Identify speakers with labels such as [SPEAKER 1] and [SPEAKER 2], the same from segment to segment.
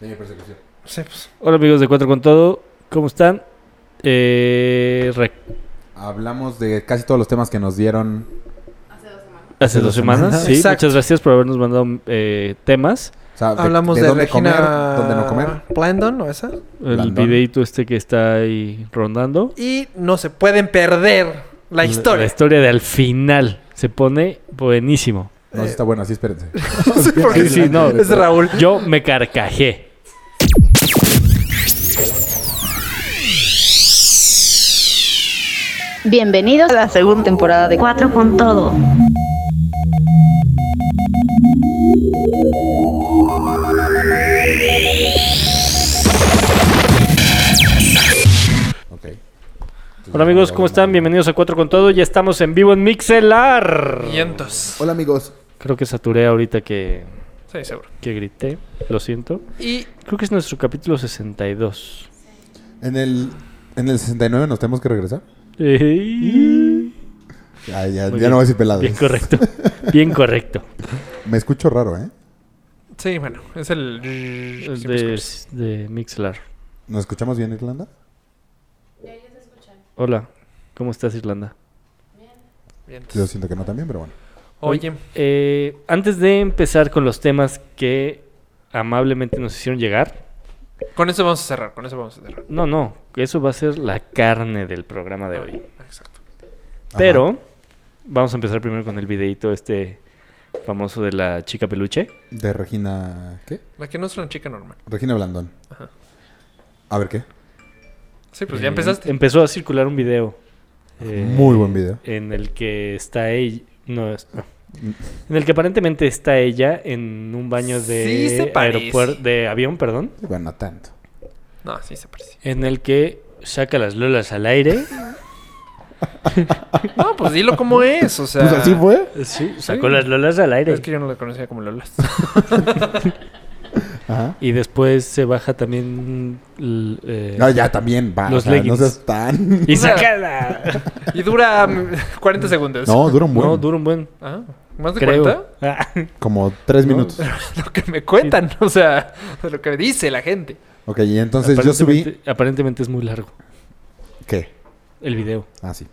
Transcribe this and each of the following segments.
[SPEAKER 1] de mi persecución.
[SPEAKER 2] Sí, pues. Hola amigos de Cuatro con Todo, ¿cómo están? Eh, rec-
[SPEAKER 1] Hablamos de casi todos los temas que nos dieron.
[SPEAKER 3] Hace dos semanas.
[SPEAKER 2] hace dos semanas, sí.
[SPEAKER 4] Exacto.
[SPEAKER 2] Muchas gracias por habernos mandado eh, temas.
[SPEAKER 1] O sea,
[SPEAKER 4] Hablamos de,
[SPEAKER 1] Ah, dónde
[SPEAKER 4] Regina...
[SPEAKER 1] comer, dónde no comer.
[SPEAKER 4] Blandon, ¿o esa?
[SPEAKER 2] El
[SPEAKER 1] Blandón.
[SPEAKER 2] videito este que está ahí rondando.
[SPEAKER 4] Y no se pueden perder la
[SPEAKER 2] La
[SPEAKER 4] historia.
[SPEAKER 2] historia de al final. Se pone buenísimo.
[SPEAKER 1] No, sí está bueno, así espérense.
[SPEAKER 4] No sé por qué.
[SPEAKER 2] Sí, sí, no.
[SPEAKER 4] Es Raúl.
[SPEAKER 2] Yo me carcajé.
[SPEAKER 5] Bienvenidos a la segunda temporada de Cuatro con Todo.
[SPEAKER 1] Ok.
[SPEAKER 2] Hola amigos, ¿cómo están? Bienvenidos a Cuatro con Todo. Ya estamos en vivo en Mixelar.
[SPEAKER 4] Vientos.
[SPEAKER 1] Hola amigos.
[SPEAKER 2] Creo que saturé ahorita que,
[SPEAKER 4] Sí, seguro.
[SPEAKER 2] que grité. Lo siento.
[SPEAKER 4] Y
[SPEAKER 2] Creo que es nuestro capítulo 62.
[SPEAKER 1] En el, en el 69 nos tenemos que regresar.
[SPEAKER 2] Ey.
[SPEAKER 1] Ya, ya, ya
[SPEAKER 2] Muy
[SPEAKER 1] no
[SPEAKER 2] bien.
[SPEAKER 1] voy a decir pelado.
[SPEAKER 2] Bien correcto. Bien correcto.
[SPEAKER 1] Me escucho raro, ¿eh?
[SPEAKER 4] sí, bueno, es el.
[SPEAKER 2] De, de Mixlar.
[SPEAKER 1] ¿Nos escuchamos bien, Irlanda?
[SPEAKER 2] Hola, ¿cómo estás Irlanda?
[SPEAKER 4] Vientos.
[SPEAKER 1] Yo siento que no también, pero bueno.
[SPEAKER 4] Oye,
[SPEAKER 2] Eh, antes de empezar con los temas que amablemente nos hicieron llegar.
[SPEAKER 4] con eso vamos a cerrar. Con eso vamos a cerrar.
[SPEAKER 2] No, no, eso va a ser la carne del programa de hoy.
[SPEAKER 4] Exacto.
[SPEAKER 1] Ajá.
[SPEAKER 2] Pero vamos a empezar primero con el videito este famoso de la chica peluche.
[SPEAKER 1] De Regina... ¿Qué?
[SPEAKER 4] La que no es una chica normal.
[SPEAKER 1] Regina Blandón.
[SPEAKER 4] Ajá.
[SPEAKER 1] A ver, ¿qué?
[SPEAKER 4] Sí, pues
[SPEAKER 2] Eh,
[SPEAKER 4] ya empezaste.
[SPEAKER 2] Empezó a circular un video. eh,
[SPEAKER 1] Muy buen video.
[SPEAKER 2] En el que está ella. No, es- no. En el que aparentemente está ella en un baño de
[SPEAKER 4] Sí se parece.
[SPEAKER 2] aeropuer- de avión, perdón.
[SPEAKER 1] Bueno, no tanto.
[SPEAKER 4] No, sí se parece.
[SPEAKER 2] En el que saca las lolas al aire.
[SPEAKER 4] No, pues dilo como es. O sea.
[SPEAKER 1] Pues así fue.
[SPEAKER 2] Sí, sacó las lolas al aire.
[SPEAKER 4] Es que yo no la conocía como Lolas.
[SPEAKER 1] Ajá.
[SPEAKER 2] Y después se baja también. l- eh,
[SPEAKER 1] No, Ah, ya también, va. o
[SPEAKER 2] Los
[SPEAKER 1] sea, no
[SPEAKER 2] leggings.
[SPEAKER 1] seas tan...
[SPEAKER 2] Y
[SPEAKER 4] O sea,
[SPEAKER 2] saca la.
[SPEAKER 4] Y dura mm, 40 segundos.
[SPEAKER 1] No, dura un buen.
[SPEAKER 2] No, dura un buen.
[SPEAKER 4] Ah, ¿Más de
[SPEAKER 2] Creo. Ah,
[SPEAKER 4] 40?
[SPEAKER 1] Como tres
[SPEAKER 2] No.
[SPEAKER 1] minutos.
[SPEAKER 4] Lo que me cuentan, o sea, lo que dice la gente.
[SPEAKER 1] Ok, y entonces yo subí...
[SPEAKER 2] Aparentemente- Aparentemente es muy largo
[SPEAKER 1] ¿Qué?
[SPEAKER 2] el video.
[SPEAKER 1] Ah, sí.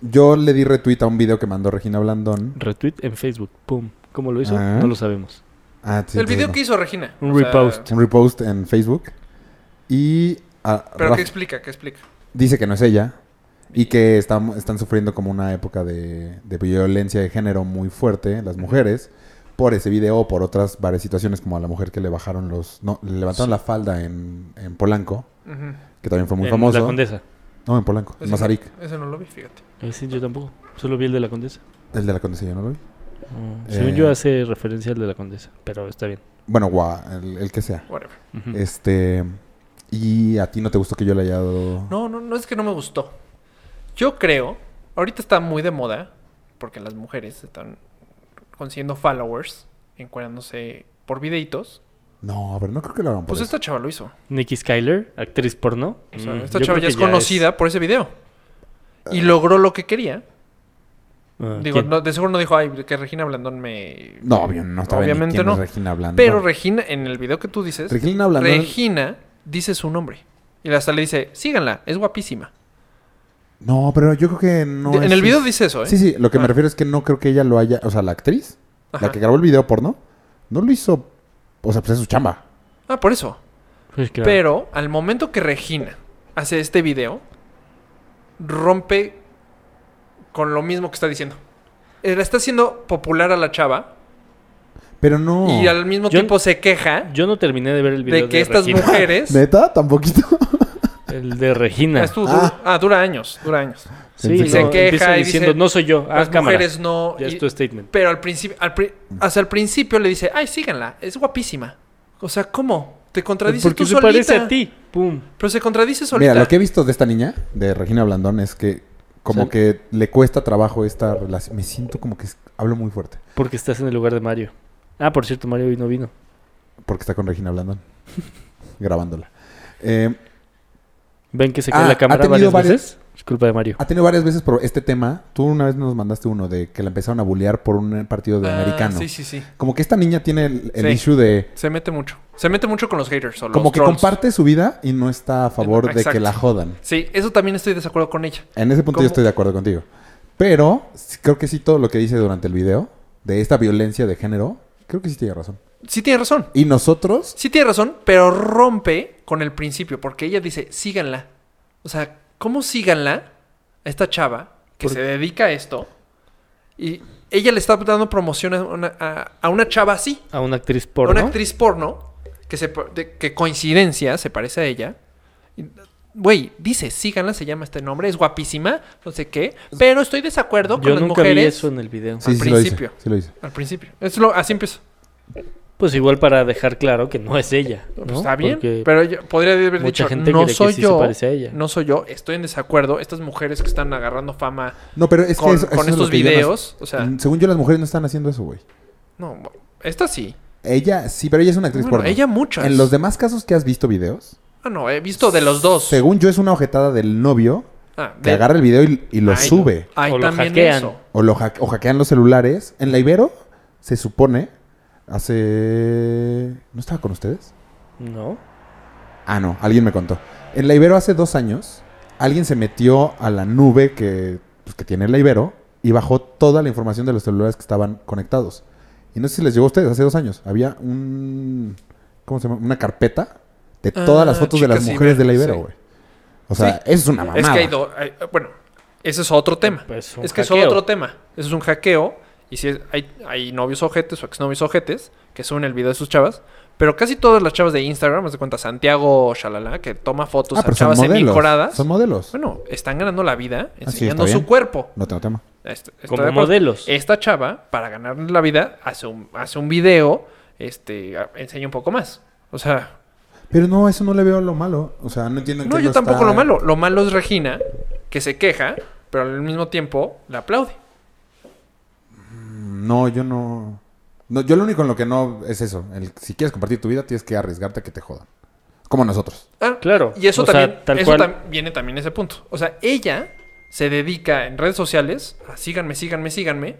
[SPEAKER 1] Yo le di retweet a un video que mandó Regina Blandón.
[SPEAKER 2] Retweet en Facebook. Pum. ¿Cómo lo hizo?
[SPEAKER 1] Ah.
[SPEAKER 2] No lo sabemos.
[SPEAKER 1] Ah, sí,
[SPEAKER 4] el
[SPEAKER 1] entonces
[SPEAKER 4] video
[SPEAKER 1] no.
[SPEAKER 4] que hizo Regina.
[SPEAKER 2] Un
[SPEAKER 4] o sea,
[SPEAKER 2] repost.
[SPEAKER 1] Un repost en Facebook. Y... ah,
[SPEAKER 4] pero
[SPEAKER 1] Rafa
[SPEAKER 4] que explica, que explica.
[SPEAKER 1] dice que no es ella. Y que están, están sufriendo como una época de, de violencia de género muy fuerte las mujeres. Por ese video o por otras varias situaciones como a la mujer que le bajaron los... No, le levantaron la falda en, en Polanco.
[SPEAKER 4] Ujú.
[SPEAKER 1] Que también fue muy
[SPEAKER 2] En
[SPEAKER 1] famoso.
[SPEAKER 2] La Condesa.
[SPEAKER 1] No, en Polanco. En
[SPEAKER 4] Ese-
[SPEAKER 1] Mazarik.
[SPEAKER 4] Ese no lo vi, fíjate.
[SPEAKER 2] Ese yo tampoco. Solo vi el de la Condesa.
[SPEAKER 1] El de la Condesa yo no lo vi.
[SPEAKER 2] Según
[SPEAKER 1] Eh.
[SPEAKER 2] yo hace referencia al de la Condesa. Pero está bien.
[SPEAKER 1] Bueno, gua- el, el que sea.
[SPEAKER 4] Whatever.
[SPEAKER 2] Ujú.
[SPEAKER 1] Este... Y a ti no te gustó que yo le haya dado...
[SPEAKER 4] No, no, no es que no me gustó. Yo creo, ahorita está muy de moda, porque las mujeres están consiguiendo followers, encuadrándose por videitos.
[SPEAKER 1] No, pero no creo que lo hagan por
[SPEAKER 4] Pues
[SPEAKER 1] eso.
[SPEAKER 4] esta chava lo hizo.
[SPEAKER 2] Nikki Skyler, actriz porno.
[SPEAKER 4] O sea,
[SPEAKER 2] Mm,
[SPEAKER 4] Ah, esta
[SPEAKER 2] yo
[SPEAKER 4] chava
[SPEAKER 2] creo
[SPEAKER 4] ya
[SPEAKER 2] que
[SPEAKER 4] es conocida por ese video. Y
[SPEAKER 1] Ah.
[SPEAKER 4] logró lo que quería.
[SPEAKER 2] Ah,
[SPEAKER 4] Digo,
[SPEAKER 2] ¿quién?
[SPEAKER 4] no, de seguro no dijo, ay, que Regina Blandón me...
[SPEAKER 1] No, obvio, no estaba
[SPEAKER 4] Obviamente no.
[SPEAKER 1] Regina Blandón.
[SPEAKER 4] Pero Regina, en el video que tú dices,
[SPEAKER 1] Regina Blandón...
[SPEAKER 4] Regina dice su nombre. Y hasta le dice, síganla, es guapísima.
[SPEAKER 1] No, pero yo creo que no
[SPEAKER 4] De- en
[SPEAKER 1] es
[SPEAKER 4] el video
[SPEAKER 1] su-
[SPEAKER 4] dice eso, ¿eh?
[SPEAKER 1] Sí, sí, lo que me
[SPEAKER 4] Ah.
[SPEAKER 1] refiero es que no creo que ella lo haya, o sea, la actriz,
[SPEAKER 4] Ajá.
[SPEAKER 1] la que grabó el video porno, no lo hizo, o sea, pues es su chamba.
[SPEAKER 4] Ah, por eso.
[SPEAKER 2] Pues claro.
[SPEAKER 4] Pero al momento que Regina hace este video, rompe con lo mismo que está diciendo. Eh, La está haciendo popular a la chava
[SPEAKER 1] Pero no.
[SPEAKER 4] y al mismo
[SPEAKER 2] Yo-
[SPEAKER 4] tiempo se queja
[SPEAKER 2] Yo no terminé de ver el video
[SPEAKER 4] de
[SPEAKER 2] de,
[SPEAKER 4] que estas
[SPEAKER 2] Regina.
[SPEAKER 4] mujeres...
[SPEAKER 1] ¿Neta? ¿Tan poquito?
[SPEAKER 2] El de
[SPEAKER 4] Ah,
[SPEAKER 2] Regina.
[SPEAKER 4] estuvo-
[SPEAKER 1] Ah.
[SPEAKER 4] ah, dura años, dura años.
[SPEAKER 2] Sí,
[SPEAKER 1] Se
[SPEAKER 2] no,
[SPEAKER 4] queja
[SPEAKER 2] empieza
[SPEAKER 4] y
[SPEAKER 2] diciendo,
[SPEAKER 4] dice,
[SPEAKER 2] no soy yo. Ah,
[SPEAKER 4] Las
[SPEAKER 2] cámara.
[SPEAKER 4] mujeres no...
[SPEAKER 2] Ya
[SPEAKER 4] y-
[SPEAKER 2] es tu statement.
[SPEAKER 4] Pero al principio, al pri- hasta el principio le dice, ay, síganla, es guapísima. O sea, ¿cómo? Te contradices
[SPEAKER 2] Porque
[SPEAKER 4] tú
[SPEAKER 2] se
[SPEAKER 4] solita.
[SPEAKER 2] parece a ti. Pum.
[SPEAKER 4] Pero se contradice solita.
[SPEAKER 1] Mira, lo que he visto de esta niña, de Regina Blandón, es que como
[SPEAKER 2] Sí.
[SPEAKER 1] que le cuesta trabajo esta relación. Me siento como que es- hablo muy fuerte
[SPEAKER 2] Porque estás en el lugar de Mario. Ah, por cierto, Mario hoy no vino.
[SPEAKER 1] porque está con Regina Blandón grabándola. Eh,
[SPEAKER 2] Ven que se cae
[SPEAKER 1] Ah,
[SPEAKER 2] la cámara
[SPEAKER 1] ha tenido
[SPEAKER 2] varias
[SPEAKER 1] varios-
[SPEAKER 2] veces. Es culpa de Mario.
[SPEAKER 1] Ha tenido varias veces por este tema. Tú una vez nos mandaste uno de que la empezaron a bullear por un partido de
[SPEAKER 4] Ah,
[SPEAKER 1] americano.
[SPEAKER 4] Sí, sí, sí.
[SPEAKER 1] Como que esta niña tiene el, el
[SPEAKER 4] Sí.
[SPEAKER 1] issue de...
[SPEAKER 4] Se mete mucho. Se mete mucho con los haters. o los
[SPEAKER 1] Como que
[SPEAKER 4] trolls.
[SPEAKER 1] comparte su vida y no está a favor de que
[SPEAKER 4] Exacto.
[SPEAKER 1] la jodan.
[SPEAKER 4] Sí, eso también estoy de desacuerdo con ella.
[SPEAKER 1] En ese punto
[SPEAKER 4] ¿Cómo?
[SPEAKER 1] yo estoy de acuerdo contigo. Pero sí, creo que sí todo lo que dice durante el video de esta violencia de género, creo que sí tiene razón.
[SPEAKER 4] Sí tiene razón.
[SPEAKER 1] Y nosotros,
[SPEAKER 4] Sí tiene razón, pero rompe con el principio, porque ella dice, síganla. O sea, ¿cómo síganla a esta chava que
[SPEAKER 2] Por-
[SPEAKER 4] se dedica a esto? Y ella le está dando promoción a una, a- a una chava así,
[SPEAKER 2] A una actriz
[SPEAKER 4] a
[SPEAKER 2] porno.
[SPEAKER 4] una actriz porno, que, se, pa- de- que coincidencia se parece a ella. Y, Güey, dice, síganla, se llama este nombre, es guapísima, no sé qué, pero estoy desacuerdo con
[SPEAKER 2] Yo
[SPEAKER 4] las
[SPEAKER 2] nunca
[SPEAKER 4] mujeres.
[SPEAKER 2] vi eso en el video.
[SPEAKER 1] sí,
[SPEAKER 4] Al
[SPEAKER 1] sí lo dice.
[SPEAKER 4] principio.
[SPEAKER 1] Sí lo dice.
[SPEAKER 4] Al principio. Es lo, así empiezo.
[SPEAKER 2] Pues igual para dejar claro que no es ella. ¿no?
[SPEAKER 4] Eh, pues Está bien,
[SPEAKER 2] Porque
[SPEAKER 4] pero yo podría haber
[SPEAKER 2] mucha
[SPEAKER 4] dicho,
[SPEAKER 2] gente
[SPEAKER 4] no
[SPEAKER 2] cree que
[SPEAKER 4] soy
[SPEAKER 2] sí se
[SPEAKER 4] yo,
[SPEAKER 2] parece a ella".
[SPEAKER 4] no soy yo, estoy en desacuerdo, estas mujeres que están agarrando fama
[SPEAKER 1] No, pero es
[SPEAKER 4] con,
[SPEAKER 1] que eso- eso
[SPEAKER 4] con
[SPEAKER 1] es lo
[SPEAKER 4] estos
[SPEAKER 1] que yo no-
[SPEAKER 4] videos, o sea,
[SPEAKER 1] Mm, Según yo, las mujeres no están haciendo eso, güey.
[SPEAKER 4] no, esta sí,
[SPEAKER 1] Ella, sí, pero ella es una actriz
[SPEAKER 4] Bueno,
[SPEAKER 1] porno.
[SPEAKER 4] ella muchas.
[SPEAKER 1] En los demás casos que has visto videos,
[SPEAKER 4] Ah, no, he visto de los dos.
[SPEAKER 1] según yo es una ojetada del novio
[SPEAKER 4] Ah,
[SPEAKER 1] que
[SPEAKER 4] de-
[SPEAKER 1] agarra el video y, y lo
[SPEAKER 4] Ay, no.
[SPEAKER 1] sube.
[SPEAKER 4] Ay,
[SPEAKER 2] O lo
[SPEAKER 4] también
[SPEAKER 2] hackean.
[SPEAKER 4] eso.
[SPEAKER 1] O, lo hack- o hackean los celulares. En la Ibero, se supone, hace... ¿No estaba con ustedes?
[SPEAKER 2] No.
[SPEAKER 1] Ah, no, alguien me contó. En la Ibero hace dos años, alguien se metió a la nube que, pues, que tiene la Ibero y bajó toda la información de los celulares que estaban conectados. Y no sé si les llegó a ustedes hace dos años. Había un. ¿Cómo se llama? Una carpeta de todas
[SPEAKER 4] Ah,
[SPEAKER 1] las fotos de las
[SPEAKER 4] chicas
[SPEAKER 1] mujeres de la Ibero,
[SPEAKER 4] Ibero, sí.
[SPEAKER 1] güey. O sea,
[SPEAKER 4] Sí.
[SPEAKER 1] eso es una mamada.
[SPEAKER 4] Es que hay dos, hay- eh, bueno, ese es otro tema.
[SPEAKER 2] Pues, un
[SPEAKER 4] es que es
[SPEAKER 2] hackeo.
[SPEAKER 4] otro tema. Eso es un hackeo y si es- hay, hay novios ojetes o exnovios ojetes que suben el video de sus chavas, pero casi todas las chavas de Instagram, haz de cuenta Santiago Shalala, que toma fotos
[SPEAKER 1] Ah,
[SPEAKER 4] a
[SPEAKER 1] pero son
[SPEAKER 4] chavas
[SPEAKER 1] modelos.
[SPEAKER 4] semicoradas.
[SPEAKER 1] Son modelos. Ah,
[SPEAKER 4] Bueno, están ganando la vida
[SPEAKER 1] está
[SPEAKER 4] enseñando su
[SPEAKER 1] bien.
[SPEAKER 4] cuerpo.
[SPEAKER 1] No tengo tema.
[SPEAKER 4] Est- estoy
[SPEAKER 2] Como
[SPEAKER 4] de acuerdo.
[SPEAKER 2] modelos.
[SPEAKER 4] Esta chava, para ganar la vida, hace un, hace un video, este, a- enseña un poco más. O sea,
[SPEAKER 1] Pero no, eso no le veo lo malo. O sea, no entiendo en
[SPEAKER 4] no,
[SPEAKER 1] qué
[SPEAKER 4] yo
[SPEAKER 1] está-
[SPEAKER 4] tampoco lo malo. Lo malo es Regina, que se queja, pero al mismo tiempo la aplaude.
[SPEAKER 1] No, yo no. no yo lo único en lo que no es eso. El, si quieres compartir tu vida, tienes que arriesgarte a que te jodan. Como nosotros.
[SPEAKER 4] Ah,
[SPEAKER 2] Claro,
[SPEAKER 4] Y eso
[SPEAKER 2] o sea,
[SPEAKER 4] también,
[SPEAKER 2] tal
[SPEAKER 4] eso
[SPEAKER 2] cual.
[SPEAKER 4] tam- viene también ese punto. O sea, ella se dedica en redes sociales a síganme, síganme, síganme.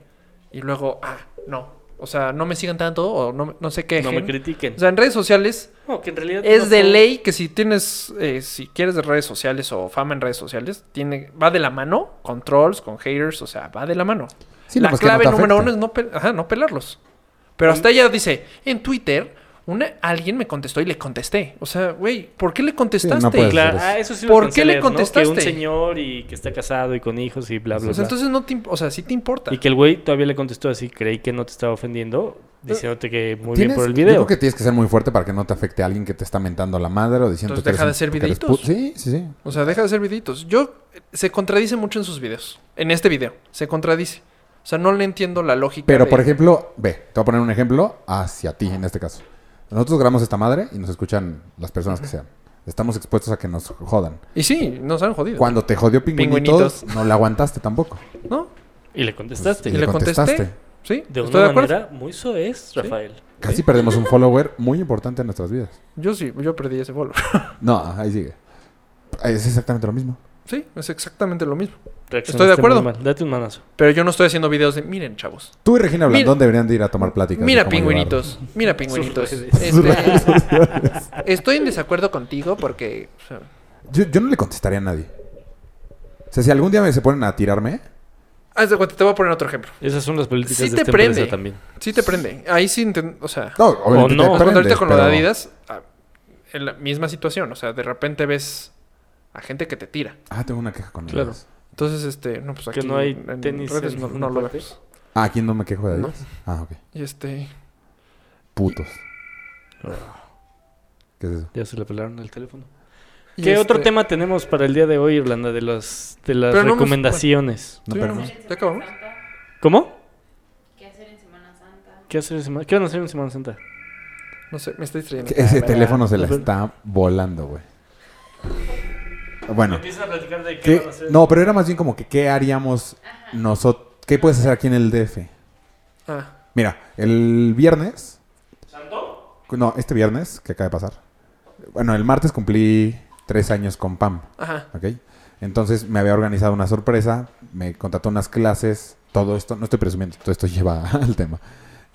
[SPEAKER 4] Y luego, ah, no. O sea, no me sigan tanto o no, me- no sé qué.
[SPEAKER 2] No me critiquen.
[SPEAKER 4] O sea, en redes sociales
[SPEAKER 2] No, que en realidad no
[SPEAKER 4] es de
[SPEAKER 2] son-
[SPEAKER 4] ley que si tienes, eh, si quieres de redes sociales o fama en redes sociales, tiene, va de la mano con trolls, con haters, o sea, va de la mano.
[SPEAKER 1] Sí,
[SPEAKER 4] la
[SPEAKER 1] nomás que no
[SPEAKER 4] clave
[SPEAKER 1] te
[SPEAKER 4] número
[SPEAKER 1] afecta.
[SPEAKER 4] uno es no, pe- ajá, no pelarlos. Pero hasta ella dice, en Twitter, una, alguien me contestó y le contesté. O sea, güey, ¿por qué le contestaste?
[SPEAKER 1] puedes.
[SPEAKER 2] Claro, ah, eso sí lo
[SPEAKER 4] ¿Por qué le
[SPEAKER 2] cancelé, ¿no?
[SPEAKER 4] contestaste?
[SPEAKER 2] Que un señor y que está casado y con hijos y bla, bla,
[SPEAKER 4] O sea,
[SPEAKER 2] bla.
[SPEAKER 4] entonces no te, imp- o sea, sí te importa.
[SPEAKER 2] Y que el güey todavía le contestó así, creí que no te estaba ofendiendo,
[SPEAKER 4] Eh,
[SPEAKER 2] diciéndote que muy bien
[SPEAKER 1] Tienes-
[SPEAKER 2] por el
[SPEAKER 1] Yo creo
[SPEAKER 2] video.
[SPEAKER 1] que tienes que ser muy fuerte para que no te afecte a alguien que te está mentando la madre o diciendo
[SPEAKER 4] Entonces
[SPEAKER 1] que eres
[SPEAKER 4] deja de
[SPEAKER 1] un-
[SPEAKER 4] hacer
[SPEAKER 1] que eres
[SPEAKER 4] videitos.
[SPEAKER 1] pu- Sí, sí, sí.
[SPEAKER 4] O sea, deja de hacer videitos. Yo se contradice mucho en sus videos. En este video, se contradice. O sea, no le entiendo la lógica.
[SPEAKER 1] Pero,
[SPEAKER 4] de-
[SPEAKER 1] por ejemplo, ve, te voy a poner un ejemplo hacia ti en este caso. Nosotros grabamos esta madre y nos escuchan las personas que sean. Estamos expuestos a que nos jodan.
[SPEAKER 4] Y sí, nos han jodido.
[SPEAKER 1] Cuando te jodió Pingüinitos,
[SPEAKER 4] Pingüinitos.
[SPEAKER 1] no la aguantaste tampoco.
[SPEAKER 4] ¿No?
[SPEAKER 2] Y le contestaste.
[SPEAKER 1] Y
[SPEAKER 4] Y,
[SPEAKER 1] le
[SPEAKER 4] le contesté.
[SPEAKER 1] contestaste.
[SPEAKER 4] Sí,
[SPEAKER 2] De
[SPEAKER 4] estoy
[SPEAKER 2] una
[SPEAKER 4] de acuerdo.
[SPEAKER 2] manera muy soez, Rafael.
[SPEAKER 1] Casi perdemos un follower muy importante en nuestras vidas.
[SPEAKER 4] Yo sí, yo perdí ese bolo.
[SPEAKER 1] No, ahí sigue. Es exactamente lo mismo.
[SPEAKER 4] sí, es exactamente lo mismo.
[SPEAKER 2] Reaccionaste
[SPEAKER 4] de acuerdo.
[SPEAKER 2] muy mal. Date un manazo.
[SPEAKER 4] Pero yo no estoy haciendo videos de, miren, chavos.
[SPEAKER 1] Tú y Regina
[SPEAKER 4] Mira-
[SPEAKER 1] Blandón deberían de ir a tomar pláticas. de
[SPEAKER 4] Mira,
[SPEAKER 1] cómo llevar-
[SPEAKER 4] pingüinitos. Mira, pingüinitos.
[SPEAKER 2] Sus redes.
[SPEAKER 4] Este, estoy en desacuerdo contigo porque... o sea,
[SPEAKER 1] Yo, yo no le contestaría a nadie. O sea, si algún día me se ponen a tirarme,
[SPEAKER 4] haz de cuenta, te voy a poner otro ejemplo.
[SPEAKER 2] Esas son las políticas
[SPEAKER 4] Sí
[SPEAKER 2] de
[SPEAKER 4] te
[SPEAKER 2] esta
[SPEAKER 4] prende.
[SPEAKER 2] empresa también.
[SPEAKER 4] Sí te prende. Ahí sí, enten- o sea...
[SPEAKER 1] No, obviamente te
[SPEAKER 2] O no. Pues
[SPEAKER 4] cuando
[SPEAKER 1] prendes,
[SPEAKER 4] ahorita con lo
[SPEAKER 1] pero-
[SPEAKER 4] de Adidas, ah, en la misma situación. O sea, de repente ves a gente que te tira.
[SPEAKER 1] Ah, tengo una queja con
[SPEAKER 2] Claro.
[SPEAKER 1] Adidas.
[SPEAKER 4] Entonces, este... No, pues
[SPEAKER 2] Que
[SPEAKER 4] aquí
[SPEAKER 2] no hay
[SPEAKER 4] en
[SPEAKER 2] tenis
[SPEAKER 4] redes
[SPEAKER 2] en
[SPEAKER 4] no,
[SPEAKER 2] ninguna
[SPEAKER 4] no lo
[SPEAKER 2] parte.
[SPEAKER 4] vemos.
[SPEAKER 1] Ah, ¿quién no me quejo de Adidas? Ah, ok.
[SPEAKER 4] Y este...
[SPEAKER 1] Putos.
[SPEAKER 4] Ah.
[SPEAKER 1] ¿Qué es eso?
[SPEAKER 2] Ya se le pelaron el teléfono.
[SPEAKER 4] y
[SPEAKER 2] ¿Qué otro
[SPEAKER 4] este-
[SPEAKER 2] tema tenemos para el día de hoy, Irlanda? De las, de las
[SPEAKER 4] Pero no hemos-
[SPEAKER 2] recomendaciones.
[SPEAKER 1] No,
[SPEAKER 4] Sí,
[SPEAKER 1] pero-
[SPEAKER 4] vamos. ¿Ya acabamos?
[SPEAKER 2] ¿Cómo?
[SPEAKER 5] ¿Qué hacer en Semana Santa?
[SPEAKER 2] ¿Qué, hacer en Semana- ¿Qué van a hacer en Semana Santa?
[SPEAKER 4] No sé, me está distrayendo. Ah,
[SPEAKER 1] Que Ese teléfono se la está volando, güey. Bueno.
[SPEAKER 2] Empiezan a platicar de
[SPEAKER 1] ¿qué- No, pero era más bien como que qué haríamos nosotros... ¿Qué puedes hacer aquí en el DF?
[SPEAKER 4] Ah.
[SPEAKER 1] Mira, el viernes. ¿Santo? No, este viernes que acaba de pasar. Bueno, el martes cumplí tres años con Pam,
[SPEAKER 4] Ajá.
[SPEAKER 1] ¿ok? Entonces me había organizado una sorpresa, me contrató unas clases, todo esto, no estoy presumiendo, todo esto lleva al tema.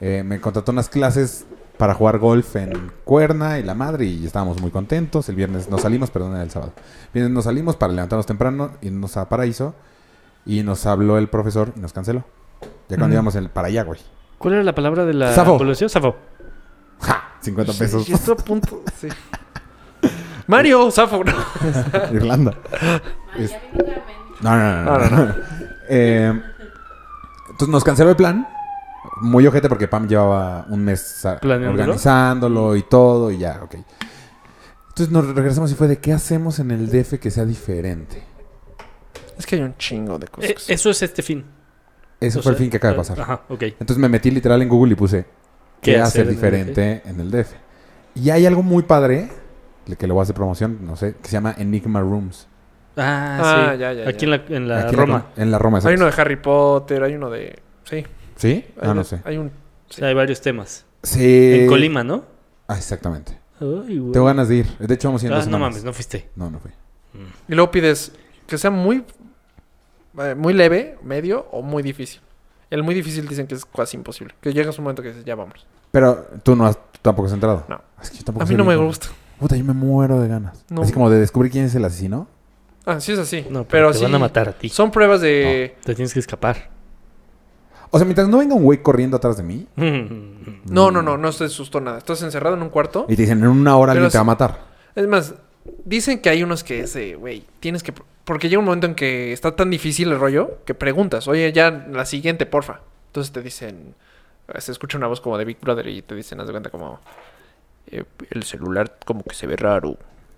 [SPEAKER 1] Eh, me contrató unas clases para jugar golf en Cuerna y la madre y estábamos muy contentos. El viernes nos salimos, perdón, era el sábado. El viernes nos salimos para levantarnos temprano, irnos a Paraíso y nos habló el profesor y nos canceló. Ya cuando
[SPEAKER 4] Ujú.
[SPEAKER 1] íbamos el, para allá, güey.
[SPEAKER 2] ¿Cuál era la palabra de la
[SPEAKER 1] Zafo.
[SPEAKER 2] evolución? Zafo.
[SPEAKER 1] ¡Ja! 50 pesos.
[SPEAKER 4] Sí, está a punto, sí. Mario, Zafo, ¿no?
[SPEAKER 1] Irlanda. Es-
[SPEAKER 5] Ya viene la mente.
[SPEAKER 1] No, no, no. no,
[SPEAKER 2] Ah,
[SPEAKER 4] No, no,
[SPEAKER 1] no. Eh, entonces nos canceló el plan. Muy ojete porque Pam llevaba un mes ah,
[SPEAKER 2] ¿Planeándolo?
[SPEAKER 1] organizándolo y todo y ya, ok. Entonces nos regresamos y fue de qué hacemos en el DF que sea diferente.
[SPEAKER 4] Es que hay un chingo de cosas.
[SPEAKER 2] Eh, eso es este fin.
[SPEAKER 1] Ese
[SPEAKER 2] O
[SPEAKER 1] fue el
[SPEAKER 2] sea,
[SPEAKER 1] fin que acaba de
[SPEAKER 2] eh,
[SPEAKER 1] pasar.
[SPEAKER 2] Ajá, ok.
[SPEAKER 1] Entonces me metí literal en Google y puse qué, hacer,
[SPEAKER 2] en el
[SPEAKER 1] diferente en el DF. Y hay algo muy padre, le- que le voy a hacer promoción, no sé, que se llama Enigma Rooms.
[SPEAKER 2] Ah,
[SPEAKER 4] Ah,
[SPEAKER 2] sí.
[SPEAKER 4] ya, ya,
[SPEAKER 2] Aquí
[SPEAKER 4] ya.
[SPEAKER 2] en la, en la
[SPEAKER 1] Aquí en
[SPEAKER 2] Roma.
[SPEAKER 1] en la Roma,
[SPEAKER 4] Hay
[SPEAKER 1] exacto.
[SPEAKER 4] uno de Harry Potter, hay uno de... Sí.
[SPEAKER 1] ¿Sí?
[SPEAKER 4] hay
[SPEAKER 1] Ah, no
[SPEAKER 4] de-
[SPEAKER 1] sé.
[SPEAKER 4] Hay un...
[SPEAKER 2] O sea, hay varios temas.
[SPEAKER 1] Sí.
[SPEAKER 2] En Colima, ¿no?
[SPEAKER 1] Ah, exactamente.
[SPEAKER 2] Ay, güey.
[SPEAKER 1] Tengo ganas de ir. De hecho, vamos a ir en
[SPEAKER 2] Ah,
[SPEAKER 1] dos
[SPEAKER 2] no
[SPEAKER 1] semanas.
[SPEAKER 2] mames, no fuiste.
[SPEAKER 1] No, no fui.
[SPEAKER 4] Y luego pides que sea muy... eh, Muy leve, medio o muy difícil. El muy difícil dicen que es casi imposible. Que llegas a un momento que dices, ya vamos.
[SPEAKER 1] Pero tú no has, tú tampoco has entrado.
[SPEAKER 4] No.
[SPEAKER 1] Es que yo tampoco
[SPEAKER 4] A mí
[SPEAKER 1] soy
[SPEAKER 4] no me
[SPEAKER 1] bien-
[SPEAKER 4] gusta.
[SPEAKER 1] Puta, yo me muero de ganas.
[SPEAKER 4] No.
[SPEAKER 1] Así como de descubrir quién es el asesino.
[SPEAKER 4] Ah, sí es así.
[SPEAKER 2] No, pero,
[SPEAKER 4] pero
[SPEAKER 2] te
[SPEAKER 4] sí.
[SPEAKER 2] van a matar a ti.
[SPEAKER 4] Son pruebas de...
[SPEAKER 2] Te tienes que escapar.
[SPEAKER 1] O sea, mientras no venga un güey corriendo atrás de mí
[SPEAKER 4] No, no, no, no, se asustó nada. Estás encerrado en un cuarto.
[SPEAKER 1] y te dicen, en una hora
[SPEAKER 4] Pero
[SPEAKER 1] alguien te va a
[SPEAKER 4] sí.
[SPEAKER 1] matar.
[SPEAKER 4] Es más, dicen que hay unos que es, de, güey, tienes que... Porque llega un momento en que está tan difícil el rollo que preguntas, oye, ya la siguiente, porfa. Entonces te dicen, eh, se escucha una voz como de Big Brother y te dicen, haz de cuenta como, eh, el celular como que se ve raro.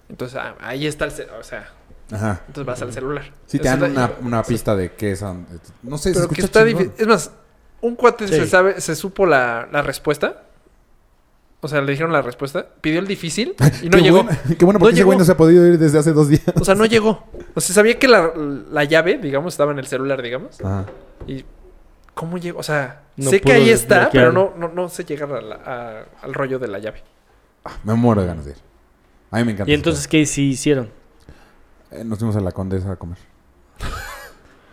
[SPEAKER 4] Entonces ah, ahí está el celular, o sea,
[SPEAKER 1] Ajá.
[SPEAKER 4] entonces vas al celular.
[SPEAKER 1] Sí, te
[SPEAKER 4] Eso
[SPEAKER 1] dan
[SPEAKER 4] es la-
[SPEAKER 1] una, una pista de qué es. an- No sé, se
[SPEAKER 4] Pero que
[SPEAKER 1] escucha
[SPEAKER 4] está
[SPEAKER 1] chingón.
[SPEAKER 4] difícil. Es más, un cuate
[SPEAKER 2] Sí.
[SPEAKER 4] se sabe, se supo la, la respuesta. O sea, le dijeron la respuesta, pidió el difícil y no
[SPEAKER 1] qué
[SPEAKER 4] llegó.
[SPEAKER 1] Bueno, qué bueno, porque
[SPEAKER 4] No
[SPEAKER 1] ese güey
[SPEAKER 4] llegó.
[SPEAKER 1] no se ha podido ir desde hace dos días.
[SPEAKER 4] O sea, no llegó. O sea, sabía que la, la llave, digamos, estaba en el celular, digamos.
[SPEAKER 1] Ajá.
[SPEAKER 4] Y ¿cómo llegó? O sea,
[SPEAKER 2] No
[SPEAKER 4] sé que ahí
[SPEAKER 2] pudo
[SPEAKER 4] está,
[SPEAKER 2] desbloquear.
[SPEAKER 4] pero no, no, no sé llegar a la- a- al rollo de la llave.
[SPEAKER 1] Me muero de ganas de ir. A mí me encanta.
[SPEAKER 2] ¿Y
[SPEAKER 1] ese
[SPEAKER 2] entonces qué sí hicieron?
[SPEAKER 1] pedo. Eh, nos fuimos a la Condesa a comer.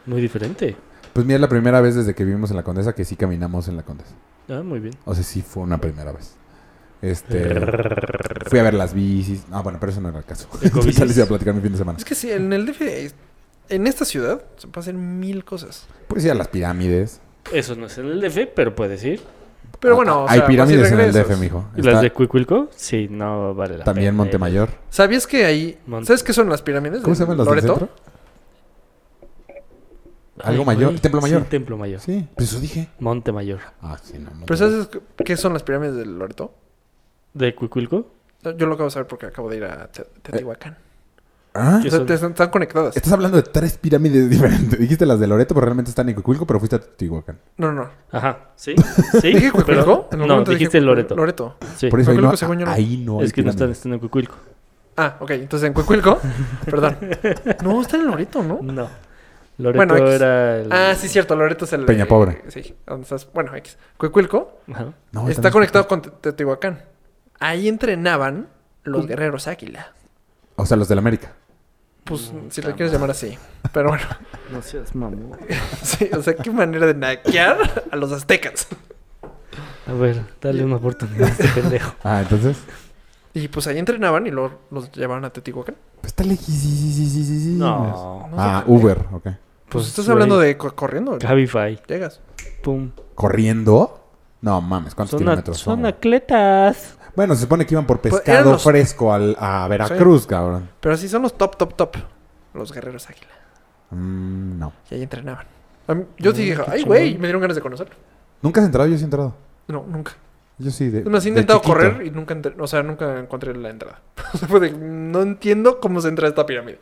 [SPEAKER 2] Muy diferente.
[SPEAKER 1] Pues mira, es la primera vez desde que vivimos en la Condesa que sí caminamos en la Condesa.
[SPEAKER 2] Ah, muy bien.
[SPEAKER 1] O sea, sí fue una primera vez. Este, fui a ver las bicis. Ah, bueno, pero eso no era el caso.
[SPEAKER 2] Ecobicis.
[SPEAKER 1] Ya les iba a platicar mi fin de semana.
[SPEAKER 4] Es que sí, en el DF, eh, en esta ciudad, se pasan mil cosas.
[SPEAKER 1] Pues ir a las pirámides. Ah,
[SPEAKER 2] Eso no es en el DF, pero puedes ir.
[SPEAKER 4] Pero bueno, o
[SPEAKER 1] Hay
[SPEAKER 4] sea,
[SPEAKER 1] pirámides
[SPEAKER 4] vas y
[SPEAKER 1] en el DF,
[SPEAKER 4] regresas.
[SPEAKER 1] mijo.
[SPEAKER 2] ¿Y
[SPEAKER 1] Está
[SPEAKER 2] las de Cuicuilco? Sí, no vale la
[SPEAKER 1] también
[SPEAKER 2] pena.
[SPEAKER 1] Montemayor.
[SPEAKER 4] ¿Sabías que ahí...
[SPEAKER 2] Mont-
[SPEAKER 4] ¿Sabes qué son las pirámides?
[SPEAKER 1] ¿Cómo se
[SPEAKER 4] de
[SPEAKER 1] llaman las del
[SPEAKER 4] Loreto?
[SPEAKER 1] centro? Algo
[SPEAKER 2] güey,
[SPEAKER 1] mayor, Templo Mayor.
[SPEAKER 2] Sí, Templo Mayor.
[SPEAKER 1] Sí, pues eso dije.
[SPEAKER 2] Monte Mayor.
[SPEAKER 1] Ah, sí, no. no
[SPEAKER 4] ¿Pero
[SPEAKER 1] te voy.
[SPEAKER 4] sabes qué- qué son las pirámides de Loreto?
[SPEAKER 2] ¿De Cuicuilco?
[SPEAKER 4] Yo lo acabo de saber porque acabo de ir a
[SPEAKER 1] Eh,
[SPEAKER 4] Te- Teotihuacán.
[SPEAKER 1] ¿Ah?
[SPEAKER 2] ¿Qué
[SPEAKER 4] O sea,
[SPEAKER 2] son?
[SPEAKER 4] te- están, están conectadas.
[SPEAKER 1] Estás hablando de tres pirámides diferentes. Dijiste las de Loreto, pero realmente están en Cuculco, pero fuiste a Teotihuacán.
[SPEAKER 4] No, no, no.
[SPEAKER 2] Ajá, sí. ¿Sí?
[SPEAKER 4] ¿Dije
[SPEAKER 2] pero-
[SPEAKER 4] Cuicuilco? En algún
[SPEAKER 2] No,
[SPEAKER 4] momento dije
[SPEAKER 2] dijiste Loreto.
[SPEAKER 4] Loreto.
[SPEAKER 2] Sí.
[SPEAKER 1] Por eso ahí
[SPEAKER 4] Cuculco,
[SPEAKER 1] no,
[SPEAKER 4] según yo, no.
[SPEAKER 1] ahí no hay
[SPEAKER 2] es que no están
[SPEAKER 1] pirámides.
[SPEAKER 2] estando en Cuicuilco.
[SPEAKER 4] Ah, ok. Entonces en Cuicuilco. perdón. No, está en Loreto, ¿no?
[SPEAKER 2] No. Loreto
[SPEAKER 4] Bueno, X.
[SPEAKER 2] era el...
[SPEAKER 4] Ah, sí, cierto. Loreto es el. de-
[SPEAKER 1] Peña Pobre. Ah,
[SPEAKER 4] Sí. ¿Dónde estás? Bueno, X. Cuicuilco
[SPEAKER 2] Ajá.
[SPEAKER 1] No, están
[SPEAKER 4] este- está
[SPEAKER 1] en-
[SPEAKER 4] conectado con Te- Teotihuacán. Ahí entrenaban los guerreros águila.
[SPEAKER 1] O sea, los del América.
[SPEAKER 4] Pues si lo quieres llamar así. Pero bueno.
[SPEAKER 2] No seas mamón.
[SPEAKER 4] Sí, o sea, qué manera de naquear a los aztecas.
[SPEAKER 2] A ver, dale una oportunidad a este pendejo.
[SPEAKER 1] Ah, entonces.
[SPEAKER 4] Y pues ahí entrenaban y luego los llevaban a Teotihuacán.
[SPEAKER 1] Pues está lejísimos.
[SPEAKER 2] No.
[SPEAKER 1] Ah, Uber, ok.
[SPEAKER 4] Pues estás hablando de co- corriendo.
[SPEAKER 2] Cabify.
[SPEAKER 4] Llegas.
[SPEAKER 2] Pum.
[SPEAKER 1] ¿Corriendo? No mames, ¿cuántos
[SPEAKER 2] Son, a-
[SPEAKER 1] kilómetros son?
[SPEAKER 2] son
[SPEAKER 1] güey?
[SPEAKER 2] atletas.
[SPEAKER 1] Bueno, se supone que iban por
[SPEAKER 4] eran
[SPEAKER 1] pescado
[SPEAKER 4] los-
[SPEAKER 1] fresco al, a Veracruz, cabrón.
[SPEAKER 4] Pero sí son los top, top, top. Los guerreros águila.
[SPEAKER 1] Mm, no.
[SPEAKER 4] Y ahí entrenaban. A mí- Yo sí dije,
[SPEAKER 2] Mm, qué
[SPEAKER 4] ay,
[SPEAKER 2] chingón".
[SPEAKER 4] güey, me dieron ganas de conocerlo.
[SPEAKER 1] ¿Nunca has entrado? Yo sí he entrado.
[SPEAKER 4] No, nunca.
[SPEAKER 1] Yo sí. De,
[SPEAKER 4] Es más, he
[SPEAKER 1] de
[SPEAKER 4] intentado
[SPEAKER 1] chiquito.
[SPEAKER 4] correr y nunca, entré- o sea, nunca encontré la entrada. O sea, fue de, no entiendo cómo se entra a esta pirámide.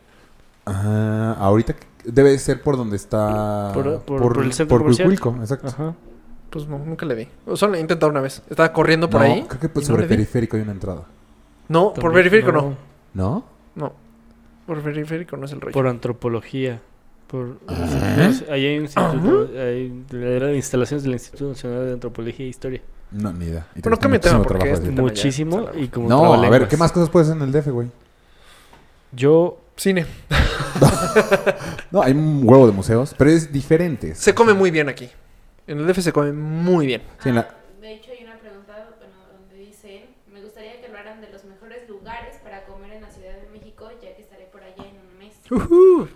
[SPEAKER 1] Ah, ahorita que- debe ser por donde está.
[SPEAKER 2] Por- por- por el centro
[SPEAKER 1] por
[SPEAKER 2] comercial.
[SPEAKER 1] Cuicuilco, exacto.
[SPEAKER 2] Ajá.
[SPEAKER 4] Pues no, nunca le di. O sea, lo he intentado una vez. Estaba corriendo por
[SPEAKER 1] No,
[SPEAKER 4] ahí.
[SPEAKER 1] Creo que
[SPEAKER 4] y
[SPEAKER 1] pues,
[SPEAKER 4] no
[SPEAKER 1] sobre
[SPEAKER 4] le di.
[SPEAKER 1] periférico hay una entrada.
[SPEAKER 4] No, por periférico no.
[SPEAKER 1] ¿No?
[SPEAKER 4] No. Por periférico no es el rollo.
[SPEAKER 2] Por antropología. Por,
[SPEAKER 1] Ah.
[SPEAKER 2] Ahí hay un instituto, hay hay instalaciones del Instituto Nacional de Antropología e Historia.
[SPEAKER 1] No, ni idea. Y te
[SPEAKER 4] Bueno,
[SPEAKER 1] cuesta
[SPEAKER 4] cambia de tema,
[SPEAKER 1] muchísimo
[SPEAKER 4] porque
[SPEAKER 1] trabajo
[SPEAKER 4] este
[SPEAKER 1] decir.
[SPEAKER 4] tema ya
[SPEAKER 2] Muchísimo
[SPEAKER 4] está largo.
[SPEAKER 2] y como
[SPEAKER 1] No, a ver,
[SPEAKER 2] trabalenguas.
[SPEAKER 1] ¿qué más cosas puedes hacer en el DF, güey?
[SPEAKER 2] Yo
[SPEAKER 4] Cine.
[SPEAKER 1] No, hay un huevo de museos, pero es diferente.
[SPEAKER 4] Se come muy bien aquí. En el DF se come muy bien.
[SPEAKER 1] Sí, en la-
[SPEAKER 5] Ah, De hecho, hay una pregunta bueno, donde dice: Me gustaría que hablaran de los mejores lugares para comer en la Ciudad de México, ya que estaré por allá en un mes. Saludos.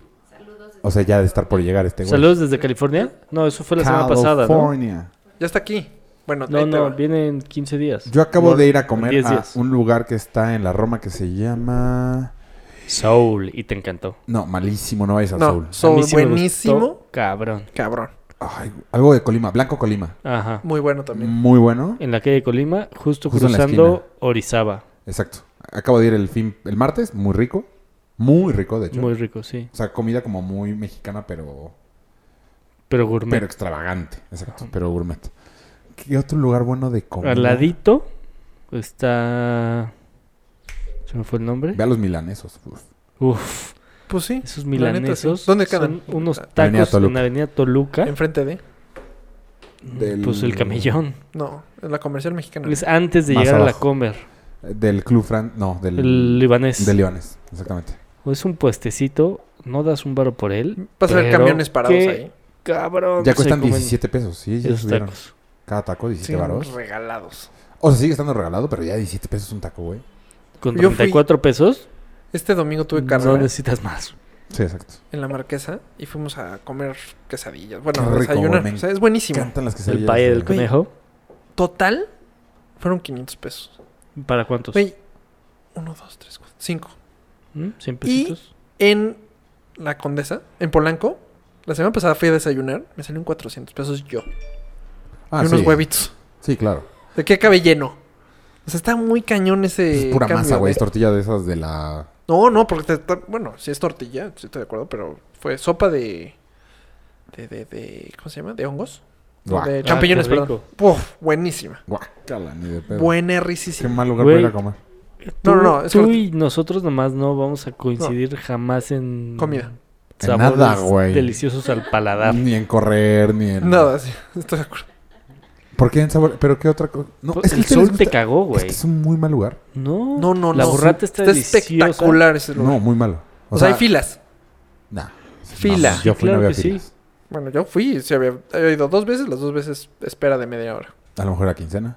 [SPEAKER 5] desde
[SPEAKER 1] O sea, ya de estar por
[SPEAKER 5] California".
[SPEAKER 1] llegar este güey.
[SPEAKER 2] Saludos desde California. No, eso fue la semana pasada. ¿no?
[SPEAKER 1] California.
[SPEAKER 4] Ya está aquí. Bueno,
[SPEAKER 2] No,
[SPEAKER 4] ahí te
[SPEAKER 2] no,
[SPEAKER 4] va.
[SPEAKER 2] viene en 15 días.
[SPEAKER 1] Yo acabo
[SPEAKER 2] No,
[SPEAKER 1] de ir a
[SPEAKER 2] en
[SPEAKER 1] comer
[SPEAKER 2] 10
[SPEAKER 1] a
[SPEAKER 2] días.
[SPEAKER 1] un lugar que está en la Roma que se llama...
[SPEAKER 2] Soul y te encantó.
[SPEAKER 1] No, malísimo, no es a
[SPEAKER 4] No,
[SPEAKER 1] Soul.
[SPEAKER 2] A mí
[SPEAKER 4] Soul,
[SPEAKER 2] sí me
[SPEAKER 4] buenísimo.
[SPEAKER 2] gustó, Cabrón.
[SPEAKER 4] Cabrón.
[SPEAKER 1] Ay, güey, algo de Colima, Blanco Colima.
[SPEAKER 2] Ajá.
[SPEAKER 4] Muy bueno también.
[SPEAKER 1] Muy bueno.
[SPEAKER 2] En la calle de Colima, justo,
[SPEAKER 1] Justo en la
[SPEAKER 2] cruzando
[SPEAKER 1] esquina.
[SPEAKER 2] Orizaba.
[SPEAKER 1] Exacto. Acabo de ir el fin, el martes, muy rico. Muy rico, de hecho.
[SPEAKER 2] Muy rico, sí.
[SPEAKER 1] O sea, comida como muy mexicana, pero,
[SPEAKER 2] Pero gourmet.
[SPEAKER 1] pero extravagante. Exacto, pero gourmet. ¿Qué otro lugar bueno de comida?
[SPEAKER 2] Al ladito está. ¿Se me fue el nombre?
[SPEAKER 1] Ve a los milanesos. uf.
[SPEAKER 2] Uf,
[SPEAKER 4] Pues sí.
[SPEAKER 2] Mm. esos
[SPEAKER 4] la neta,
[SPEAKER 2] milanesos.
[SPEAKER 4] sí. ¿Dónde quedan?
[SPEAKER 2] Son unos
[SPEAKER 1] Avenida
[SPEAKER 2] tacos en
[SPEAKER 1] Toluca.
[SPEAKER 2] la avenida Toluca.
[SPEAKER 4] Enfrente de.
[SPEAKER 1] Del-
[SPEAKER 2] Pues el camellón.
[SPEAKER 4] No, en la comercial mexicana.
[SPEAKER 2] Es antes de
[SPEAKER 1] Más
[SPEAKER 2] llegar a la
[SPEAKER 1] abajo.
[SPEAKER 2] Comer.
[SPEAKER 1] Del Club Fran... No, del...
[SPEAKER 2] El libanés.
[SPEAKER 1] Del Leones, exactamente.
[SPEAKER 2] Es un puestecito. No das un baro por él.
[SPEAKER 4] Vas a ver
[SPEAKER 2] pero
[SPEAKER 4] camiones parados
[SPEAKER 2] qué
[SPEAKER 4] ahí.
[SPEAKER 2] Cabrón.
[SPEAKER 1] Ya
[SPEAKER 2] se
[SPEAKER 1] cuestan
[SPEAKER 2] comen
[SPEAKER 1] 17 pesos, sí, ya
[SPEAKER 2] esos
[SPEAKER 1] subieron.
[SPEAKER 2] tacos.
[SPEAKER 1] Cada taco 17
[SPEAKER 4] Sí,
[SPEAKER 1] varos.
[SPEAKER 4] regalados.
[SPEAKER 1] O sea, sigue estando regalado, pero ya 17 pesos un taco, güey.
[SPEAKER 2] Con
[SPEAKER 4] Yo fui-
[SPEAKER 2] 34 pesos.
[SPEAKER 4] Este domingo tuve
[SPEAKER 2] No
[SPEAKER 4] carrera
[SPEAKER 2] necesitas más.
[SPEAKER 1] Sí, exacto.
[SPEAKER 4] en la Marquesa y fuimos a comer quesadillas. Bueno,
[SPEAKER 1] Qué
[SPEAKER 4] a
[SPEAKER 1] rico,
[SPEAKER 4] desayunar.
[SPEAKER 1] güey, me
[SPEAKER 4] O sea, es buenísimo.
[SPEAKER 1] Encantan las que
[SPEAKER 2] El Valle del
[SPEAKER 4] Güey.
[SPEAKER 2] Conejo.
[SPEAKER 4] Total, fueron 500 pesos.
[SPEAKER 2] ¿Para cuántos?
[SPEAKER 4] Güey, uno, dos, tres, cuatro, cinco.
[SPEAKER 2] ¿Mm? ¿100 pesitos?
[SPEAKER 4] En la Condesa, en Polanco, la semana pasada fui a desayunar, me salieron 400 pesos yo.
[SPEAKER 1] Ah,
[SPEAKER 4] y unos
[SPEAKER 1] sí.
[SPEAKER 4] huevitos.
[SPEAKER 1] Sí, claro. Pues
[SPEAKER 4] ¿De qué acabé lleno? O sea, está muy cañón ese.
[SPEAKER 1] es pura
[SPEAKER 4] cambio.
[SPEAKER 1] masa, güey.
[SPEAKER 2] eh,
[SPEAKER 1] Es tortilla de esas de la...
[SPEAKER 4] No, no, porque te- te- bueno, si es tortilla, sí estoy de acuerdo, pero fue sopa de. de, de, de- ¿Cómo se llama? ¿De hongos?
[SPEAKER 1] Guau.
[SPEAKER 4] De champiñones,
[SPEAKER 2] qué
[SPEAKER 4] perdón.
[SPEAKER 2] rico.
[SPEAKER 4] Uf, buenísima.
[SPEAKER 1] Guácala, ni de pedo.
[SPEAKER 4] Buena
[SPEAKER 1] Qué
[SPEAKER 4] risísima.
[SPEAKER 1] mal lugar
[SPEAKER 2] Güey.
[SPEAKER 1] para ir a comer.
[SPEAKER 4] No,
[SPEAKER 2] Tú-
[SPEAKER 4] no, no, es que
[SPEAKER 2] tú
[SPEAKER 4] lo-
[SPEAKER 2] y nosotros nomás no vamos a coincidir jamás en...
[SPEAKER 4] Comida.
[SPEAKER 1] En
[SPEAKER 2] sabores
[SPEAKER 1] nada, güey.
[SPEAKER 2] deliciosos al paladar.
[SPEAKER 1] Ni en correr, ni en...
[SPEAKER 4] Nada, sí, estoy de acuerdo.
[SPEAKER 1] ¿Por qué en sabor? ¿Pero qué otra cosa? No, es que
[SPEAKER 2] Pues el
[SPEAKER 1] ustedes les
[SPEAKER 2] sol te
[SPEAKER 1] gusta-
[SPEAKER 2] cagó, güey.
[SPEAKER 1] Es que es un muy mal lugar.
[SPEAKER 2] No,
[SPEAKER 4] No, no,
[SPEAKER 2] La
[SPEAKER 4] no.
[SPEAKER 2] burrata está, deliciosa.
[SPEAKER 4] espectacular ese lugar.
[SPEAKER 1] No, muy malo.
[SPEAKER 4] o, sea, hay filas.
[SPEAKER 1] Nah.
[SPEAKER 4] Fila.
[SPEAKER 1] No, yo fui y
[SPEAKER 2] Claro
[SPEAKER 1] no había
[SPEAKER 2] que sí.
[SPEAKER 1] filas.
[SPEAKER 4] Bueno, yo fui, sí, había, había ido dos veces, las dos veces espera de media hora.
[SPEAKER 1] A lo mejor a quincena.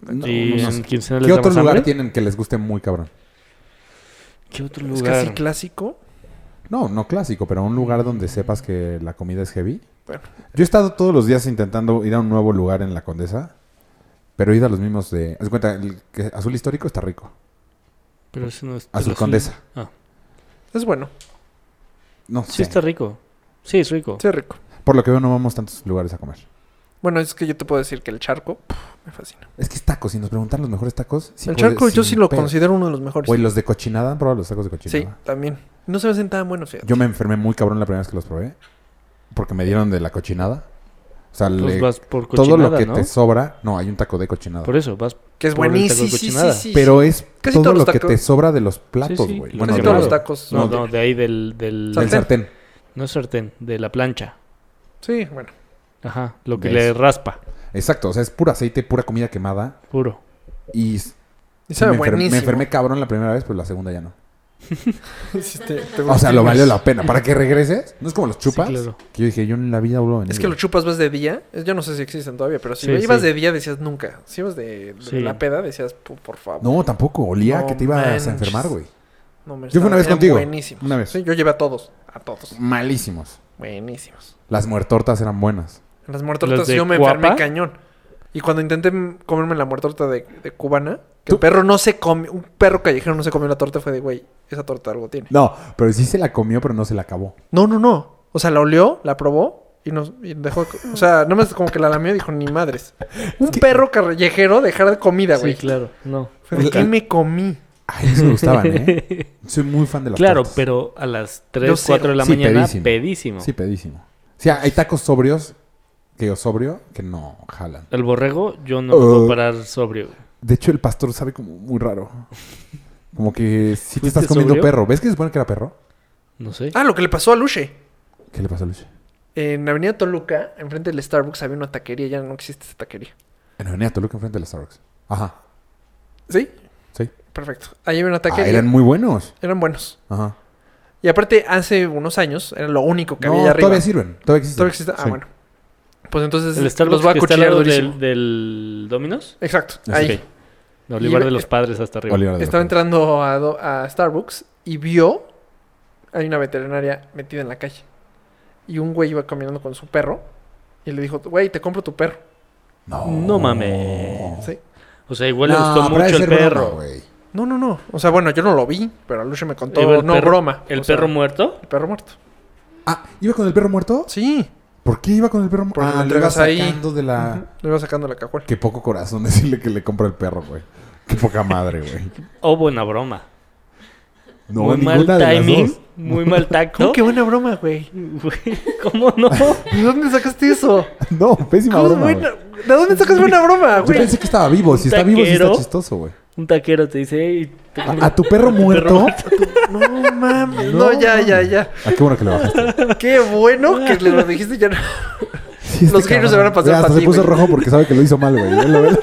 [SPEAKER 1] No,
[SPEAKER 2] Y
[SPEAKER 1] no
[SPEAKER 2] en
[SPEAKER 1] sé.
[SPEAKER 2] quincena les
[SPEAKER 1] ¿Qué
[SPEAKER 2] da
[SPEAKER 1] otro
[SPEAKER 2] más
[SPEAKER 1] lugar
[SPEAKER 2] hambre.
[SPEAKER 1] tienen que les guste muy cabrón?
[SPEAKER 2] ¿Qué otro
[SPEAKER 4] Es
[SPEAKER 2] lugar?
[SPEAKER 4] casi clásico.
[SPEAKER 1] No, no clásico, pero un lugar donde sepas que la comida es heavy.
[SPEAKER 4] Bueno.
[SPEAKER 1] Yo he estado todos los días intentando ir a un nuevo lugar en la Condesa, pero he ido a los mismos de... Haz de cuenta, el que- Azul Histórico está rico.
[SPEAKER 2] Pero ese no es...
[SPEAKER 1] Azul
[SPEAKER 2] el
[SPEAKER 1] Condesa.
[SPEAKER 2] Ah,
[SPEAKER 4] Es bueno,
[SPEAKER 1] No
[SPEAKER 2] sí,
[SPEAKER 1] sé.
[SPEAKER 2] está rico. Sí, es rico.
[SPEAKER 4] sí, es rico.
[SPEAKER 1] Por lo que veo no vamos a tantos lugares a comer.
[SPEAKER 4] Bueno, es que yo te puedo decir que el charco puf, me fascina.
[SPEAKER 1] Es que es tacos, si nos preguntan los mejores tacos... sí
[SPEAKER 4] el
[SPEAKER 1] puede-
[SPEAKER 4] charco yo
[SPEAKER 1] sin
[SPEAKER 4] sí lo
[SPEAKER 1] pedo.
[SPEAKER 4] considero uno de los mejores.
[SPEAKER 1] Güey, los de cochinada, ¿han probado los tacos de
[SPEAKER 4] sí,
[SPEAKER 1] cochinada?
[SPEAKER 4] también. No se me hacen tan buenos, fíjate.
[SPEAKER 1] Yo me enfermé muy cabrón la primera vez que los probé, porque me dieron de la cochinada. O sea,
[SPEAKER 2] Pues
[SPEAKER 1] le-
[SPEAKER 2] vas por
[SPEAKER 1] todo
[SPEAKER 2] cochinada,
[SPEAKER 1] lo que
[SPEAKER 2] ¿no?
[SPEAKER 1] te sobra... No, hay un taco de cochinada.
[SPEAKER 2] Por eso, vas...
[SPEAKER 4] que es
[SPEAKER 2] por el taco de
[SPEAKER 4] buenísimo. Sí, sí,
[SPEAKER 2] cochinada.
[SPEAKER 4] sí, sí.
[SPEAKER 1] Pero es
[SPEAKER 4] Casi
[SPEAKER 1] todo
[SPEAKER 4] todos
[SPEAKER 1] lo
[SPEAKER 4] los
[SPEAKER 1] que
[SPEAKER 4] tacos-
[SPEAKER 1] te sobra de los platos,
[SPEAKER 2] Sí, sí,
[SPEAKER 1] güey.
[SPEAKER 2] lo
[SPEAKER 1] Bueno,
[SPEAKER 4] Casi
[SPEAKER 1] de
[SPEAKER 4] todos
[SPEAKER 2] que claro.
[SPEAKER 1] los-
[SPEAKER 4] los tacos.
[SPEAKER 2] No,
[SPEAKER 1] No,
[SPEAKER 2] no, de ahí del... del
[SPEAKER 1] del
[SPEAKER 4] Sartén.
[SPEAKER 1] sartén.
[SPEAKER 2] No es sartén, de la plancha.
[SPEAKER 4] Sí, bueno.
[SPEAKER 2] Ajá, lo que
[SPEAKER 1] ¿Ves?
[SPEAKER 2] le raspa,
[SPEAKER 1] Exacto, o sea, es puro aceite, pura comida quemada.
[SPEAKER 2] puro.
[SPEAKER 1] Y s-
[SPEAKER 4] Y
[SPEAKER 1] me,
[SPEAKER 4] sabe
[SPEAKER 1] enfer- me
[SPEAKER 4] buenísimo.
[SPEAKER 1] enfermé cabrón la primera vez, pero la segunda ya no.
[SPEAKER 4] Sí, te- te
[SPEAKER 1] O sea,
[SPEAKER 4] gusta.
[SPEAKER 1] lo valió la pena. ¿Para que regreses? ¿No es como los chupas?
[SPEAKER 2] Sí, claro.
[SPEAKER 1] Que yo dije, yo en la vida vuelvo a venir.
[SPEAKER 4] Es que los chupas vas de día. es- Yo no sé si existen todavía, pero si
[SPEAKER 2] Sí,
[SPEAKER 4] ibas
[SPEAKER 2] sí.
[SPEAKER 4] de día decías nunca. Si ibas de, de
[SPEAKER 2] Sí.
[SPEAKER 4] la peda decías, "Pu- por favor.
[SPEAKER 1] No, tampoco. Olía
[SPEAKER 4] No
[SPEAKER 1] que te ibas
[SPEAKER 4] manches.
[SPEAKER 1] a enfermar, güey.
[SPEAKER 4] No me
[SPEAKER 1] Yo fui una vez
[SPEAKER 4] eran
[SPEAKER 1] contigo.
[SPEAKER 4] Buenísimos.
[SPEAKER 1] Una vez.
[SPEAKER 4] Sí, yo llevé a todos. A todos.
[SPEAKER 1] Malísimos.
[SPEAKER 4] Buenísimos.
[SPEAKER 1] Las muertortas eran buenas.
[SPEAKER 4] En las muertortas
[SPEAKER 2] ¿Las de
[SPEAKER 4] yo me
[SPEAKER 2] cuapa?
[SPEAKER 4] enfermé cañón. Y cuando intenté m- comerme la muertorta de, de cubana, que
[SPEAKER 1] ¿Tú?
[SPEAKER 4] el perro no se comió, un perro callejero no se comió la torta, fue de, güey, esa torta algo tiene.
[SPEAKER 1] No, pero sí se la comió, pero no se la acabó.
[SPEAKER 4] No, no, no. O sea, la olió, la probó y nos y dejó. O sea, nada más como que la lamió y dijo, ni madres. Un perro callejero dejar de comida, güey.
[SPEAKER 2] Sí, claro, no.
[SPEAKER 4] Fue de,
[SPEAKER 1] La-
[SPEAKER 4] ¿Qué me comí?
[SPEAKER 1] Ay, sí me gustaban, ¿eh? Soy muy fan de las
[SPEAKER 2] Claro,
[SPEAKER 1] tortas.
[SPEAKER 2] pero a las 3,
[SPEAKER 4] Yo cero.
[SPEAKER 2] 4 de la
[SPEAKER 1] Sí,
[SPEAKER 2] mañana, pedísimo.
[SPEAKER 1] pedísimo. Sí, pedísimo. O sea, hay tacos sobrios, que yo sobrio, que no jalan.
[SPEAKER 2] El borrego, yo no me puedo
[SPEAKER 1] Uh.
[SPEAKER 2] parar sobrio.
[SPEAKER 1] De hecho, el pastor sabe como muy raro. Como que si te
[SPEAKER 2] ¿Fuiste
[SPEAKER 1] estás comiendo
[SPEAKER 2] sobrio?
[SPEAKER 1] perro. ¿Ves que se supone que era perro?
[SPEAKER 2] No sé.
[SPEAKER 4] Ah, lo que le pasó a Luche.
[SPEAKER 1] ¿Qué le pasó a Luche?
[SPEAKER 4] En Avenida Toluca, enfrente del Starbucks, había una taquería. Ya no existe esa taquería.
[SPEAKER 1] En Avenida Toluca, enfrente de la Starbucks. Ajá.
[SPEAKER 4] ¿Sí?
[SPEAKER 1] Sí.
[SPEAKER 4] Perfecto. Ahí había un ataque.
[SPEAKER 1] Ah,
[SPEAKER 4] y-
[SPEAKER 1] eran muy buenos.
[SPEAKER 4] eran buenos.
[SPEAKER 1] Ajá.
[SPEAKER 4] Y aparte, hace unos años era lo único que
[SPEAKER 1] No,
[SPEAKER 4] había allá arriba.
[SPEAKER 1] todavía sirven. Todavía existen.
[SPEAKER 4] ¿Todavía existe? Ah,
[SPEAKER 1] Sí.
[SPEAKER 4] bueno. Pues entonces
[SPEAKER 2] El
[SPEAKER 4] los
[SPEAKER 2] Starbucks
[SPEAKER 4] va a
[SPEAKER 2] que está al
[SPEAKER 4] cuchillar
[SPEAKER 2] lado
[SPEAKER 4] durísimo.
[SPEAKER 2] del, del Dominos.
[SPEAKER 4] Exacto.
[SPEAKER 1] Ah,
[SPEAKER 4] Ahí.
[SPEAKER 1] sí.
[SPEAKER 2] Ok. El lugar
[SPEAKER 4] Y-
[SPEAKER 2] de los padres hasta arriba.
[SPEAKER 1] Oliver de
[SPEAKER 4] Estaba
[SPEAKER 1] Ojo.
[SPEAKER 4] entrando a, do- a Starbucks y vio. Hay una veterinaria metida en la calle. Y un güey iba caminando con su perro. Y le dijo, güey, te compro tu perro.
[SPEAKER 2] No mames.
[SPEAKER 4] Sí.
[SPEAKER 2] O sea, igual le
[SPEAKER 1] No,
[SPEAKER 2] gustó
[SPEAKER 1] pero ha de
[SPEAKER 2] mucho
[SPEAKER 1] ser
[SPEAKER 2] el
[SPEAKER 1] broma,
[SPEAKER 2] perro.
[SPEAKER 1] güey.
[SPEAKER 4] No, no, no. O sea, bueno, yo no lo vi, pero Lucio me contó.
[SPEAKER 2] Iba el
[SPEAKER 4] no,
[SPEAKER 2] perro-
[SPEAKER 4] broma.
[SPEAKER 2] ¿El
[SPEAKER 4] O sea,
[SPEAKER 2] perro muerto?
[SPEAKER 4] El perro muerto.
[SPEAKER 1] Ah, ¿iba con el perro muerto?
[SPEAKER 4] Sí.
[SPEAKER 1] ¿Por qué iba con el perro muerto? Ah,
[SPEAKER 4] Porque lo
[SPEAKER 1] lo iba
[SPEAKER 4] entregas ahí.
[SPEAKER 1] sacando de la...
[SPEAKER 4] Ujú. Lo iba sacando de la cajuela.
[SPEAKER 1] Qué poco corazón decirle que le compra el perro, güey. Qué poca madre, güey.
[SPEAKER 2] O Oh, buena broma.
[SPEAKER 1] No,
[SPEAKER 2] muy mal
[SPEAKER 1] ninguna de las
[SPEAKER 2] timing,
[SPEAKER 1] dos.
[SPEAKER 2] muy mal tacto.
[SPEAKER 4] ¿Cómo que buena broma, güey?
[SPEAKER 2] Güey, ¿Cómo no?
[SPEAKER 4] ¿De dónde sacaste eso?
[SPEAKER 1] No, pésima
[SPEAKER 4] ¿Cómo
[SPEAKER 1] broma, güey.
[SPEAKER 4] buena- ¿De dónde sacas buena broma,
[SPEAKER 1] Yo
[SPEAKER 4] güey?
[SPEAKER 1] pensé que estaba vivo. Si está vivo, sí está
[SPEAKER 2] taquero.
[SPEAKER 1] chistoso, güey.
[SPEAKER 2] Un taquero te dice, "Ey, te-
[SPEAKER 1] ¿A,
[SPEAKER 4] Ah,
[SPEAKER 1] a tu perro muerto?
[SPEAKER 4] No mames. No,
[SPEAKER 1] No,
[SPEAKER 4] ya,
[SPEAKER 1] mames.
[SPEAKER 4] ya, ya.
[SPEAKER 1] Ah, qué bueno que le bajaste.
[SPEAKER 4] Qué bueno que le lo dijiste ya. no-
[SPEAKER 1] Sí,
[SPEAKER 4] Los haters se van a pasar
[SPEAKER 1] Ve, hasta
[SPEAKER 4] pa'
[SPEAKER 1] se
[SPEAKER 4] ti,
[SPEAKER 1] puso
[SPEAKER 4] güey.
[SPEAKER 1] rojo porque sabe que lo hizo mal, güey. Velo, velo.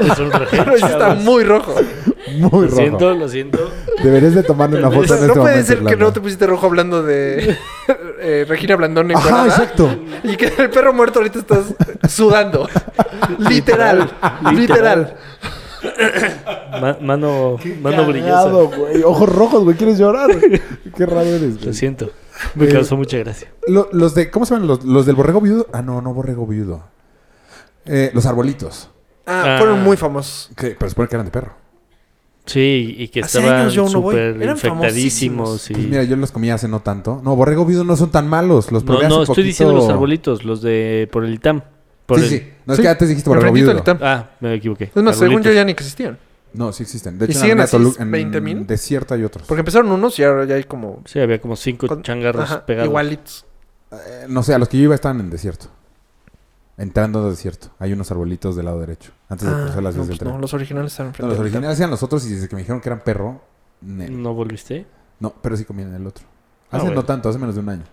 [SPEAKER 2] es un rejón,
[SPEAKER 4] ah, Pero sí está
[SPEAKER 2] chavos".
[SPEAKER 4] muy rojo.
[SPEAKER 1] Muy
[SPEAKER 2] Lo
[SPEAKER 1] rojo.
[SPEAKER 2] siento, lo siento.
[SPEAKER 1] Deberías de tomarle una
[SPEAKER 2] No
[SPEAKER 1] foto en este
[SPEAKER 4] no puede
[SPEAKER 1] momento,
[SPEAKER 4] ser que
[SPEAKER 1] Blanca.
[SPEAKER 4] no te pusiste rojo hablando de eh, Regina Blandón en
[SPEAKER 1] Ajá,
[SPEAKER 4] Canadá.
[SPEAKER 1] exacto.
[SPEAKER 4] Y que el perro muerto ahorita estás sudando. literal, literal.
[SPEAKER 2] Ma- mano mano
[SPEAKER 1] Cagado,
[SPEAKER 2] brillosa.
[SPEAKER 1] güey. Ojos rojos, güey. Quieres llorar. Qué raro eres,
[SPEAKER 2] Lo
[SPEAKER 1] güey.
[SPEAKER 2] siento. Me
[SPEAKER 1] Eh,
[SPEAKER 2] causó mucha gracia.
[SPEAKER 1] Lo- los de, ¿cómo se llaman? Los, los del borrego viudo. Ah, no, no borrego viudo. Eh, los arbolitos.
[SPEAKER 4] Ah,
[SPEAKER 2] Ah.
[SPEAKER 4] fueron muy famosos.
[SPEAKER 1] Que, pero supone que eran de perro.
[SPEAKER 2] Sí, y que
[SPEAKER 4] Hace
[SPEAKER 2] estaban
[SPEAKER 4] años yo no voy.
[SPEAKER 2] súper
[SPEAKER 4] Eran
[SPEAKER 2] infectadísimos.
[SPEAKER 1] Pues
[SPEAKER 2] y-
[SPEAKER 1] mira, yo los comí hace no tanto. No, borrego viudo no son tan malos. Los
[SPEAKER 2] No,
[SPEAKER 1] probé hace
[SPEAKER 2] no, estoy
[SPEAKER 1] poquito.
[SPEAKER 2] diciendo los arbolitos, los de por el ITAM. Por
[SPEAKER 1] Sí,
[SPEAKER 2] el-
[SPEAKER 1] sí. No, es
[SPEAKER 4] Sí,
[SPEAKER 1] que antes dijiste borrego
[SPEAKER 4] Enfrentito
[SPEAKER 1] viudo.
[SPEAKER 4] del Tam.
[SPEAKER 2] Ah, me equivoqué.
[SPEAKER 4] Es más, según
[SPEAKER 2] Arbolitos.
[SPEAKER 4] yo ya ni existían.
[SPEAKER 1] No, sí existen. De
[SPEAKER 4] ¿Y
[SPEAKER 1] hecho,
[SPEAKER 4] siguen
[SPEAKER 1] en,
[SPEAKER 4] así,
[SPEAKER 1] Toluca- en
[SPEAKER 4] 20,000?
[SPEAKER 1] desierto hay otros.
[SPEAKER 4] Porque empezaron unos y ahora ya hay como.
[SPEAKER 2] Sí, había como cinco
[SPEAKER 4] Con-
[SPEAKER 2] changarros
[SPEAKER 4] Ajá,
[SPEAKER 2] pegados.
[SPEAKER 4] Igualitos.
[SPEAKER 1] Eh, no sé, a los que yo iba estaban en desierto. Entrando a desierto. Hay unos arbolitos del lado derecho. Antes de
[SPEAKER 4] Ah,
[SPEAKER 1] cruzar las
[SPEAKER 4] no,
[SPEAKER 1] vías del
[SPEAKER 4] pues
[SPEAKER 1] tren.
[SPEAKER 4] no, los originales estaban
[SPEAKER 1] No,
[SPEAKER 4] enfrente.
[SPEAKER 1] los
[SPEAKER 4] del Tam.
[SPEAKER 1] originales eran los otros y desde que me dijeron que eran perro,
[SPEAKER 4] Mm.
[SPEAKER 1] nel.
[SPEAKER 2] ¿No volviste?
[SPEAKER 1] no, pero sí comían el otro.
[SPEAKER 2] Ah,
[SPEAKER 1] Hace
[SPEAKER 2] bueno.
[SPEAKER 1] no tanto, hace menos de un año.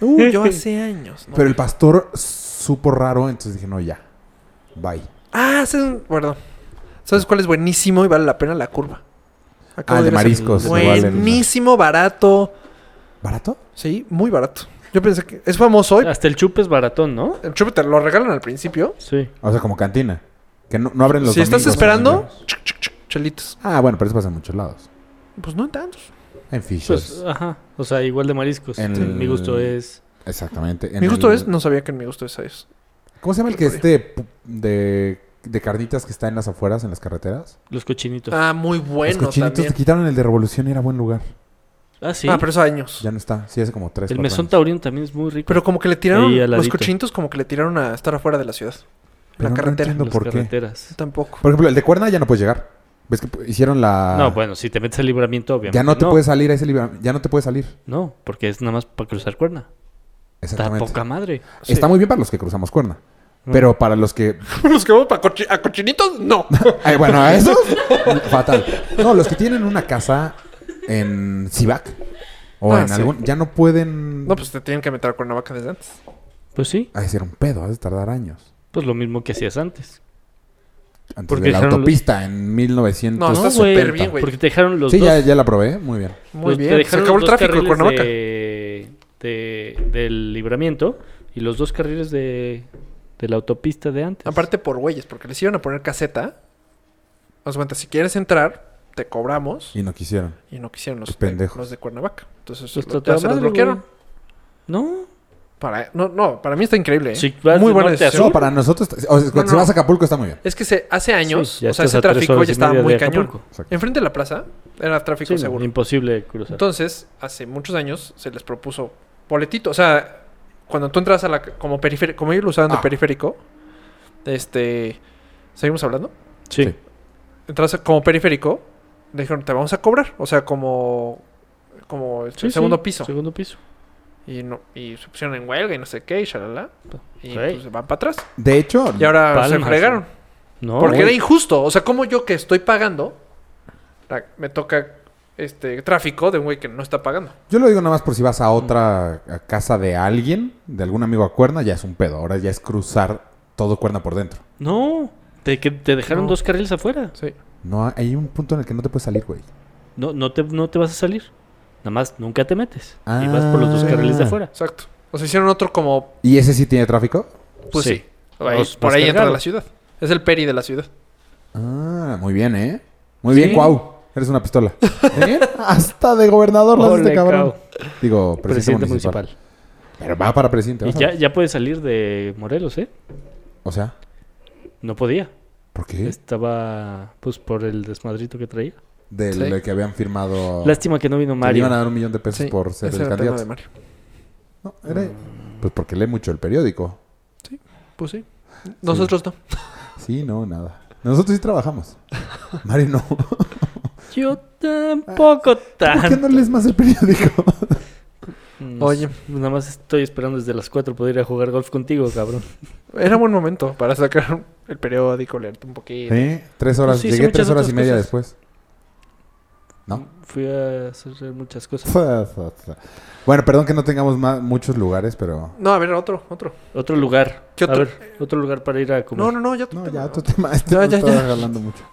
[SPEAKER 4] Uh, yo hace años. ¿no?
[SPEAKER 1] Pero el pastor supo raro, entonces dije, no, ya. Bye.
[SPEAKER 4] Ah, ¿sabes? Perdón. ¿Sabes cuál es buenísimo y vale la pena la curva? Acabo
[SPEAKER 1] Ah, el de
[SPEAKER 4] ir a hacer-
[SPEAKER 1] mariscos. no valen-
[SPEAKER 4] Buenísimo, barato.
[SPEAKER 1] ¿Barato?
[SPEAKER 4] Sí, muy barato. Yo pensé que es famoso hoy.
[SPEAKER 2] Hasta el chupe es baratón, ¿no?
[SPEAKER 4] El chupe te lo regalan al principio.
[SPEAKER 2] Sí.
[SPEAKER 1] O sea, como cantina. Que no, no abren los
[SPEAKER 4] si estás
[SPEAKER 1] domingos,
[SPEAKER 4] esperando,
[SPEAKER 1] ¿no?
[SPEAKER 4] chuc, chuc, chuc, chelitos.
[SPEAKER 1] Ah, bueno, pero eso pasa en muchos lados.
[SPEAKER 4] Pues no en tantos.
[SPEAKER 1] En Fishers.
[SPEAKER 2] Pues, ajá. O sea, igual de mariscos. Este,
[SPEAKER 1] El-
[SPEAKER 2] Mi gusto es.
[SPEAKER 1] Exactamente. En
[SPEAKER 4] Mi gusto
[SPEAKER 1] el-
[SPEAKER 4] es, no sabía que en mi gusto es eso.
[SPEAKER 1] ¿Cómo se llama el que esté de, de, de carnitas que está en las afueras, en las carreteras?
[SPEAKER 2] Los cochinitos. Ah,
[SPEAKER 4] Ah, muy bueno
[SPEAKER 1] los cochinitos
[SPEAKER 4] también.
[SPEAKER 1] te quitaron el de Revolución y era buen lugar.
[SPEAKER 2] sí.
[SPEAKER 4] Ah, pero eso años.
[SPEAKER 1] Ya no está. Sí, hace como tres,
[SPEAKER 2] el
[SPEAKER 1] cuatro
[SPEAKER 2] mesón
[SPEAKER 1] años.
[SPEAKER 2] taurino también es muy rico.
[SPEAKER 4] Pero como que le tiraron,
[SPEAKER 2] Ahí al
[SPEAKER 4] los
[SPEAKER 2] ladito.
[SPEAKER 4] cochinitos como que le tiraron a estar afuera de la ciudad.
[SPEAKER 1] Pero
[SPEAKER 4] la
[SPEAKER 1] no
[SPEAKER 4] carretera.
[SPEAKER 1] entiendo
[SPEAKER 2] Las
[SPEAKER 1] por qué.
[SPEAKER 2] carreteras.
[SPEAKER 4] Tampoco.
[SPEAKER 1] Por ejemplo, el de Cuerna ya no puedes llegar. ¿Ves que p- hicieron la...
[SPEAKER 2] No, bueno, si te metes al libramiento, obviamente.
[SPEAKER 1] Ah. Ya no te puedes salir a ese libro. Ya no te puedes salir.
[SPEAKER 2] No, porque es nada más para cruzar cuerna. Está
[SPEAKER 1] Exactamente.
[SPEAKER 2] poca madre.
[SPEAKER 1] Está muy bien para los que cruzamos Cuerna. Pero para los que...
[SPEAKER 4] ¿Los que vamos pa' cochi- a cochinitos? No.
[SPEAKER 1] Ay, bueno, a esos... fatal. No, los que tienen una casa en Cibac o
[SPEAKER 4] Ah,
[SPEAKER 1] en
[SPEAKER 4] sí.
[SPEAKER 1] algún... Ya no pueden...
[SPEAKER 4] No, pues te tienen que meter a Cuernavaca desde antes.
[SPEAKER 2] Pues sí.
[SPEAKER 1] Ha de ser un pedo, ha de tardar años.
[SPEAKER 2] Pues lo mismo que hacías antes.
[SPEAKER 1] Antes
[SPEAKER 2] Porque
[SPEAKER 1] de la
[SPEAKER 2] dejaron los-
[SPEAKER 1] autopista en 1900.
[SPEAKER 4] No, está
[SPEAKER 2] güey.
[SPEAKER 4] súper bien, güey.
[SPEAKER 2] Porque te dejaron los
[SPEAKER 1] sí,
[SPEAKER 2] dos.
[SPEAKER 1] ya, ya la probé, muy bien.
[SPEAKER 4] Muy
[SPEAKER 2] los- Pues te
[SPEAKER 4] bien. Se
[SPEAKER 2] dejaron
[SPEAKER 4] acabó el
[SPEAKER 2] los dos
[SPEAKER 4] tráfico en
[SPEAKER 2] carriles
[SPEAKER 4] Cuernavaca.
[SPEAKER 2] de- de- del libramiento y los dos carriles de, de la autopista de antes.
[SPEAKER 4] Aparte por güeyes, porque les iban a poner caseta. Haz cuenta, si quieres entrar, te cobramos.
[SPEAKER 1] Y no quisieron.
[SPEAKER 4] Y no quisieron
[SPEAKER 1] Qué
[SPEAKER 4] los, de,
[SPEAKER 1] pendejos.
[SPEAKER 4] los de Cuernavaca. Entonces
[SPEAKER 2] Pues
[SPEAKER 4] lo-
[SPEAKER 2] está
[SPEAKER 4] ya
[SPEAKER 2] toda
[SPEAKER 4] se los
[SPEAKER 2] madre,
[SPEAKER 4] bloquearon.
[SPEAKER 2] güey. No,
[SPEAKER 4] Para, no, no, para mí está increíble. ¿eh?
[SPEAKER 2] Si vas
[SPEAKER 4] Muy
[SPEAKER 2] de
[SPEAKER 4] buena
[SPEAKER 2] norte a
[SPEAKER 4] decisión.
[SPEAKER 2] sur,
[SPEAKER 1] No, para nosotros... está- O sea, cuando
[SPEAKER 4] No,
[SPEAKER 1] se
[SPEAKER 4] no.
[SPEAKER 1] vas a Acapulco está muy bien.
[SPEAKER 4] Es que se, hace años,
[SPEAKER 2] Sí, ya
[SPEAKER 4] o sea,
[SPEAKER 2] estás
[SPEAKER 4] ese
[SPEAKER 2] a tres
[SPEAKER 4] tráfico
[SPEAKER 2] horas
[SPEAKER 4] ya
[SPEAKER 2] y
[SPEAKER 4] estaba
[SPEAKER 2] media
[SPEAKER 4] muy
[SPEAKER 2] de
[SPEAKER 4] cañón.
[SPEAKER 2] Acapulco.
[SPEAKER 1] Exacto.
[SPEAKER 4] Enfrente de la plaza era tráfico
[SPEAKER 2] Sí, no,
[SPEAKER 4] seguro.
[SPEAKER 2] imposible cruzar.
[SPEAKER 4] Entonces, hace muchos años se les propuso boletito. O sea, cuando tú entras a la. como periférico, como ellos lo usaban de
[SPEAKER 1] Ah.
[SPEAKER 4] periférico, este. ¿Seguimos hablando?
[SPEAKER 2] sí.
[SPEAKER 1] sí.
[SPEAKER 4] Entras a- como periférico, le dijeron, te vamos a cobrar. O sea, como. como el
[SPEAKER 2] Sí,
[SPEAKER 4] segundo
[SPEAKER 2] sí,
[SPEAKER 4] piso.
[SPEAKER 2] Segundo piso.
[SPEAKER 4] Y, no, y se pusieron en huelga y no sé qué, y shalala. Y
[SPEAKER 2] Güey.
[SPEAKER 4] pues van para atrás.
[SPEAKER 1] De hecho,
[SPEAKER 4] Y ahora se
[SPEAKER 2] Palmas,
[SPEAKER 4] fregaron.
[SPEAKER 2] No,
[SPEAKER 4] porque
[SPEAKER 2] güey.
[SPEAKER 4] era injusto. O sea, como yo que estoy pagando, la- me toca este tráfico de un güey que no está pagando.
[SPEAKER 1] yo lo digo nada más por si vas a otra a casa de alguien, de algún amigo a Cuerna, ya es un pedo. Ahora ya es cruzar todo Cuerna por dentro.
[SPEAKER 2] No, te, que te dejaron
[SPEAKER 4] No.
[SPEAKER 2] dos carriles afuera.
[SPEAKER 4] Sí.
[SPEAKER 1] No, ha- hay un punto en el que no te puedes salir, güey.
[SPEAKER 2] No, no, te, no te vas a salir. Nada más nunca te metes. y vas por los dos
[SPEAKER 1] Ah.
[SPEAKER 2] carriles de afuera.
[SPEAKER 4] Exacto. O sea, hicieron otro como,
[SPEAKER 1] ¿Y ese sí tiene tráfico?
[SPEAKER 4] pues
[SPEAKER 2] Sí.
[SPEAKER 4] sí. Ahí-
[SPEAKER 2] Más-
[SPEAKER 4] por
[SPEAKER 2] más
[SPEAKER 4] ahí entra
[SPEAKER 2] cargado.
[SPEAKER 4] la ciudad. Es el peri de la ciudad.
[SPEAKER 1] Ah, muy bien, ¿eh? Muy bien,
[SPEAKER 2] Sí.
[SPEAKER 1] Cuau. Eres una pistola. ¿Eh? Hasta de gobernador lo hace este
[SPEAKER 2] Ole,
[SPEAKER 1] cabrón.
[SPEAKER 2] Cuau.
[SPEAKER 1] Digo, presidente,
[SPEAKER 2] Presidente
[SPEAKER 1] municipal.
[SPEAKER 2] municipal.
[SPEAKER 1] Pero va para presidente. vas
[SPEAKER 2] Y
[SPEAKER 1] a
[SPEAKER 2] ya,
[SPEAKER 1] ver.
[SPEAKER 2] ya puede salir de Morelos, ¿eh?
[SPEAKER 1] O sea,
[SPEAKER 2] No podía.
[SPEAKER 1] ¿por qué?
[SPEAKER 2] Estaba, pues, por el desmadrito que traía.
[SPEAKER 1] Del
[SPEAKER 4] Sí.
[SPEAKER 1] que habían firmado...
[SPEAKER 2] Lástima que no vino
[SPEAKER 1] Oh. que le
[SPEAKER 2] Mario.
[SPEAKER 1] iban a dar un millón de pesos
[SPEAKER 4] Sí,
[SPEAKER 1] por ser
[SPEAKER 4] ese
[SPEAKER 1] el
[SPEAKER 4] era el tema de
[SPEAKER 1] candidato.
[SPEAKER 4] Mario.
[SPEAKER 1] No, era... Pues porque lee mucho el periódico.
[SPEAKER 4] Pues sí. Nosotros no.
[SPEAKER 1] Sí, no, nada. Nosotros sí trabajamos. Mario no. ¿Por
[SPEAKER 2] Yo tampoco
[SPEAKER 1] Ah, qué no
[SPEAKER 2] tan.
[SPEAKER 1] lees más el periódico?
[SPEAKER 2] No
[SPEAKER 4] Oye.
[SPEAKER 2] sé, Nada más estoy esperando desde las 4 poder ir a jugar golf contigo, cabrón.
[SPEAKER 4] Era buen momento para sacar el periódico, leerte un poquito.
[SPEAKER 1] ¿Eh? Tres horas.
[SPEAKER 2] sí, hice
[SPEAKER 1] Llegué
[SPEAKER 2] muchas
[SPEAKER 1] tres horas y
[SPEAKER 2] otras
[SPEAKER 1] media
[SPEAKER 2] cosas.
[SPEAKER 1] después. ¿No?
[SPEAKER 2] Fui a hacer muchas cosas.
[SPEAKER 1] Bueno, perdón que no tengamos ma- muchos lugares, pero...
[SPEAKER 4] No, a ver, otro, otro.
[SPEAKER 2] Otro lugar.
[SPEAKER 4] ¿Qué
[SPEAKER 2] A
[SPEAKER 4] otro?
[SPEAKER 2] ver, otro lugar para ir a comer.
[SPEAKER 4] No, no, no, ya
[SPEAKER 1] No,
[SPEAKER 4] tengo,
[SPEAKER 1] ya,
[SPEAKER 4] ¿no?
[SPEAKER 1] tu tema. Este
[SPEAKER 4] Ya,
[SPEAKER 1] no
[SPEAKER 4] ya,
[SPEAKER 1] estaba
[SPEAKER 4] ya.
[SPEAKER 1] jalando mucho.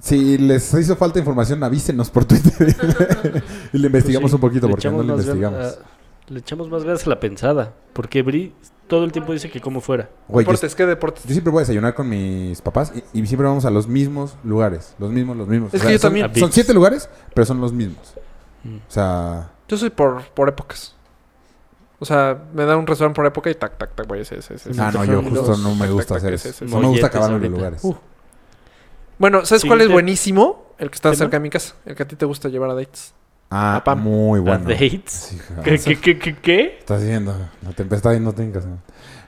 [SPEAKER 1] Si les hizo falta información, avísenos por Twitter. y le investigamos
[SPEAKER 2] Pues sí,
[SPEAKER 1] un poquito,
[SPEAKER 2] le
[SPEAKER 1] porque no
[SPEAKER 2] echamos
[SPEAKER 1] le
[SPEAKER 2] más eh, gan-
[SPEAKER 1] investigamos.
[SPEAKER 2] a- le echamos más ganas a la pensada. Porque Bri todo el tiempo dice que como fuera.
[SPEAKER 1] Güey, yo,
[SPEAKER 4] Deportes, ¿qué deportes?
[SPEAKER 1] yo siempre voy a desayunar con mis papás y, y siempre vamos a los mismos lugares. Los mismos, los mismos.
[SPEAKER 4] Es que yo
[SPEAKER 1] son-
[SPEAKER 4] también.
[SPEAKER 1] Son, siete lugares, pero son los mismos.
[SPEAKER 2] Mm.
[SPEAKER 1] O sea,
[SPEAKER 4] Yo soy por, por épocas. O sea, me da un restaurante por época y tac, tac, tac, güey, ese, ese, ese.
[SPEAKER 1] ah,
[SPEAKER 2] te
[SPEAKER 1] no,
[SPEAKER 2] fueron
[SPEAKER 1] yo justo
[SPEAKER 4] los-
[SPEAKER 1] no me
[SPEAKER 4] tac,
[SPEAKER 1] gusta
[SPEAKER 4] tac,
[SPEAKER 1] hacer
[SPEAKER 4] ese,
[SPEAKER 1] eso.
[SPEAKER 2] Pues
[SPEAKER 4] ese,
[SPEAKER 1] No me gusta
[SPEAKER 2] molletes
[SPEAKER 1] acabarme los
[SPEAKER 2] ahorita.
[SPEAKER 1] lugares.
[SPEAKER 2] Uh,
[SPEAKER 4] Bueno, ¿sabes cuál es
[SPEAKER 2] Siguiente.
[SPEAKER 4] buenísimo? El que está
[SPEAKER 2] ¿Tema?
[SPEAKER 4] cerca de mi casa. El que a ti te gusta llevar a dates.
[SPEAKER 1] ah,
[SPEAKER 4] apam.
[SPEAKER 1] muy bueno.
[SPEAKER 2] ¿A dates?
[SPEAKER 1] Sí, ja,
[SPEAKER 2] ¿Qué, qué, qué, qué, qué?
[SPEAKER 1] Estás diciendo, la tempestad y no tengas.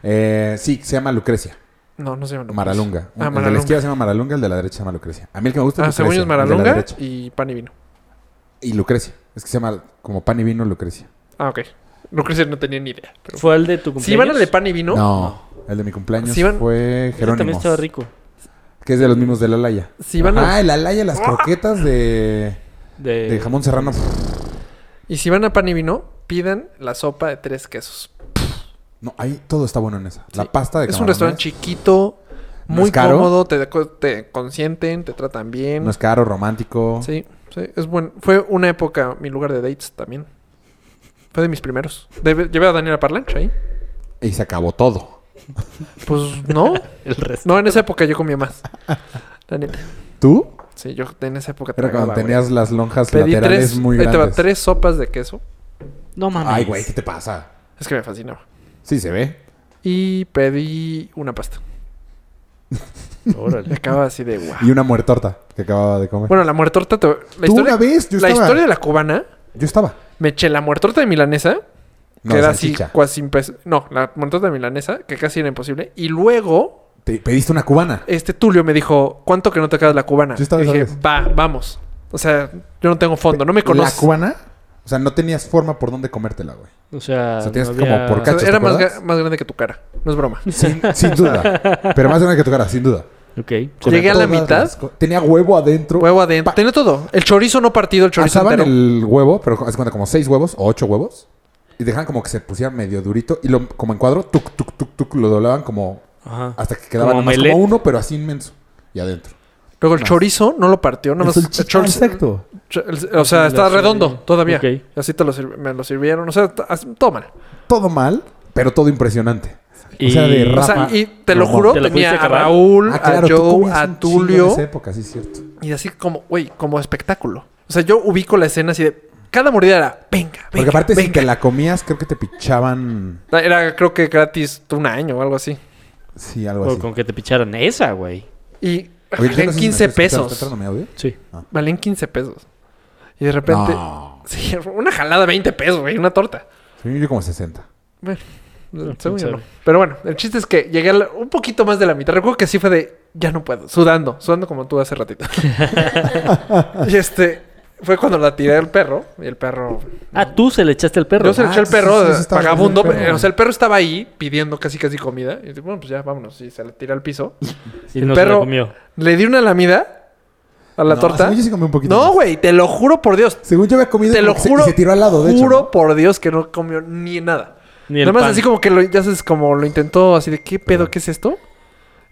[SPEAKER 1] Eh, sí, se llama Lucrecia.
[SPEAKER 4] No, no se llama.
[SPEAKER 1] Maralunga.
[SPEAKER 4] Ah,
[SPEAKER 1] El de la
[SPEAKER 4] Maralunga.
[SPEAKER 1] izquierda se llama Maralunga, el de la derecha se llama Lucrecia. A mí el que me gusta
[SPEAKER 4] Ah,
[SPEAKER 1] es Lucrecia.
[SPEAKER 4] según yo es
[SPEAKER 1] el de la
[SPEAKER 4] Maralunga
[SPEAKER 1] derecha.
[SPEAKER 4] y pan y vino.
[SPEAKER 1] Y Lucrecia. Es que se llama como pan y vino Lucrecia.
[SPEAKER 4] Ah, ok. No creo que no tenía ni idea. Pero...
[SPEAKER 2] ¿Fue al de tu cumpleaños?
[SPEAKER 4] Si van al de pan y vino,
[SPEAKER 1] No. El de mi cumpleaños
[SPEAKER 4] Sí, van-
[SPEAKER 1] fue
[SPEAKER 2] Ese
[SPEAKER 1] Jerónimo.
[SPEAKER 2] también estaba rico.
[SPEAKER 1] Que es de los mismos de la Laya.
[SPEAKER 4] si van
[SPEAKER 1] ah,
[SPEAKER 4] a...
[SPEAKER 1] el Alaya, las croquetas de,
[SPEAKER 2] De,
[SPEAKER 1] de jamón serrano.
[SPEAKER 4] Eh. y si van a pan y vino, pidan la sopa de tres quesos.
[SPEAKER 1] No, ahí todo está bueno en esa. La
[SPEAKER 4] Sí.
[SPEAKER 1] pasta de
[SPEAKER 4] Es un
[SPEAKER 1] camarones.
[SPEAKER 4] restaurante chiquito,
[SPEAKER 1] No
[SPEAKER 4] muy
[SPEAKER 1] es caro.
[SPEAKER 4] cómodo, te, te consienten, te tratan bien.
[SPEAKER 1] No es caro, romántico.
[SPEAKER 4] Sí, sí, es bueno. Fue una época mi lugar de dates también. Fue de mis primeros. Debe- llevé a Daniela Parlancha ahí.
[SPEAKER 1] Y se acabó todo.
[SPEAKER 4] Pues no,
[SPEAKER 2] El resto.
[SPEAKER 4] no, en esa época yo comía más. La neta.
[SPEAKER 1] ¿Tú?
[SPEAKER 4] Sí, yo en esa época
[SPEAKER 1] Era cuando
[SPEAKER 4] tragaba, güey.
[SPEAKER 1] tenías las lonjas
[SPEAKER 4] Pedí
[SPEAKER 1] laterales
[SPEAKER 4] tres,
[SPEAKER 1] muy
[SPEAKER 4] ahí te va,
[SPEAKER 1] grandes.
[SPEAKER 4] tres sopas de queso.
[SPEAKER 2] No mames.
[SPEAKER 1] Ay, güey, ¿qué te pasa?
[SPEAKER 4] Es que me fascinaba.
[SPEAKER 1] Sí, se ve.
[SPEAKER 4] Y pedí una pasta. Y
[SPEAKER 2] Órale.
[SPEAKER 4] acababa así de guau.
[SPEAKER 1] Y una muertorta que acababa de comer.
[SPEAKER 4] Bueno, la muertorta. te- La
[SPEAKER 1] Tú
[SPEAKER 4] historia,
[SPEAKER 1] una vez, yo
[SPEAKER 4] la
[SPEAKER 1] estaba.
[SPEAKER 4] historia de la cubana.
[SPEAKER 1] Yo estaba.
[SPEAKER 4] Me eché la muertorta de milanesa.
[SPEAKER 1] No,
[SPEAKER 4] que era así,
[SPEAKER 1] salchicha.
[SPEAKER 4] casi impes- No, la muertorta de milanesa, que casi era imposible. Y luego
[SPEAKER 1] Te pediste una cubana.
[SPEAKER 4] este Tulio me dijo, ¿cuánto que no te acabas la cubana?
[SPEAKER 1] Yo estaba
[SPEAKER 4] Y dije,
[SPEAKER 1] esa vez.
[SPEAKER 4] va, vamos. O sea, yo no tengo fondo, no me
[SPEAKER 1] ¿La
[SPEAKER 4] conoces. O
[SPEAKER 1] cubana? O sea, no tenías forma por dónde comértela, güey.
[SPEAKER 2] O sea,
[SPEAKER 1] O sea, tienes
[SPEAKER 2] no
[SPEAKER 1] como
[SPEAKER 2] había-
[SPEAKER 1] por
[SPEAKER 4] sea,
[SPEAKER 1] cachos, ¿te
[SPEAKER 4] era más,
[SPEAKER 1] acuerdas?
[SPEAKER 4] ga- más grande que tu cara, no es broma.
[SPEAKER 1] Sin, sin duda. Pero más de una que tu cara, sin duda.
[SPEAKER 2] Ok.
[SPEAKER 1] Con
[SPEAKER 4] Llegué a la
[SPEAKER 1] todas
[SPEAKER 4] mitad.
[SPEAKER 1] las co- Tenía huevo adentro.
[SPEAKER 4] Huevo adentro, tenía todo. El chorizo no partido, el chorizo
[SPEAKER 1] Asaban
[SPEAKER 4] entero.
[SPEAKER 1] el huevo, pero haz de cuenta como seis huevos o ocho huevos. Y dejaban como que se pusiera medio durito. Y lo, como en cuadro, tuk, tuk, tuk, tuk, lo doblaban como
[SPEAKER 2] Ajá.
[SPEAKER 1] hasta que quedaba
[SPEAKER 2] Como
[SPEAKER 1] nomás como,
[SPEAKER 2] omelette.
[SPEAKER 1] uno, pero así inmenso. Y adentro.
[SPEAKER 4] Luego el
[SPEAKER 2] Ah.
[SPEAKER 1] más.
[SPEAKER 4] chorizo no lo partió, no
[SPEAKER 1] exacto.
[SPEAKER 4] O sea, estaba
[SPEAKER 2] Lo
[SPEAKER 4] redondo
[SPEAKER 2] sirvi-
[SPEAKER 4] todavía.
[SPEAKER 2] Ok.
[SPEAKER 4] Y Así te lo sirvi- me lo sirvieron, o sea, t- as- todo mal.
[SPEAKER 1] Todo mal, pero todo impresionante.
[SPEAKER 2] Y-
[SPEAKER 1] O sea, de
[SPEAKER 4] O
[SPEAKER 1] rap.
[SPEAKER 4] sea,
[SPEAKER 1] Rafa,
[SPEAKER 4] y te lo
[SPEAKER 1] no,
[SPEAKER 4] juro,
[SPEAKER 2] ¿te lo
[SPEAKER 4] tenía
[SPEAKER 2] pudiste
[SPEAKER 4] a
[SPEAKER 2] acabar?
[SPEAKER 4] Raúl,
[SPEAKER 1] Ah, claro,
[SPEAKER 4] a
[SPEAKER 1] tú
[SPEAKER 4] Joe,
[SPEAKER 1] comías un
[SPEAKER 4] a
[SPEAKER 1] chingo en
[SPEAKER 4] Tulio.
[SPEAKER 1] esa época, sí, es cierto.
[SPEAKER 4] Y así como, güey, como espectáculo. O sea, yo ubico la escena así de. Cada mordida era, venga, venga.
[SPEAKER 1] Porque aparte, si
[SPEAKER 4] venga.
[SPEAKER 1] te la comías, creo que te pichaban.
[SPEAKER 4] Era, creo que gratis un año o algo así.
[SPEAKER 1] Sí, algo
[SPEAKER 2] O
[SPEAKER 1] así.
[SPEAKER 2] con que te picharan esa, güey.
[SPEAKER 4] Y
[SPEAKER 1] Oye, yo
[SPEAKER 4] valían
[SPEAKER 1] no sé si me
[SPEAKER 4] 15
[SPEAKER 1] estoy escuchando, ¿está
[SPEAKER 4] pesos.
[SPEAKER 1] entrando mi audio?
[SPEAKER 2] Sí.
[SPEAKER 4] Valían 15 pesos. Y de repente.
[SPEAKER 1] No.
[SPEAKER 4] Sí, una jalada 20 pesos, güey, una torta.
[SPEAKER 1] Sí, yo como 60.
[SPEAKER 4] Bueno,
[SPEAKER 2] quién
[SPEAKER 4] según yo no.
[SPEAKER 2] sabe.
[SPEAKER 4] Pero bueno, el chiste es que llegué al- un poquito más de la mitad. Recuerdo que sí fue de. Ya no puedo. Sudando, sudando como tú hace ratito. y este. Fue cuando la tiré al perro. Y el perro.
[SPEAKER 2] Ah, tú se le echaste al perro.
[SPEAKER 4] Yo se lo
[SPEAKER 1] Ah,
[SPEAKER 4] eché al
[SPEAKER 1] sí,
[SPEAKER 4] perro,
[SPEAKER 1] sí, sí, sí, estaba
[SPEAKER 4] vagabundo.
[SPEAKER 1] bien el perro.
[SPEAKER 4] O sea, el perro estaba ahí pidiendo casi casi comida. Y yo, bueno, pues ya vámonos. Y se la tira al piso.
[SPEAKER 2] y
[SPEAKER 4] el
[SPEAKER 2] no se
[SPEAKER 4] perro-
[SPEAKER 2] lo comió.
[SPEAKER 4] Le di una lamida a la
[SPEAKER 1] No,
[SPEAKER 4] torta.
[SPEAKER 1] según yo sí comí un poquito
[SPEAKER 4] No,
[SPEAKER 1] más.
[SPEAKER 4] güey, te lo juro por Dios.
[SPEAKER 1] Según yo había comido
[SPEAKER 4] Te
[SPEAKER 1] y
[SPEAKER 4] lo
[SPEAKER 1] como que se-
[SPEAKER 4] juro.
[SPEAKER 1] y se tiró al lado, de hecho,
[SPEAKER 4] Juro
[SPEAKER 1] ¿no?
[SPEAKER 4] por Dios que no comió ni nada.
[SPEAKER 2] Ni el
[SPEAKER 4] Nada más
[SPEAKER 2] pan.
[SPEAKER 4] así como que lo, ya sabes, como lo intentó así de qué pedo, qué es esto.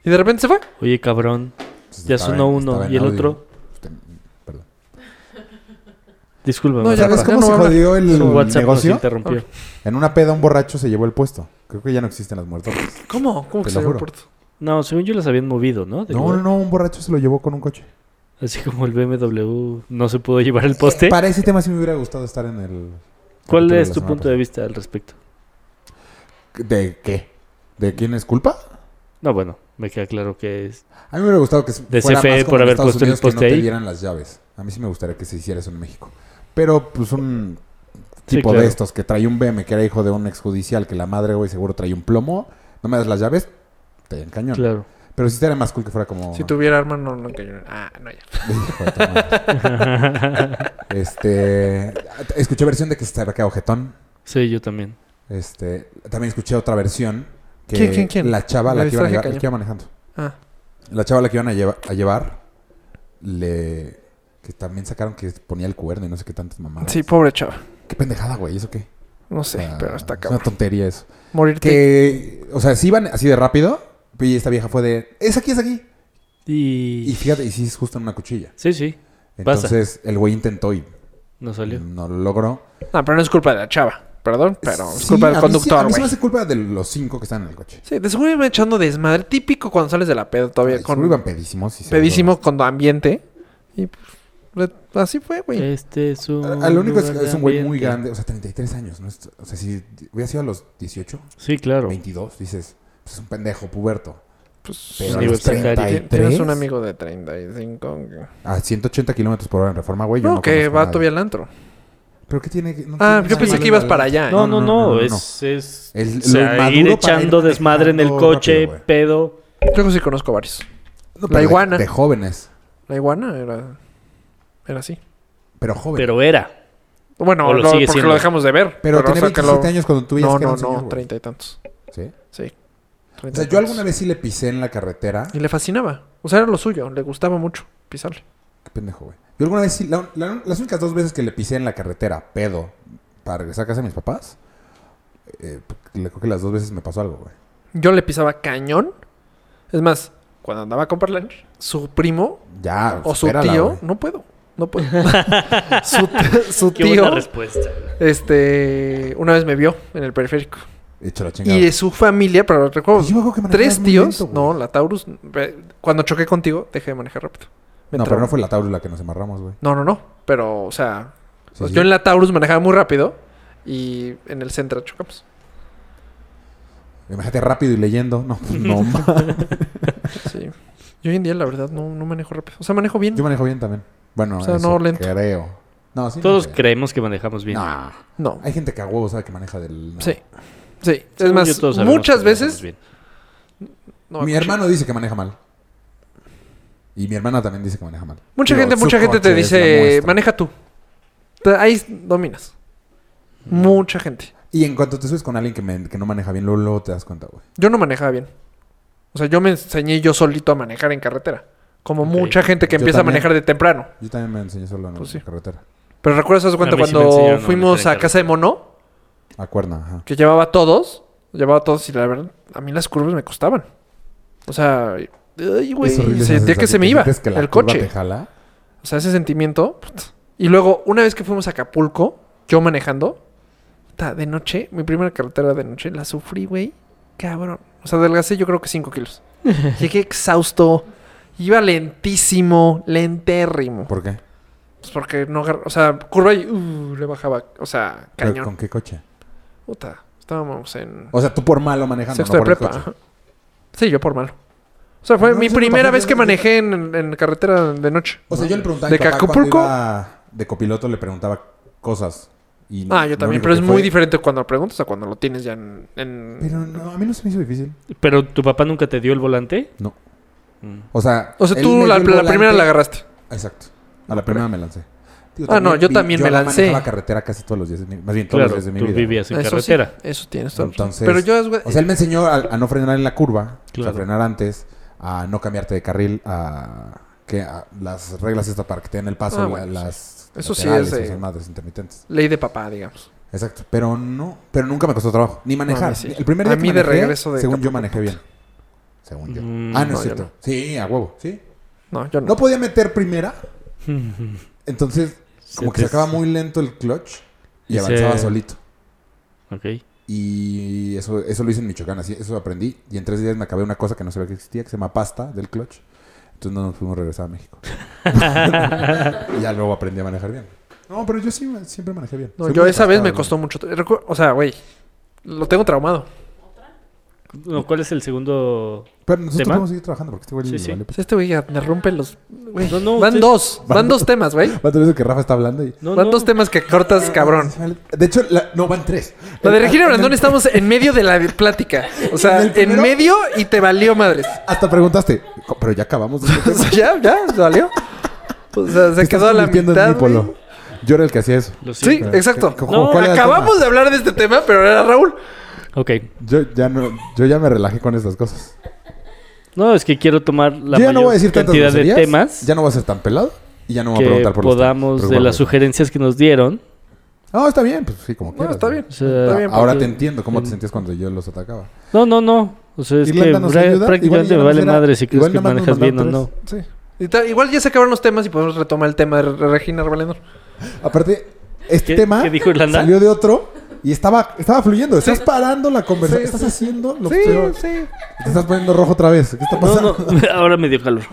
[SPEAKER 4] Y de repente se fue.
[SPEAKER 2] Oye, cabrón.
[SPEAKER 1] Entonces,
[SPEAKER 2] Ya
[SPEAKER 1] estaba
[SPEAKER 2] sonó
[SPEAKER 1] en-
[SPEAKER 2] uno,
[SPEAKER 1] estaba en
[SPEAKER 2] ¿y el
[SPEAKER 1] audio.
[SPEAKER 2] otro?
[SPEAKER 1] Este, Perdón.
[SPEAKER 2] Discúlpame.
[SPEAKER 4] No,
[SPEAKER 1] ¿Sabes
[SPEAKER 4] Ya
[SPEAKER 1] cómo
[SPEAKER 4] no
[SPEAKER 1] se
[SPEAKER 4] habla.
[SPEAKER 1] jodió el
[SPEAKER 2] Su WhatsApp
[SPEAKER 1] negocio?
[SPEAKER 2] nos interrumpió.
[SPEAKER 1] En una peda un borracho se llevó el puesto. Creo que ya no existen las muertas.
[SPEAKER 4] ¿Cómo? ¿Cómo
[SPEAKER 1] Te
[SPEAKER 4] que
[SPEAKER 1] lo
[SPEAKER 4] se llama
[SPEAKER 1] juro.
[SPEAKER 4] Porto?
[SPEAKER 2] No, según yo las habían movido, ¿no? De
[SPEAKER 1] No,
[SPEAKER 2] lugar.
[SPEAKER 1] no, no, un borracho se lo llevó con un coche.
[SPEAKER 2] Así como el BMW no se pudo llevar el poste.
[SPEAKER 1] Para ese tema sí me hubiera gustado estar en el...
[SPEAKER 2] ¿Cuál
[SPEAKER 1] capítulo de
[SPEAKER 2] es
[SPEAKER 1] la
[SPEAKER 2] tu
[SPEAKER 1] semana
[SPEAKER 2] punto de vista al respecto?
[SPEAKER 1] pasada. ¿De qué? ¿De quién es culpa?
[SPEAKER 2] No, bueno, me queda claro que es.
[SPEAKER 1] A mí me hubiera gustado que
[SPEAKER 2] De
[SPEAKER 1] fuera
[SPEAKER 2] CFE
[SPEAKER 1] más como
[SPEAKER 2] por
[SPEAKER 1] en
[SPEAKER 2] haber
[SPEAKER 1] Estados
[SPEAKER 2] puesto el
[SPEAKER 1] Unidos que no
[SPEAKER 2] poste
[SPEAKER 1] te
[SPEAKER 2] ahí.
[SPEAKER 1] dieran las llaves. A mí sí me gustaría que se hiciera eso en México. Pero pues un
[SPEAKER 2] Sí,
[SPEAKER 1] tipo
[SPEAKER 2] claro.
[SPEAKER 1] de estos que trae un BM que era hijo de un exjudicial que la madre, güey, seguro trae un plomo. No me das las llaves, te encañón.
[SPEAKER 2] Claro.
[SPEAKER 1] Pero sí estaría más cool que fuera como...
[SPEAKER 4] Si tuviera arma, no, no cayó. Ah, no, ya.
[SPEAKER 1] Hijo de tu madre. este... Escuché versión de que se había ojetón.
[SPEAKER 2] sí, yo también.
[SPEAKER 1] Este, también escuché otra versión que
[SPEAKER 4] ¿Quién, quién, quién?
[SPEAKER 1] la chava
[SPEAKER 4] Me
[SPEAKER 1] la que, iban a
[SPEAKER 4] distraje,
[SPEAKER 1] llevar,
[SPEAKER 4] cañón.
[SPEAKER 1] el que iba manejando.
[SPEAKER 4] Ah,
[SPEAKER 1] La chava la que iban a, lleva- a llevar le que también sacaron que ponía el cuerno y no sé qué tantas mamadas.
[SPEAKER 4] sí, pobre chava.
[SPEAKER 1] Qué pendejada, güey, eso qué?
[SPEAKER 4] No
[SPEAKER 1] Ah,
[SPEAKER 4] sé,
[SPEAKER 1] O sea,
[SPEAKER 4] pero está
[SPEAKER 1] Es una
[SPEAKER 4] cabrón.
[SPEAKER 1] tontería eso.
[SPEAKER 4] Morirte.
[SPEAKER 1] Que o sea, si iban así de rápido y esta vieja fue de, "Es aquí, es aquí."
[SPEAKER 2] Y.
[SPEAKER 1] Y fíjate, y sí es justo en una cuchilla.
[SPEAKER 2] Sí, sí, Pasa.
[SPEAKER 1] Entonces, el güey intentó y
[SPEAKER 2] no salió.
[SPEAKER 1] no lo logró.
[SPEAKER 4] No, Ah, pero no es culpa de la chava. Perdón, pero es
[SPEAKER 1] Sí,
[SPEAKER 4] culpa
[SPEAKER 1] a
[SPEAKER 4] del
[SPEAKER 1] mí sí- a
[SPEAKER 4] conductor,
[SPEAKER 1] mí se me
[SPEAKER 4] güey.
[SPEAKER 1] hace culpa de los cinco que están en el coche.
[SPEAKER 4] Sí, de seguro iba echando desmadre. Típico cuando sales de la peda todavía.
[SPEAKER 1] Ay,
[SPEAKER 4] con
[SPEAKER 1] seguro iban pedísimos. y se-
[SPEAKER 4] pedísimo, con ambiente. Y pues, le- así fue, güey.
[SPEAKER 2] Este es un.
[SPEAKER 1] A- a lo único es que
[SPEAKER 2] lugar
[SPEAKER 1] es un güey
[SPEAKER 2] de
[SPEAKER 1] muy
[SPEAKER 2] ambiente.
[SPEAKER 1] grande, o sea, 33 años, ¿no? Es- O sea, si hubiera sido a los 18,
[SPEAKER 2] Sí, claro.
[SPEAKER 1] 22, dices, pues es un pendejo puberto.
[SPEAKER 4] Pues,
[SPEAKER 1] Pero a los
[SPEAKER 2] Universitario.
[SPEAKER 4] Tien-
[SPEAKER 1] 33,
[SPEAKER 4] Tienes un amigo de 35. que-
[SPEAKER 1] a 180 kilómetros por hora en reforma, güey. yo
[SPEAKER 4] No, que
[SPEAKER 1] conozco a
[SPEAKER 4] va
[SPEAKER 1] nadie.
[SPEAKER 4] todavía al antro.
[SPEAKER 1] ¿Pero qué tiene? que- no tiene
[SPEAKER 4] Ah, yo
[SPEAKER 1] nada
[SPEAKER 4] pensé
[SPEAKER 1] malo
[SPEAKER 4] que ibas
[SPEAKER 1] la-
[SPEAKER 4] para allá. ¿eh?
[SPEAKER 2] No, no, no,
[SPEAKER 1] no, no,
[SPEAKER 2] es. es
[SPEAKER 1] El-
[SPEAKER 2] o sea,
[SPEAKER 1] lo
[SPEAKER 2] ir
[SPEAKER 1] inmaduro para ir
[SPEAKER 2] echando desmadre en el
[SPEAKER 1] manejando
[SPEAKER 2] coche,
[SPEAKER 1] rápido, güey.
[SPEAKER 2] pedo.
[SPEAKER 4] Yo sí conozco varios.
[SPEAKER 1] No, pero de-
[SPEAKER 4] iguana.
[SPEAKER 1] De, jóvenes,
[SPEAKER 4] La iguana era, era así.
[SPEAKER 1] pero joven. Pero,
[SPEAKER 2] Pero era.
[SPEAKER 4] Bueno,
[SPEAKER 2] O lo
[SPEAKER 4] lo-
[SPEAKER 2] sigue
[SPEAKER 4] porque
[SPEAKER 2] siendo.
[SPEAKER 4] lo dejamos de ver.
[SPEAKER 1] tenía
[SPEAKER 4] o sea, que
[SPEAKER 1] 27
[SPEAKER 4] lo-
[SPEAKER 1] años cuando tú veías
[SPEAKER 4] No,
[SPEAKER 1] que era
[SPEAKER 4] no,
[SPEAKER 1] un señor,
[SPEAKER 4] no,
[SPEAKER 1] güey.
[SPEAKER 4] treinta y tantos.
[SPEAKER 1] ¿Sí?
[SPEAKER 4] Sí.
[SPEAKER 1] O
[SPEAKER 4] treinta
[SPEAKER 1] sea,
[SPEAKER 4] y
[SPEAKER 1] yo
[SPEAKER 4] tantos.
[SPEAKER 1] alguna vez sí le pisé en la carretera.
[SPEAKER 4] Y le fascinaba. O sea, era lo suyo. Le gustaba mucho pisarle.
[SPEAKER 1] Qué pendejo, güey. Yo alguna vez sí, la- la- las únicas dos veces que le pisé en la carretera, pedo, para regresar a casa de mis papás, eh, le- creo que las dos veces me pasó algo, güey.
[SPEAKER 4] Yo le pisaba cañón. Es más, cuando andaba con Parlanch, su primo
[SPEAKER 1] Ya,
[SPEAKER 4] o su
[SPEAKER 1] supérala,
[SPEAKER 4] tío...
[SPEAKER 1] güey.
[SPEAKER 4] No puedo. No puedo. su, t- su
[SPEAKER 2] Qué buena
[SPEAKER 4] tío...
[SPEAKER 2] respuesta.
[SPEAKER 4] Este... Una vez me vio en el periférico.
[SPEAKER 1] Hecho la chingada.
[SPEAKER 4] Y de su familia, pero recuerdo...
[SPEAKER 1] Pues yo me acuerdo que manejabas
[SPEAKER 4] Tres
[SPEAKER 1] muy
[SPEAKER 4] tíos.
[SPEAKER 1] lento,
[SPEAKER 4] no,
[SPEAKER 1] güey.
[SPEAKER 4] la Taurus. eh, Cuando choqué contigo, dejé de manejar rápido. Me
[SPEAKER 1] No,
[SPEAKER 4] entró-
[SPEAKER 1] pero no fue la Taurus la que nos amarramos, güey.
[SPEAKER 4] No, no, no. Pero, o sea,
[SPEAKER 1] Sí,
[SPEAKER 4] pues
[SPEAKER 1] sí.
[SPEAKER 4] yo en la Taurus manejaba muy rápido y en el Centra chocamos.
[SPEAKER 1] Imagínate rápido y leyendo. No, pues, no ma.
[SPEAKER 4] Sí. Yo hoy en día, la verdad, no, no manejo rápido. O sea, manejo bien.
[SPEAKER 1] Yo manejo bien también. Bueno,
[SPEAKER 4] O sea,
[SPEAKER 1] eso
[SPEAKER 4] no lento.
[SPEAKER 1] creo. No, sí, no
[SPEAKER 2] Todos
[SPEAKER 1] sé.
[SPEAKER 2] creemos que manejamos bien.
[SPEAKER 1] No.
[SPEAKER 4] No.
[SPEAKER 1] Hay gente que a huevo sabe que maneja del... no.
[SPEAKER 4] Sí. Sí. Es
[SPEAKER 2] Según
[SPEAKER 4] más,
[SPEAKER 2] yo, todos sabemos
[SPEAKER 4] muchas
[SPEAKER 2] que manejamos
[SPEAKER 4] veces.
[SPEAKER 2] bien.
[SPEAKER 4] no,
[SPEAKER 1] mi
[SPEAKER 4] mucha-
[SPEAKER 1] hermano dice que maneja mal. Y mi hermana también dice que maneja mal.
[SPEAKER 4] Mucha
[SPEAKER 1] Digo,
[SPEAKER 4] gente,
[SPEAKER 1] su
[SPEAKER 4] mucha gente
[SPEAKER 1] coche
[SPEAKER 4] te
[SPEAKER 1] es la
[SPEAKER 4] dice,
[SPEAKER 1] muestra.
[SPEAKER 4] maneja tú. Te- Ahí dominas.
[SPEAKER 1] Mm.
[SPEAKER 4] Mucha gente.
[SPEAKER 1] Y en cuanto te subes con alguien que, me- que no maneja bien, luego, luego te das cuenta, güey.
[SPEAKER 4] Yo no manejaba bien. O sea, yo me enseñé yo solito a manejar en carretera. Como
[SPEAKER 2] Ok.
[SPEAKER 4] mucha gente que
[SPEAKER 1] Yo
[SPEAKER 4] empieza
[SPEAKER 1] también.
[SPEAKER 4] a manejar de temprano.
[SPEAKER 1] Yo también me enseñé solo en
[SPEAKER 4] Pues
[SPEAKER 1] la
[SPEAKER 4] sí.
[SPEAKER 1] carretera.
[SPEAKER 4] Pero recuerdas haz de cuenta
[SPEAKER 2] mí sí me
[SPEAKER 4] cuando
[SPEAKER 2] enseñaron a
[SPEAKER 4] fuimos
[SPEAKER 2] manejar
[SPEAKER 4] a
[SPEAKER 2] en
[SPEAKER 4] casa de Mono,
[SPEAKER 1] A cuerna, ajá.
[SPEAKER 4] que llevaba a todos, llevaba a todos y la verdad, a mí las curvas me costaban. O sea, ay, güey,
[SPEAKER 1] Es horrible esa
[SPEAKER 4] sentía que se
[SPEAKER 1] sensación.
[SPEAKER 4] me iba
[SPEAKER 1] sientes que la
[SPEAKER 4] el
[SPEAKER 1] curva te
[SPEAKER 4] coche.
[SPEAKER 1] jala.
[SPEAKER 4] O sea, ese sentimiento. puta. Y luego, una vez que fuimos a Acapulco, yo manejando, puta, de noche, mi primera carretera de noche, la sufrí, güey. Cabrón. O sea, adelgacé yo creo que 5 kilos. Llegué exhausto. Iba lentísimo, lentérrimo.
[SPEAKER 1] ¿Por qué?
[SPEAKER 4] Pues porque no agar- O sea, curva y uh, le bajaba. O sea,
[SPEAKER 1] ¿Pero
[SPEAKER 4] cañón.
[SPEAKER 1] ¿Con qué coche?
[SPEAKER 4] Puta, estábamos en
[SPEAKER 1] O sea, tú por malo manejando,
[SPEAKER 4] sexto
[SPEAKER 1] no
[SPEAKER 4] de
[SPEAKER 1] por el
[SPEAKER 4] prepa.
[SPEAKER 1] coche.
[SPEAKER 4] ajá. Sí, yo por malo. O sea, fue
[SPEAKER 1] No,
[SPEAKER 4] mi
[SPEAKER 1] eso me
[SPEAKER 4] primera
[SPEAKER 1] pasó,
[SPEAKER 4] vez
[SPEAKER 1] yo-
[SPEAKER 4] que
[SPEAKER 1] yo-
[SPEAKER 4] manejé en, en carretera de noche.
[SPEAKER 1] O sea, yo le preguntaba a
[SPEAKER 4] De
[SPEAKER 1] mi papá
[SPEAKER 4] Acapulco.
[SPEAKER 1] cuando iba de copiloto le preguntaba cosas. Y
[SPEAKER 4] Ah, yo
[SPEAKER 1] lo
[SPEAKER 4] también,
[SPEAKER 1] único
[SPEAKER 4] pero es
[SPEAKER 1] que
[SPEAKER 4] muy
[SPEAKER 1] fue-
[SPEAKER 4] diferente cuando lo preguntas a cuando lo tienes ya en... en-
[SPEAKER 1] Pero no, a mí no se me hizo difícil.
[SPEAKER 2] Pero tu papá nunca te dio el volante.
[SPEAKER 1] No.
[SPEAKER 2] Mm.
[SPEAKER 1] O sea,
[SPEAKER 4] O sea,
[SPEAKER 1] él
[SPEAKER 4] tú
[SPEAKER 1] me
[SPEAKER 4] la,
[SPEAKER 1] dio el
[SPEAKER 4] la
[SPEAKER 1] volante-
[SPEAKER 4] primera la agarraste.
[SPEAKER 1] Exacto. A la primera me lancé. Digo,
[SPEAKER 4] Ah, no, yo también me
[SPEAKER 1] la
[SPEAKER 4] lancé.
[SPEAKER 1] manejaba carretera casi todos los días de mi Más bien todos
[SPEAKER 2] Claro,
[SPEAKER 1] los días de mi
[SPEAKER 2] tú
[SPEAKER 1] vida.
[SPEAKER 2] vivías en
[SPEAKER 4] Eso
[SPEAKER 2] carretera.
[SPEAKER 4] sí, eso tienes todo.
[SPEAKER 1] Entonces,
[SPEAKER 4] pero yo... güey,
[SPEAKER 1] O sea, él me enseñó a, a no frenar en la curva, o sea, a
[SPEAKER 2] Claro.
[SPEAKER 1] frenar antes, a no cambiarte de carril, a que a- las reglas estas para que te den el paso,
[SPEAKER 4] Ah,
[SPEAKER 1] la-
[SPEAKER 4] bueno, sí.
[SPEAKER 1] las
[SPEAKER 4] Eso sí
[SPEAKER 1] laterales,
[SPEAKER 4] es, eh,
[SPEAKER 1] esas madres intermitentes.
[SPEAKER 4] Ley de papá, digamos.
[SPEAKER 1] Exacto, pero no, pero nunca me costó trabajo ni manejar.
[SPEAKER 4] mí sí.
[SPEAKER 1] El primer
[SPEAKER 4] A
[SPEAKER 1] día que
[SPEAKER 4] mí de
[SPEAKER 1] manejé,
[SPEAKER 4] regreso de
[SPEAKER 1] según yo
[SPEAKER 4] Acapulco, pues.
[SPEAKER 1] manejé bien. Según yo.
[SPEAKER 2] Mm,
[SPEAKER 1] ah, no, es
[SPEAKER 4] no, yo
[SPEAKER 1] cierto.
[SPEAKER 4] no.
[SPEAKER 1] Sí, a huevo, sí.
[SPEAKER 4] No, yo no.
[SPEAKER 1] No podía meter primera, entonces
[SPEAKER 2] Se
[SPEAKER 1] como que
[SPEAKER 2] te-
[SPEAKER 1] sacaba muy lento el clutch y
[SPEAKER 2] Y
[SPEAKER 1] avanzaba
[SPEAKER 2] se-
[SPEAKER 1] solito.
[SPEAKER 2] Ok.
[SPEAKER 1] Y eso, eso lo hice en Michoacán, así, eso aprendí. Y en tres días me acabé una cosa que no sabía que existía, que se llama pasta del clutch. Entonces no nos fuimos a regresar a México. y ya luego aprendí a manejar bien. No, pero yo sí, siempre manejé bien.
[SPEAKER 4] No,
[SPEAKER 1] Soy
[SPEAKER 4] yo
[SPEAKER 1] muy
[SPEAKER 4] esa vez me
[SPEAKER 1] atascado,
[SPEAKER 4] costó mucho. Recu- O sea, güey, lo tengo traumado.
[SPEAKER 2] No, ¿Cuál es el segundo?
[SPEAKER 1] güey. Pero nosotros
[SPEAKER 2] ¿Tema?
[SPEAKER 1] podemos seguir trabajando porque este güey
[SPEAKER 2] Sí,
[SPEAKER 1] le
[SPEAKER 2] sí.
[SPEAKER 1] vale
[SPEAKER 4] O sea, este güey ya me rompe los. güey,
[SPEAKER 2] No, no,
[SPEAKER 4] van
[SPEAKER 2] ustedes-
[SPEAKER 4] dos, van dos temas, güey.
[SPEAKER 1] Va a tener que Rafa está hablando y...
[SPEAKER 2] No,
[SPEAKER 4] van
[SPEAKER 2] no.
[SPEAKER 4] dos temas que cortas, cabrón.
[SPEAKER 1] De hecho, la- no, van tres.
[SPEAKER 4] La de Regina
[SPEAKER 1] En el-
[SPEAKER 4] Brandón estamos en medio de la plática. O
[SPEAKER 1] ¿En
[SPEAKER 4] sea,
[SPEAKER 1] el primero?
[SPEAKER 4] en medio y te valió madres.
[SPEAKER 1] Hasta preguntaste, "Co- pero ya acabamos. de
[SPEAKER 4] O sea, ya, ya, valió. O sea, se
[SPEAKER 1] Te
[SPEAKER 4] quedó a
[SPEAKER 1] estás
[SPEAKER 4] la
[SPEAKER 1] convirtiendo en
[SPEAKER 4] mitad.
[SPEAKER 1] mi polo.
[SPEAKER 4] güey.
[SPEAKER 1] Yo era el que hacía eso.
[SPEAKER 2] Lo
[SPEAKER 4] Sí,
[SPEAKER 2] siento.
[SPEAKER 4] exacto.
[SPEAKER 1] ¿Cómo-
[SPEAKER 2] No,
[SPEAKER 1] cuál era el
[SPEAKER 4] Acabamos de hablar de este tema, pero era Raúl.
[SPEAKER 2] Ok.
[SPEAKER 1] tema? Yo ya, no, yo ya me relajé con esas cosas.
[SPEAKER 2] No, es que quiero tomar la
[SPEAKER 1] yo ya
[SPEAKER 2] mayor
[SPEAKER 1] no voy a decir tantas
[SPEAKER 2] cantidad de
[SPEAKER 1] groserías,
[SPEAKER 2] temas
[SPEAKER 1] Ya no voy a ser tan pelado. Y ya no me voy a
[SPEAKER 2] que
[SPEAKER 1] preguntar por los temas,
[SPEAKER 2] podamos
[SPEAKER 1] pero
[SPEAKER 2] de
[SPEAKER 1] igual,
[SPEAKER 2] las
[SPEAKER 1] güey.
[SPEAKER 2] sugerencias que nos dieron.
[SPEAKER 1] No, está bien. Pues sí, como
[SPEAKER 4] No,
[SPEAKER 1] quieras,
[SPEAKER 4] está
[SPEAKER 1] güey.
[SPEAKER 4] bien.
[SPEAKER 2] O sea,
[SPEAKER 4] Está bien,
[SPEAKER 1] Ahora
[SPEAKER 2] porque-
[SPEAKER 1] te entiendo cómo te sentías cuando yo los atacaba.
[SPEAKER 2] No, no, no. O sea, es
[SPEAKER 1] Irlanda
[SPEAKER 2] que
[SPEAKER 1] nos
[SPEAKER 2] pra-
[SPEAKER 1] ayuda. Igual
[SPEAKER 2] prácticamente
[SPEAKER 1] ya
[SPEAKER 2] me
[SPEAKER 1] nos
[SPEAKER 2] vale
[SPEAKER 1] era-
[SPEAKER 2] madre si crees
[SPEAKER 1] igual
[SPEAKER 2] que
[SPEAKER 1] nada más nos
[SPEAKER 2] manejas bien o
[SPEAKER 1] mandaron
[SPEAKER 2] no.
[SPEAKER 1] tres.
[SPEAKER 4] Sí. pues. Y tal- igual ya se acabaron los temas y podemos retomar el tema de Re- Regina Revalendor.
[SPEAKER 1] Aparte, este
[SPEAKER 2] ¿Qué-
[SPEAKER 1] tema
[SPEAKER 2] qué dijo Irlanda?
[SPEAKER 1] salió de otro y estaba, estaba fluyendo. Estás parando la conversación.
[SPEAKER 4] Sí,
[SPEAKER 1] estás
[SPEAKER 4] sí.
[SPEAKER 1] haciendo lo
[SPEAKER 4] Sí,
[SPEAKER 1] peor.
[SPEAKER 4] sí.
[SPEAKER 1] Te estás poniendo rojo otra vez. ¿Qué está
[SPEAKER 2] No,
[SPEAKER 1] pasando?
[SPEAKER 2] no, ahora me dio calor.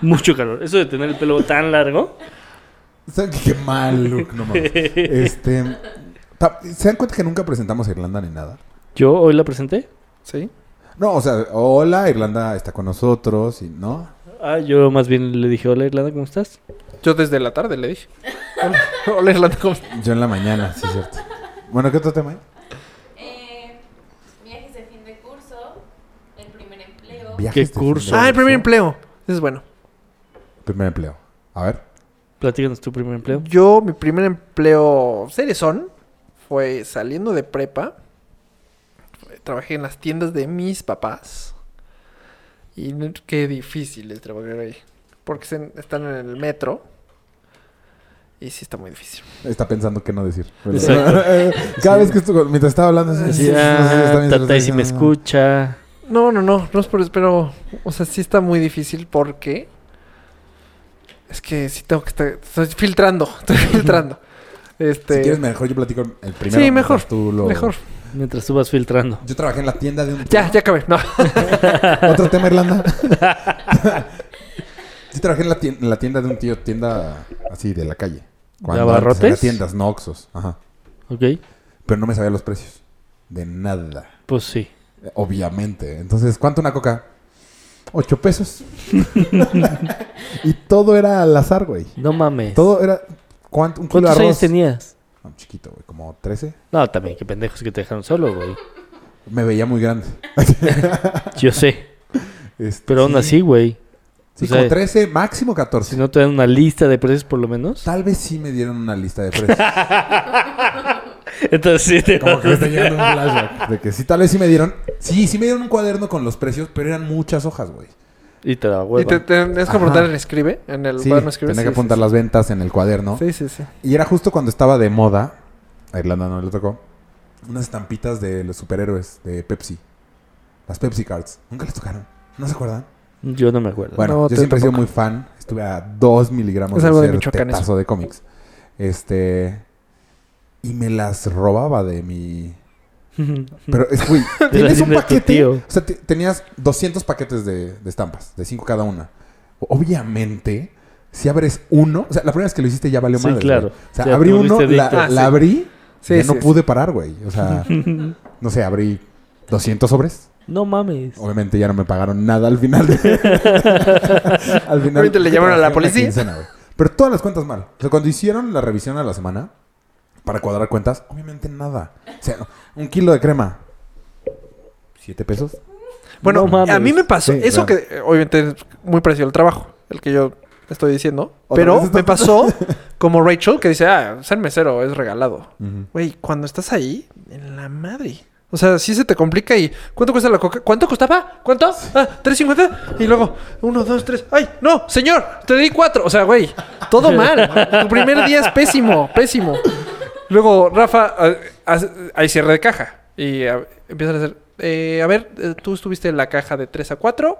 [SPEAKER 2] Mucho calor. Eso de tener el pelo tan largo.
[SPEAKER 1] ¿Saben qué? Qué mal, Luke, no mames. Este. ta- ¿Se dan cuenta que nunca presentamos a Irlanda ni nada?
[SPEAKER 2] Yo hoy la presenté.
[SPEAKER 4] Sí.
[SPEAKER 1] No, o sea, hola, Irlanda está con nosotros y no.
[SPEAKER 2] Ah, yo más bien le dije, hola Irlanda, ¿cómo estás?
[SPEAKER 4] Yo desde la tarde le dije. Hola, hola, Irlanda. ¿cómo estás?
[SPEAKER 1] Yo en la mañana, sí, es cierto. Bueno, ¿qué otro tema hay?
[SPEAKER 5] Eh, viajes de fin de curso, el primer empleo.
[SPEAKER 1] Viajes de
[SPEAKER 2] curso?
[SPEAKER 1] fin de
[SPEAKER 4] Ah, el primer
[SPEAKER 1] curso.
[SPEAKER 4] empleo. Ese es bueno.
[SPEAKER 1] Primer empleo. A ver.
[SPEAKER 2] Platícanos tu primer empleo.
[SPEAKER 4] Yo, mi primer empleo cerezón fue saliendo de prepa. Trabajé en las tiendas de mis papás. Y no- qué difícil es trabajar ahí. Porque se- están en el metro. Y sí está muy difícil.
[SPEAKER 1] Está pensando qué no decir.
[SPEAKER 2] Exacto.
[SPEAKER 1] Cada vez que estuvo, mientras estaba hablando, así, sí, no sé si está
[SPEAKER 2] Ya,
[SPEAKER 1] bien, si lo
[SPEAKER 2] Tata,
[SPEAKER 1] estoy
[SPEAKER 2] y "Ah, si me
[SPEAKER 1] diciendo, no.
[SPEAKER 2] escucha.
[SPEAKER 4] No, no, no. No es por eso, pero... O sea, sí está muy difícil porque... Es que sí tengo que estar... Estoy filtrando. Estoy filtrando. Este...
[SPEAKER 1] Si quieres, mejor yo platico el primero.
[SPEAKER 4] sí, mejor.
[SPEAKER 1] mientras tú lo-
[SPEAKER 4] Mejor.
[SPEAKER 2] Mientras tú vas filtrando.
[SPEAKER 1] Yo trabajé en la tienda de un.
[SPEAKER 4] Ya, ya acabé. No.
[SPEAKER 1] Otro tema, Irlanda. Yo trabajé en la, tien- en la tienda de un tío, tienda así de la calle.
[SPEAKER 2] abarrotes?
[SPEAKER 1] antes era tiendas, no Oxxos. Ajá.
[SPEAKER 2] Ok,
[SPEAKER 1] Pero no me sabía los precios. De nada.
[SPEAKER 2] pues sí.
[SPEAKER 1] Eh, Obviamente. Entonces, ¿cuánto una coca? Ocho pesos. y todo era al azar, güey.
[SPEAKER 2] No mames.
[SPEAKER 1] Todo era... ¿Cuánto? Un kilo de
[SPEAKER 2] ¿Cuántos años
[SPEAKER 1] arroz.
[SPEAKER 2] tenías?
[SPEAKER 1] No, chiquito, güey. Como 13.
[SPEAKER 2] No, también, qué pendejos que te dejaron solo, güey.
[SPEAKER 1] Me veía muy grande.
[SPEAKER 2] Yo sé,
[SPEAKER 1] Este,
[SPEAKER 2] pero aún
[SPEAKER 1] sí.
[SPEAKER 2] así, güey.
[SPEAKER 1] Sí,
[SPEAKER 2] o sea,
[SPEAKER 1] como 13, máximo 14.
[SPEAKER 2] Si no te dan una lista de precios, por lo menos.
[SPEAKER 1] Tal vez sí me dieron una lista de precios.
[SPEAKER 2] Entonces sí te
[SPEAKER 1] Como que este me está llegando un flashback. De que sí, tal vez sí me dieron. Sí, sí me dieron un cuaderno con los precios, pero eran muchas hojas, güey.
[SPEAKER 2] Y te da
[SPEAKER 4] Y
[SPEAKER 2] hueva.
[SPEAKER 4] te, te- tenías que apuntar
[SPEAKER 1] Ajá.
[SPEAKER 4] en escribe, en el
[SPEAKER 1] Sí,
[SPEAKER 4] cuaderno escribe.
[SPEAKER 1] tenía que
[SPEAKER 4] sí, sí,
[SPEAKER 1] apuntar las ventas en el cuaderno.
[SPEAKER 4] Sí, sí, sí.
[SPEAKER 1] Y era justo cuando estaba de moda, a Irlanda no le tocó, unas estampitas de los superhéroes de Pepsi. Las Pepsi Cards. Nunca les tocaron. ¿No se acuerdan?
[SPEAKER 2] Yo no me acuerdo.
[SPEAKER 1] Bueno,
[SPEAKER 4] No,
[SPEAKER 1] yo
[SPEAKER 4] te-
[SPEAKER 1] siempre he sido
[SPEAKER 4] tampoco.
[SPEAKER 1] muy fan. Estuve a 2 miligramos
[SPEAKER 4] Es algo de
[SPEAKER 1] ser
[SPEAKER 4] Michoacán eso.
[SPEAKER 1] tetazo de cómics. Este... Y me las robaba de mi... Pero es, güey, tienes un
[SPEAKER 2] la tienda de tu
[SPEAKER 1] paquete.
[SPEAKER 2] tío.
[SPEAKER 1] O sea, te- tenías 200 paquetes de, de estampas, de 5 cada una. Obviamente, si abres uno, o sea, la primera vez que lo hiciste ya valió
[SPEAKER 2] Sí,
[SPEAKER 1] madre.
[SPEAKER 2] claro.
[SPEAKER 1] güey. O sea,
[SPEAKER 2] Ya
[SPEAKER 1] abrí
[SPEAKER 2] te
[SPEAKER 1] uno,
[SPEAKER 2] volviste
[SPEAKER 1] la,
[SPEAKER 2] adicto.
[SPEAKER 4] Ah,
[SPEAKER 1] la
[SPEAKER 4] sí.
[SPEAKER 1] abrí,
[SPEAKER 4] Sí,
[SPEAKER 1] ya
[SPEAKER 4] sí,
[SPEAKER 1] no
[SPEAKER 4] sí.
[SPEAKER 1] pude parar, güey. O sea, no sé, abrí 200 sobres.
[SPEAKER 2] no mames.
[SPEAKER 1] Obviamente ya no me pagaron nada al final. de- al final.
[SPEAKER 4] Ahorita le llamaron a
[SPEAKER 1] trabajé
[SPEAKER 4] la
[SPEAKER 1] una
[SPEAKER 4] policía.
[SPEAKER 1] quincena, güey. Pero todas las cuentas mal. O sea, cuando hicieron la revisión a la semana para cuadrar cuentas, obviamente nada. O sea, un kilo de crema. ¿Siete pesos?
[SPEAKER 4] Bueno,
[SPEAKER 2] No mames.
[SPEAKER 4] a mí me pasó
[SPEAKER 1] Sí,
[SPEAKER 4] eso
[SPEAKER 1] claro.
[SPEAKER 4] que eh, obviamente es muy parecido al trabajo, el que yo estoy diciendo,
[SPEAKER 1] ¿Otra
[SPEAKER 4] pero
[SPEAKER 1] vez está-
[SPEAKER 4] me pasó como Rachel que dice, "Ah, ser mesero es regalado." Güey, cuando estás ahí, en la madre. O sea, sí se te complica y ¿cuánto cuesta la coca? ¿Cuánto costaba? ¿Cuánto? Ah, 3.50 y luego uno, dos, tres. Ay, no, señor, te di cuatro. O sea, güey, todo mal. Tu primer día es pésimo, pésimo. Luego Rafa ah, hace- hay cierre de caja y ah, empiezan a hacer, eh, a ver, eh, tú estuviste en la caja de 3 a 4.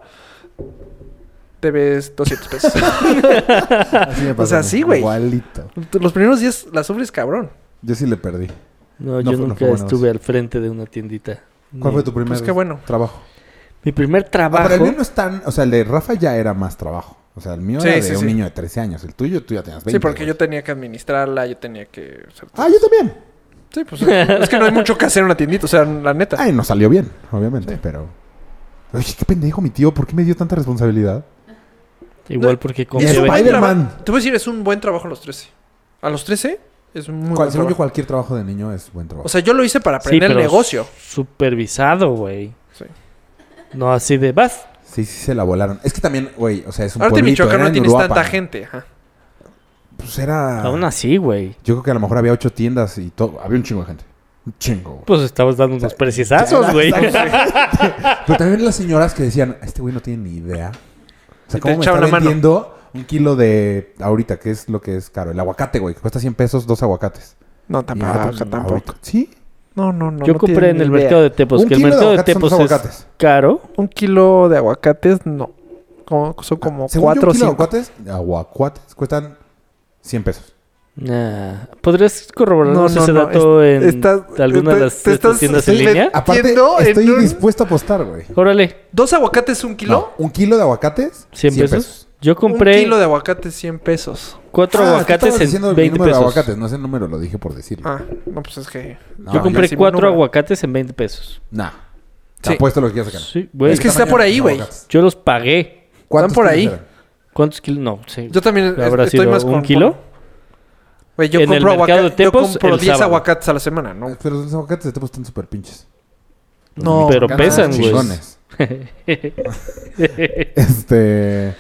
[SPEAKER 4] debes 200 pesos.
[SPEAKER 1] Así me pasó.
[SPEAKER 4] sea, sí, güey.
[SPEAKER 1] Igualito.
[SPEAKER 4] Tú Los primeros días la sufres cabrón.
[SPEAKER 1] Yo sí le perdí.
[SPEAKER 2] No,
[SPEAKER 1] No
[SPEAKER 2] yo
[SPEAKER 1] fue- no
[SPEAKER 2] nunca
[SPEAKER 1] fue bueno,
[SPEAKER 2] estuve al frente de una tiendita.
[SPEAKER 1] ¿Cuál
[SPEAKER 2] Mi-
[SPEAKER 1] fue tu primer
[SPEAKER 4] Pues qué bueno.
[SPEAKER 1] trabajo?
[SPEAKER 2] Mi primer
[SPEAKER 1] Ah,
[SPEAKER 2] trabajo.
[SPEAKER 1] pero el mío no es tan... O sea, el de Rafa ya era más trabajo. O sea, el mío
[SPEAKER 4] Sí,
[SPEAKER 1] era de
[SPEAKER 4] sí,
[SPEAKER 1] un
[SPEAKER 4] sí.
[SPEAKER 1] niño de 13 años. El tuyo, tú ya tenías 20.
[SPEAKER 4] sí, porque
[SPEAKER 1] güey.
[SPEAKER 4] yo tenía que administrarla, yo tenía que... o sea,
[SPEAKER 1] Ah, yo también.
[SPEAKER 4] sí, pues es que no hay mucho que hacer en una tiendita, o sea, la neta.
[SPEAKER 1] Ay, no Ah, salió bien, obviamente, pero... Oye, qué pendejo mi tío. ¿Por qué me dio tanta responsabilidad?
[SPEAKER 2] Igual porque
[SPEAKER 1] Y
[SPEAKER 4] es
[SPEAKER 1] eso
[SPEAKER 4] un
[SPEAKER 2] confiaba
[SPEAKER 1] para
[SPEAKER 2] en
[SPEAKER 4] buen
[SPEAKER 1] Spider-Man.
[SPEAKER 4] traba- Te voy a decir, es un buen trabajo a los 13. A los 13 es un muy
[SPEAKER 1] Cual- según
[SPEAKER 4] buen
[SPEAKER 1] yo,
[SPEAKER 4] trabajo.
[SPEAKER 1] cualquier trabajo de niño es buen trabajo.
[SPEAKER 4] O sea, yo lo hice para
[SPEAKER 2] Sí,
[SPEAKER 4] aprender
[SPEAKER 2] pero
[SPEAKER 4] el negocio.
[SPEAKER 2] Supervisado, güey.
[SPEAKER 4] Sí.
[SPEAKER 2] No así de vas.
[SPEAKER 1] sí, sí se la volaron. Es que también, güey, o sea, es un
[SPEAKER 4] Ahora en
[SPEAKER 1] pueblito.
[SPEAKER 4] Michoacán
[SPEAKER 1] era
[SPEAKER 4] no
[SPEAKER 1] en
[SPEAKER 4] tienes
[SPEAKER 1] Uruapan.
[SPEAKER 4] tanta gente. ajá.
[SPEAKER 1] Pues era...
[SPEAKER 2] Aún así, güey.
[SPEAKER 1] Yo creo que a lo mejor había ocho tiendas y todo. Había un chingo de gente. Un chingo, güey.
[SPEAKER 2] Pues estabas dando unos precisazos, güey.
[SPEAKER 1] Pero también las señoras que decían, este güey no tiene ni idea. O sea,
[SPEAKER 4] Y te
[SPEAKER 1] ¿cómo me está
[SPEAKER 4] echaban la mano.
[SPEAKER 1] vendiendo un kilo de ahorita? ¿Qué es lo que es caro? El aguacate, güey, que cuesta 100 pesos, dos aguacates.
[SPEAKER 4] No,
[SPEAKER 1] Y
[SPEAKER 4] tampoco.
[SPEAKER 1] nosotros,
[SPEAKER 4] tampoco.
[SPEAKER 1] "Ahorita". ¿Sí?
[SPEAKER 4] No, no, no.
[SPEAKER 2] Yo
[SPEAKER 4] no
[SPEAKER 2] compré
[SPEAKER 4] tienen
[SPEAKER 2] en el
[SPEAKER 4] idea.
[SPEAKER 2] mercado de Tepos,
[SPEAKER 1] Un
[SPEAKER 2] Pues que el
[SPEAKER 1] kilo de
[SPEAKER 2] mercado de,
[SPEAKER 1] aguacates son
[SPEAKER 2] Tepos
[SPEAKER 1] dos
[SPEAKER 2] es
[SPEAKER 1] aguacates.
[SPEAKER 2] caro.
[SPEAKER 4] Un kilo de aguacates, no. Como- son como
[SPEAKER 1] Ah, Según
[SPEAKER 4] cuatro o
[SPEAKER 1] yo, un
[SPEAKER 4] cinco.
[SPEAKER 1] kilo de aguacates, aguacuates, cuestan 100 pesos.
[SPEAKER 2] Nah. ¿Podrías corroborarnos
[SPEAKER 4] No, no,
[SPEAKER 2] ese
[SPEAKER 4] no,
[SPEAKER 2] dato
[SPEAKER 4] es-
[SPEAKER 2] en
[SPEAKER 4] estás-
[SPEAKER 2] alguna de
[SPEAKER 4] te-
[SPEAKER 2] las
[SPEAKER 4] te
[SPEAKER 2] de estas
[SPEAKER 4] estás-
[SPEAKER 2] tiendas
[SPEAKER 4] sí,
[SPEAKER 2] en
[SPEAKER 4] me-
[SPEAKER 2] línea?
[SPEAKER 4] a-
[SPEAKER 1] Aparte,
[SPEAKER 4] Entiendo en
[SPEAKER 1] estoy
[SPEAKER 4] un-
[SPEAKER 1] dispuesto a apostar, güey.
[SPEAKER 2] Órale,
[SPEAKER 4] ¿Dos aguacates un kilo?
[SPEAKER 1] No, un kilo de aguacates,
[SPEAKER 2] 100 pesos. Yo
[SPEAKER 4] Un
[SPEAKER 2] compré
[SPEAKER 4] kilo de aguacates, 100 pesos.
[SPEAKER 2] cuatro
[SPEAKER 1] Ah, tú estabas
[SPEAKER 2] aguacates
[SPEAKER 1] diciendo
[SPEAKER 2] en
[SPEAKER 1] el
[SPEAKER 2] 20
[SPEAKER 1] número de
[SPEAKER 2] pesos.
[SPEAKER 1] aguacates, no es el número, lo dije por decirlo.
[SPEAKER 4] Ah, no, pues es que...
[SPEAKER 1] No,
[SPEAKER 2] yo compré
[SPEAKER 4] sí,
[SPEAKER 2] cuatro
[SPEAKER 4] número.
[SPEAKER 2] aguacates en 20 pesos.
[SPEAKER 1] Nah. Te
[SPEAKER 4] Sí.
[SPEAKER 1] apuesto lo que quieras sacar.
[SPEAKER 2] Sí, güey.
[SPEAKER 4] Es que está por ahí, güey.
[SPEAKER 2] Yo los pagué.
[SPEAKER 1] ¿Cuántos
[SPEAKER 4] por
[SPEAKER 1] kilos
[SPEAKER 4] ahí.
[SPEAKER 1] eran?
[SPEAKER 2] ¿Cuántos kilos? No, sí.
[SPEAKER 4] Yo también es-
[SPEAKER 2] ¿Habrá
[SPEAKER 4] estoy
[SPEAKER 2] sido
[SPEAKER 4] más
[SPEAKER 2] un
[SPEAKER 4] con-
[SPEAKER 2] kilo?
[SPEAKER 4] Güey, yo
[SPEAKER 2] En el
[SPEAKER 4] compro
[SPEAKER 2] mercado de
[SPEAKER 4] aguacates. Yo
[SPEAKER 2] Tepos,
[SPEAKER 4] compro
[SPEAKER 2] el
[SPEAKER 4] 10
[SPEAKER 2] sábado.
[SPEAKER 4] aguacates a la semana, ¿no?
[SPEAKER 1] Eh, Pero los aguacates de Tepos están súper pinches.
[SPEAKER 4] No,
[SPEAKER 2] Pero
[SPEAKER 1] Ganan
[SPEAKER 2] pesan,
[SPEAKER 1] los
[SPEAKER 2] güey.
[SPEAKER 1] chingones. este.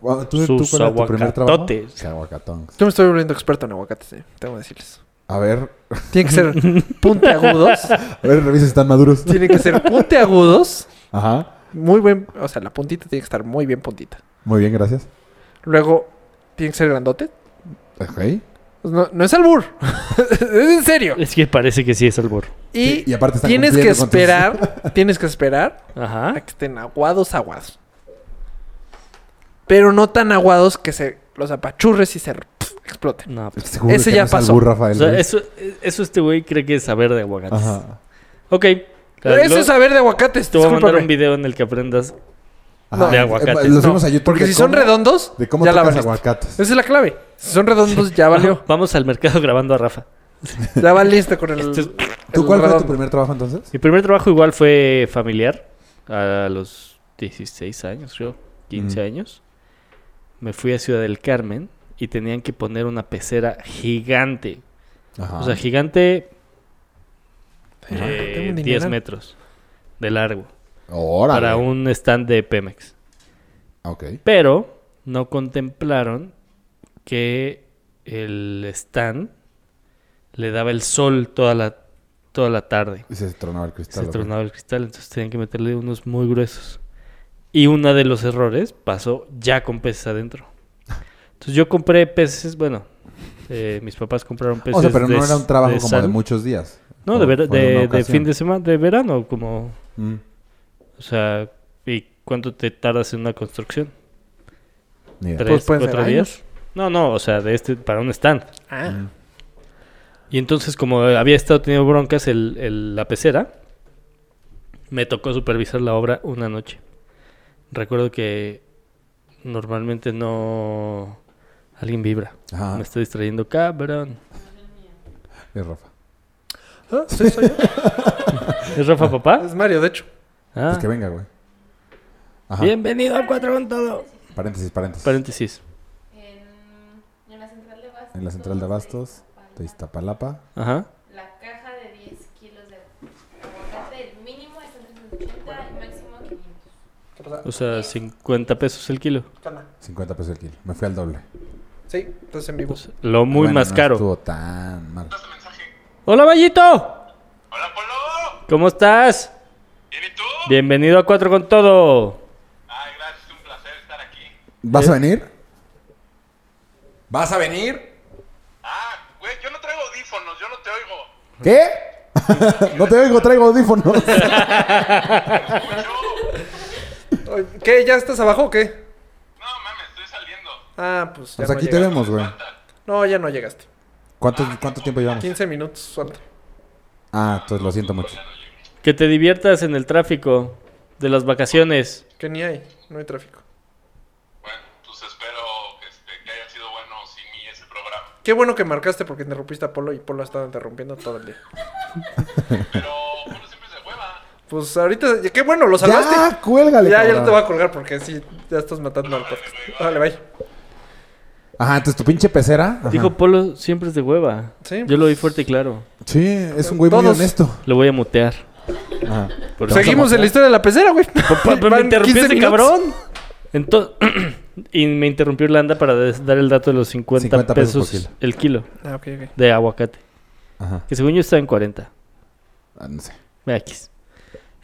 [SPEAKER 1] bueno, ¿Tú, tú
[SPEAKER 2] Sus
[SPEAKER 1] cuál era tu primer trabajo?
[SPEAKER 2] aguacatotes.
[SPEAKER 1] Sí, aguacatongs.
[SPEAKER 4] Yo me estoy volviendo experto en aguacates, eh, tengo que decirles.
[SPEAKER 1] A ver,
[SPEAKER 4] Tienen que ser puntiagudos.
[SPEAKER 1] a ver, revisa si están maduros.
[SPEAKER 4] tienen que ser puntiagudos.
[SPEAKER 1] Ajá.
[SPEAKER 4] Muy buen... O sea, la puntita tiene que estar muy bien puntita.
[SPEAKER 1] Muy bien, gracias.
[SPEAKER 4] Luego, tiene que ser grandote. Pues
[SPEAKER 1] Ok.
[SPEAKER 4] No, no es albur. es en serio.
[SPEAKER 2] Es que parece que sí es albor.
[SPEAKER 4] Y,
[SPEAKER 1] Sí, y aparte están
[SPEAKER 4] tienes que
[SPEAKER 1] cumpliendo con tus-
[SPEAKER 4] esperar, tienes que esperar a
[SPEAKER 2] Ajá.
[SPEAKER 4] que estén aguados, aguados. Pero no tan aguados que se los apachurres y se pf, exploten.
[SPEAKER 2] No, pues.
[SPEAKER 1] Seguro
[SPEAKER 4] Ese
[SPEAKER 1] que
[SPEAKER 4] ya
[SPEAKER 1] no es al
[SPEAKER 4] pasó.
[SPEAKER 1] burro,
[SPEAKER 2] O
[SPEAKER 1] Rafael,
[SPEAKER 2] sea,
[SPEAKER 1] güey.
[SPEAKER 2] eso, eso este güey cree que es saber de aguacates.
[SPEAKER 1] Ajá.
[SPEAKER 2] Ok.
[SPEAKER 4] Eso es saber de aguacates,
[SPEAKER 2] Te voy a mandar un
[SPEAKER 4] discúlpame.
[SPEAKER 2] video en el que aprendas.
[SPEAKER 1] Ajá.
[SPEAKER 2] De aguacates.
[SPEAKER 1] Eh, Los
[SPEAKER 2] No,
[SPEAKER 1] vimos a YouTube.
[SPEAKER 4] Porque
[SPEAKER 1] de
[SPEAKER 4] si son
[SPEAKER 1] cómo-
[SPEAKER 4] redondos,
[SPEAKER 1] De cómo
[SPEAKER 4] ya la
[SPEAKER 1] tocas
[SPEAKER 4] valiste.
[SPEAKER 1] aguacates.
[SPEAKER 4] Esa es la clave. Si son redondos, ya
[SPEAKER 2] Vamos,
[SPEAKER 4] valió.
[SPEAKER 2] vamos al mercado grabando a Rafa.
[SPEAKER 4] Ya valiste con el.
[SPEAKER 2] Este es-
[SPEAKER 1] ¿Tú
[SPEAKER 4] el
[SPEAKER 1] cuál fue tu
[SPEAKER 4] redondo.
[SPEAKER 1] primer trabajo entonces?
[SPEAKER 2] Mi primer trabajo igual fue familiar. A los 16 años, yo. 15
[SPEAKER 1] Ujú.
[SPEAKER 2] años. Me fui a Ciudad del Carmen y tenían que poner una pecera gigante.
[SPEAKER 1] Ajá.
[SPEAKER 2] O sea, gigante
[SPEAKER 4] Ah,
[SPEAKER 2] eh,
[SPEAKER 4] tengo un
[SPEAKER 2] 10
[SPEAKER 4] dineral.
[SPEAKER 2] metros de largo.
[SPEAKER 1] Órale.
[SPEAKER 2] Para un stand de Pemex.
[SPEAKER 1] Ok.
[SPEAKER 2] Pero no contemplaron que el stand le daba el sol toda la, toda la tarde.
[SPEAKER 1] Y se tronaba el cristal.
[SPEAKER 2] Se
[SPEAKER 1] ok.
[SPEAKER 2] tronaba el cristal, entonces tenían que meterle unos muy gruesos. Y uno de los errores pasó ya con peces adentro. Entonces yo compré peces, bueno, eh, mis papás compraron peces.
[SPEAKER 1] O sea, pero
[SPEAKER 2] de-
[SPEAKER 1] no era un trabajo
[SPEAKER 2] de
[SPEAKER 1] como de
[SPEAKER 2] sal.
[SPEAKER 1] muchos días.
[SPEAKER 2] No, de,
[SPEAKER 1] Fue-
[SPEAKER 2] vera-
[SPEAKER 1] fue una
[SPEAKER 2] de- de
[SPEAKER 1] ocasión.
[SPEAKER 2] fin de semana, de verano, como,
[SPEAKER 1] Mm.
[SPEAKER 2] o sea, ¿y cuánto te tardas en una construcción?
[SPEAKER 1] Ni idea.
[SPEAKER 2] tres,
[SPEAKER 4] pueden ser
[SPEAKER 2] cuatro días. No, no, o sea, de este para un stand.
[SPEAKER 4] Ah,
[SPEAKER 2] Y entonces, como había estado teniendo broncas el, el- la pecera, me tocó supervisar la obra una noche. Recuerdo que normalmente no... Alguien vibra.
[SPEAKER 1] Ajá.
[SPEAKER 2] Me está distrayendo, cabrón.
[SPEAKER 1] Es Rafa.
[SPEAKER 4] Ah, sí, soy yo.
[SPEAKER 2] ¿Es Rafa Papá?
[SPEAKER 4] Es Mario, de hecho.
[SPEAKER 2] Ah.
[SPEAKER 1] Pues Ah. que venga, güey. Ajá.
[SPEAKER 2] Bienvenido a Cuatro con Todo.
[SPEAKER 1] Paréntesis, paréntesis.
[SPEAKER 2] Paréntesis.
[SPEAKER 5] En, en la central de Bastos.
[SPEAKER 1] En la central de Abastos, de Iztapalapa.
[SPEAKER 2] Ajá.
[SPEAKER 5] La caja de 10 kilos de aguacate, el mínimo es 380 y máximo 500.
[SPEAKER 4] ¿Qué pasa?
[SPEAKER 2] O sea, 50 pesos el kilo.
[SPEAKER 4] ¿Qué onda?
[SPEAKER 1] 50 pesos el kilo. Me fui al doble.
[SPEAKER 4] Sí, estás en vivo.
[SPEAKER 2] Lo muy
[SPEAKER 1] Bueno,
[SPEAKER 2] más
[SPEAKER 1] no
[SPEAKER 2] caro.
[SPEAKER 1] Estuvo tan mal.
[SPEAKER 2] ¡Hola, Vallito!
[SPEAKER 3] Hola, Polo.
[SPEAKER 2] ¿Cómo estás?
[SPEAKER 3] ¿Bien y tú?
[SPEAKER 2] Bienvenido a Cuatro con Todo.
[SPEAKER 3] Ay, gracias, un placer estar aquí.
[SPEAKER 1] ¿Vas a
[SPEAKER 4] Eh.
[SPEAKER 1] venir? ¿Vas a venir?
[SPEAKER 3] Ah, güey, yo no traigo audífonos, yo no te oigo.
[SPEAKER 1] ¿Qué? no te oigo, traigo audífonos.
[SPEAKER 3] Yo,
[SPEAKER 4] ¿Qué? ¿Ya estás abajo o qué? Ah, pues ya
[SPEAKER 1] Pues
[SPEAKER 4] no
[SPEAKER 1] aquí te
[SPEAKER 4] llegaste.
[SPEAKER 1] vemos, güey.
[SPEAKER 4] No, ya no llegaste.
[SPEAKER 1] ¿Cuánto, ¿Cuánto tiempo llevamos?
[SPEAKER 4] 15 minutos, suerte.
[SPEAKER 1] Ah, entonces lo siento mucho.
[SPEAKER 2] Que te diviertas en el tráfico de las vacaciones.
[SPEAKER 4] Que ni hay, no hay tráfico.
[SPEAKER 3] Bueno, pues espero que, este, que hayan sido buenos sin mí ese programa.
[SPEAKER 4] Qué bueno que marcaste porque interrumpiste a Polo y Polo ha estado interrumpiendo todo el día.
[SPEAKER 3] Pero uno siempre se hueva.
[SPEAKER 4] Pues ahorita, qué bueno, lo salvaste.
[SPEAKER 1] Ya, cuélgale.
[SPEAKER 4] ya, ya no
[SPEAKER 1] cabrón.
[SPEAKER 4] te voy a colgar porque sí, ya estás matando al podcast. Dale, bye.
[SPEAKER 1] Ajá, entonces tu pinche pecera. ajá.
[SPEAKER 2] Dijo Polo, siempre es de hueva.
[SPEAKER 4] Sí,
[SPEAKER 2] Yo
[SPEAKER 4] pues-
[SPEAKER 2] lo oí fuerte y claro.
[SPEAKER 1] Sí, es un güey muy
[SPEAKER 4] Todos.
[SPEAKER 1] honesto.
[SPEAKER 2] Lo voy a mutear.
[SPEAKER 1] Ajá.
[SPEAKER 2] Por
[SPEAKER 1] Te vamos a
[SPEAKER 4] Seguimos en
[SPEAKER 1] matar.
[SPEAKER 4] la historia de la pecera, güey.
[SPEAKER 2] Papá, pero me
[SPEAKER 4] Van 15
[SPEAKER 2] interrumpiste,
[SPEAKER 4] minutos.
[SPEAKER 2] cabrón. Ento- y me interrumpió Irlanda para des- dar el dato de los 50,
[SPEAKER 1] 50 pesos
[SPEAKER 2] pesos,
[SPEAKER 1] por kilo.
[SPEAKER 2] el kilo
[SPEAKER 4] Ah, ok, ok.
[SPEAKER 2] de aguacate.
[SPEAKER 1] Ajá.
[SPEAKER 2] Que según yo está en 40.
[SPEAKER 1] Ah, No sé.
[SPEAKER 2] Me X.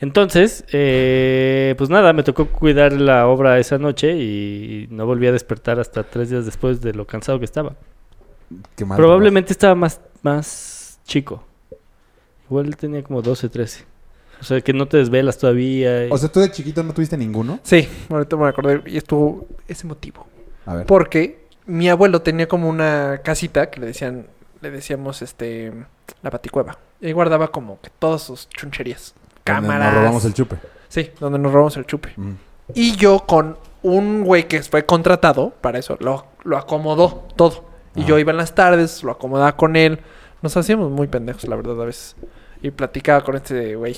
[SPEAKER 2] Entonces, eh, pues nada, me tocó cuidar la obra esa noche y no volví a despertar hasta tres días después de lo cansado que estaba.
[SPEAKER 1] Qué mal.
[SPEAKER 2] Probablemente estaba más, más chico. Igual tenía como 12, 13. O sea, que no te desvelas todavía. y-
[SPEAKER 1] O sea, tú de chiquito no tuviste ninguno.
[SPEAKER 4] Sí, ahorita me acordé y estuvo ese motivo.
[SPEAKER 1] A ver.
[SPEAKER 4] Porque mi abuelo tenía como una casita que le decían, le decíamos, este, la paticueva. Y ahí guardaba como que todas sus chuncherías.
[SPEAKER 1] Donde
[SPEAKER 4] Cámaras.
[SPEAKER 1] Nos robamos el chupe.
[SPEAKER 4] Sí, donde nos robamos el chupe.
[SPEAKER 1] Mm.
[SPEAKER 4] Y yo con un güey que fue contratado para eso, lo, lo acomodó todo. Y
[SPEAKER 1] Ah.
[SPEAKER 4] yo iba en las tardes, lo acomodaba con él. Nos hacíamos muy pendejos, la verdad, a veces. Y platicaba con este güey.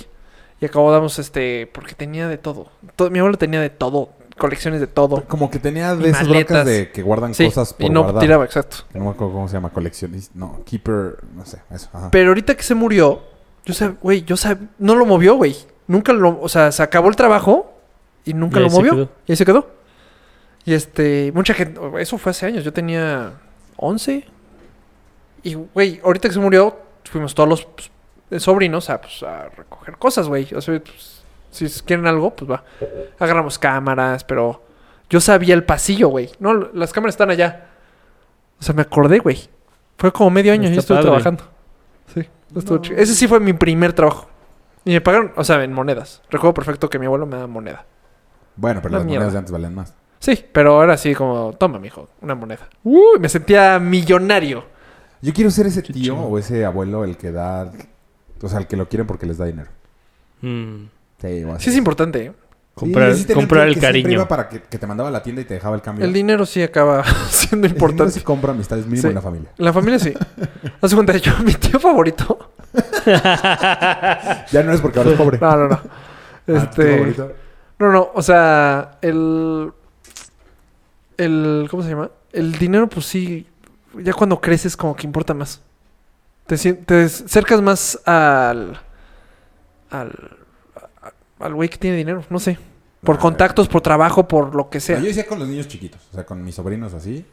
[SPEAKER 4] Y acomodamos este, porque tenía de todo. todo mi abuelo tenía de todo, colecciones de todo.
[SPEAKER 1] Como que tenía
[SPEAKER 4] Y
[SPEAKER 1] de esas
[SPEAKER 4] maletas.
[SPEAKER 1] broncas de que guardan
[SPEAKER 4] Sí,
[SPEAKER 1] cosas por
[SPEAKER 4] y no
[SPEAKER 1] guardar.
[SPEAKER 4] tiraba, exacto.
[SPEAKER 1] No me acuerdo cómo se llama, coleccionista. No, keeper, no sé, eso. Ajá.
[SPEAKER 4] Pero ahorita que se murió, yo sab- güey, yo sab- no lo movió, güey. Nunca lo, o sea, se acabó el trabajo y nunca
[SPEAKER 2] Y
[SPEAKER 4] lo
[SPEAKER 2] ahí se
[SPEAKER 4] movió.
[SPEAKER 2] quedó.
[SPEAKER 4] Y ahí se quedó. Y este, mucha gente, eso fue hace años, yo tenía 11. Y güey, ahorita que se murió, fuimos todos los pues, sobrinos a, pues, a recoger cosas, güey. O sea, pues, si quieren algo, pues va. Agarramos cámaras, pero yo sabía el pasillo, güey. No, las cámaras están allá. O sea, me acordé, güey. Fue como medio año
[SPEAKER 2] Está
[SPEAKER 4] yo estuve
[SPEAKER 2] padre.
[SPEAKER 4] trabajando. Sí, estuvo chido. Ese sí fue mi primer trabajo. Y me pagaron, o sea, en monedas. Recuerdo perfecto que mi abuelo me daba moneda.
[SPEAKER 1] bueno, pero
[SPEAKER 4] una
[SPEAKER 1] las
[SPEAKER 4] mierda.
[SPEAKER 1] monedas de antes valen más.
[SPEAKER 4] Sí, pero ahora sí como, toma, mijo, una moneda. Uy, me sentía millonario.
[SPEAKER 1] Yo quiero ser ese tío o ese abuelo el que da. O sea, el que lo quieren porque les da dinero.
[SPEAKER 2] Mm.
[SPEAKER 1] Sí, voy a ser
[SPEAKER 4] Sí es
[SPEAKER 1] ese.
[SPEAKER 4] importante, ¿eh?
[SPEAKER 2] Comprar-
[SPEAKER 1] Sí, sí tenía un
[SPEAKER 2] comprar
[SPEAKER 1] tío
[SPEAKER 2] el
[SPEAKER 1] que siempre
[SPEAKER 2] cariño.
[SPEAKER 1] iba para que, que te mandaba a la tienda y te dejaba el cambio.
[SPEAKER 4] El dinero sí acaba siendo
[SPEAKER 1] El dinero
[SPEAKER 4] importante.
[SPEAKER 1] sí compra amistades mínimo
[SPEAKER 4] Sí.
[SPEAKER 1] en la familia.
[SPEAKER 4] La familia sí. Haz cuenta, yo, mi tío favorito.
[SPEAKER 1] Ya no es porque ahora es pobre.
[SPEAKER 4] No, no, no.
[SPEAKER 1] Ah, ¿tu tío
[SPEAKER 4] Este.
[SPEAKER 1] favorito?
[SPEAKER 4] No, no, o sea, el. El. ¿Cómo se llama? El dinero, pues sí. Ya cuando creces, como que importa más. Te, sien- te acercas más al. Al. a- Al güey que tiene dinero, no sé. Por
[SPEAKER 1] Ah,
[SPEAKER 4] contactos, por trabajo, por lo que
[SPEAKER 1] No,
[SPEAKER 4] sea.
[SPEAKER 1] yo decía con los niños chiquitos. O sea, con mis sobrinos así.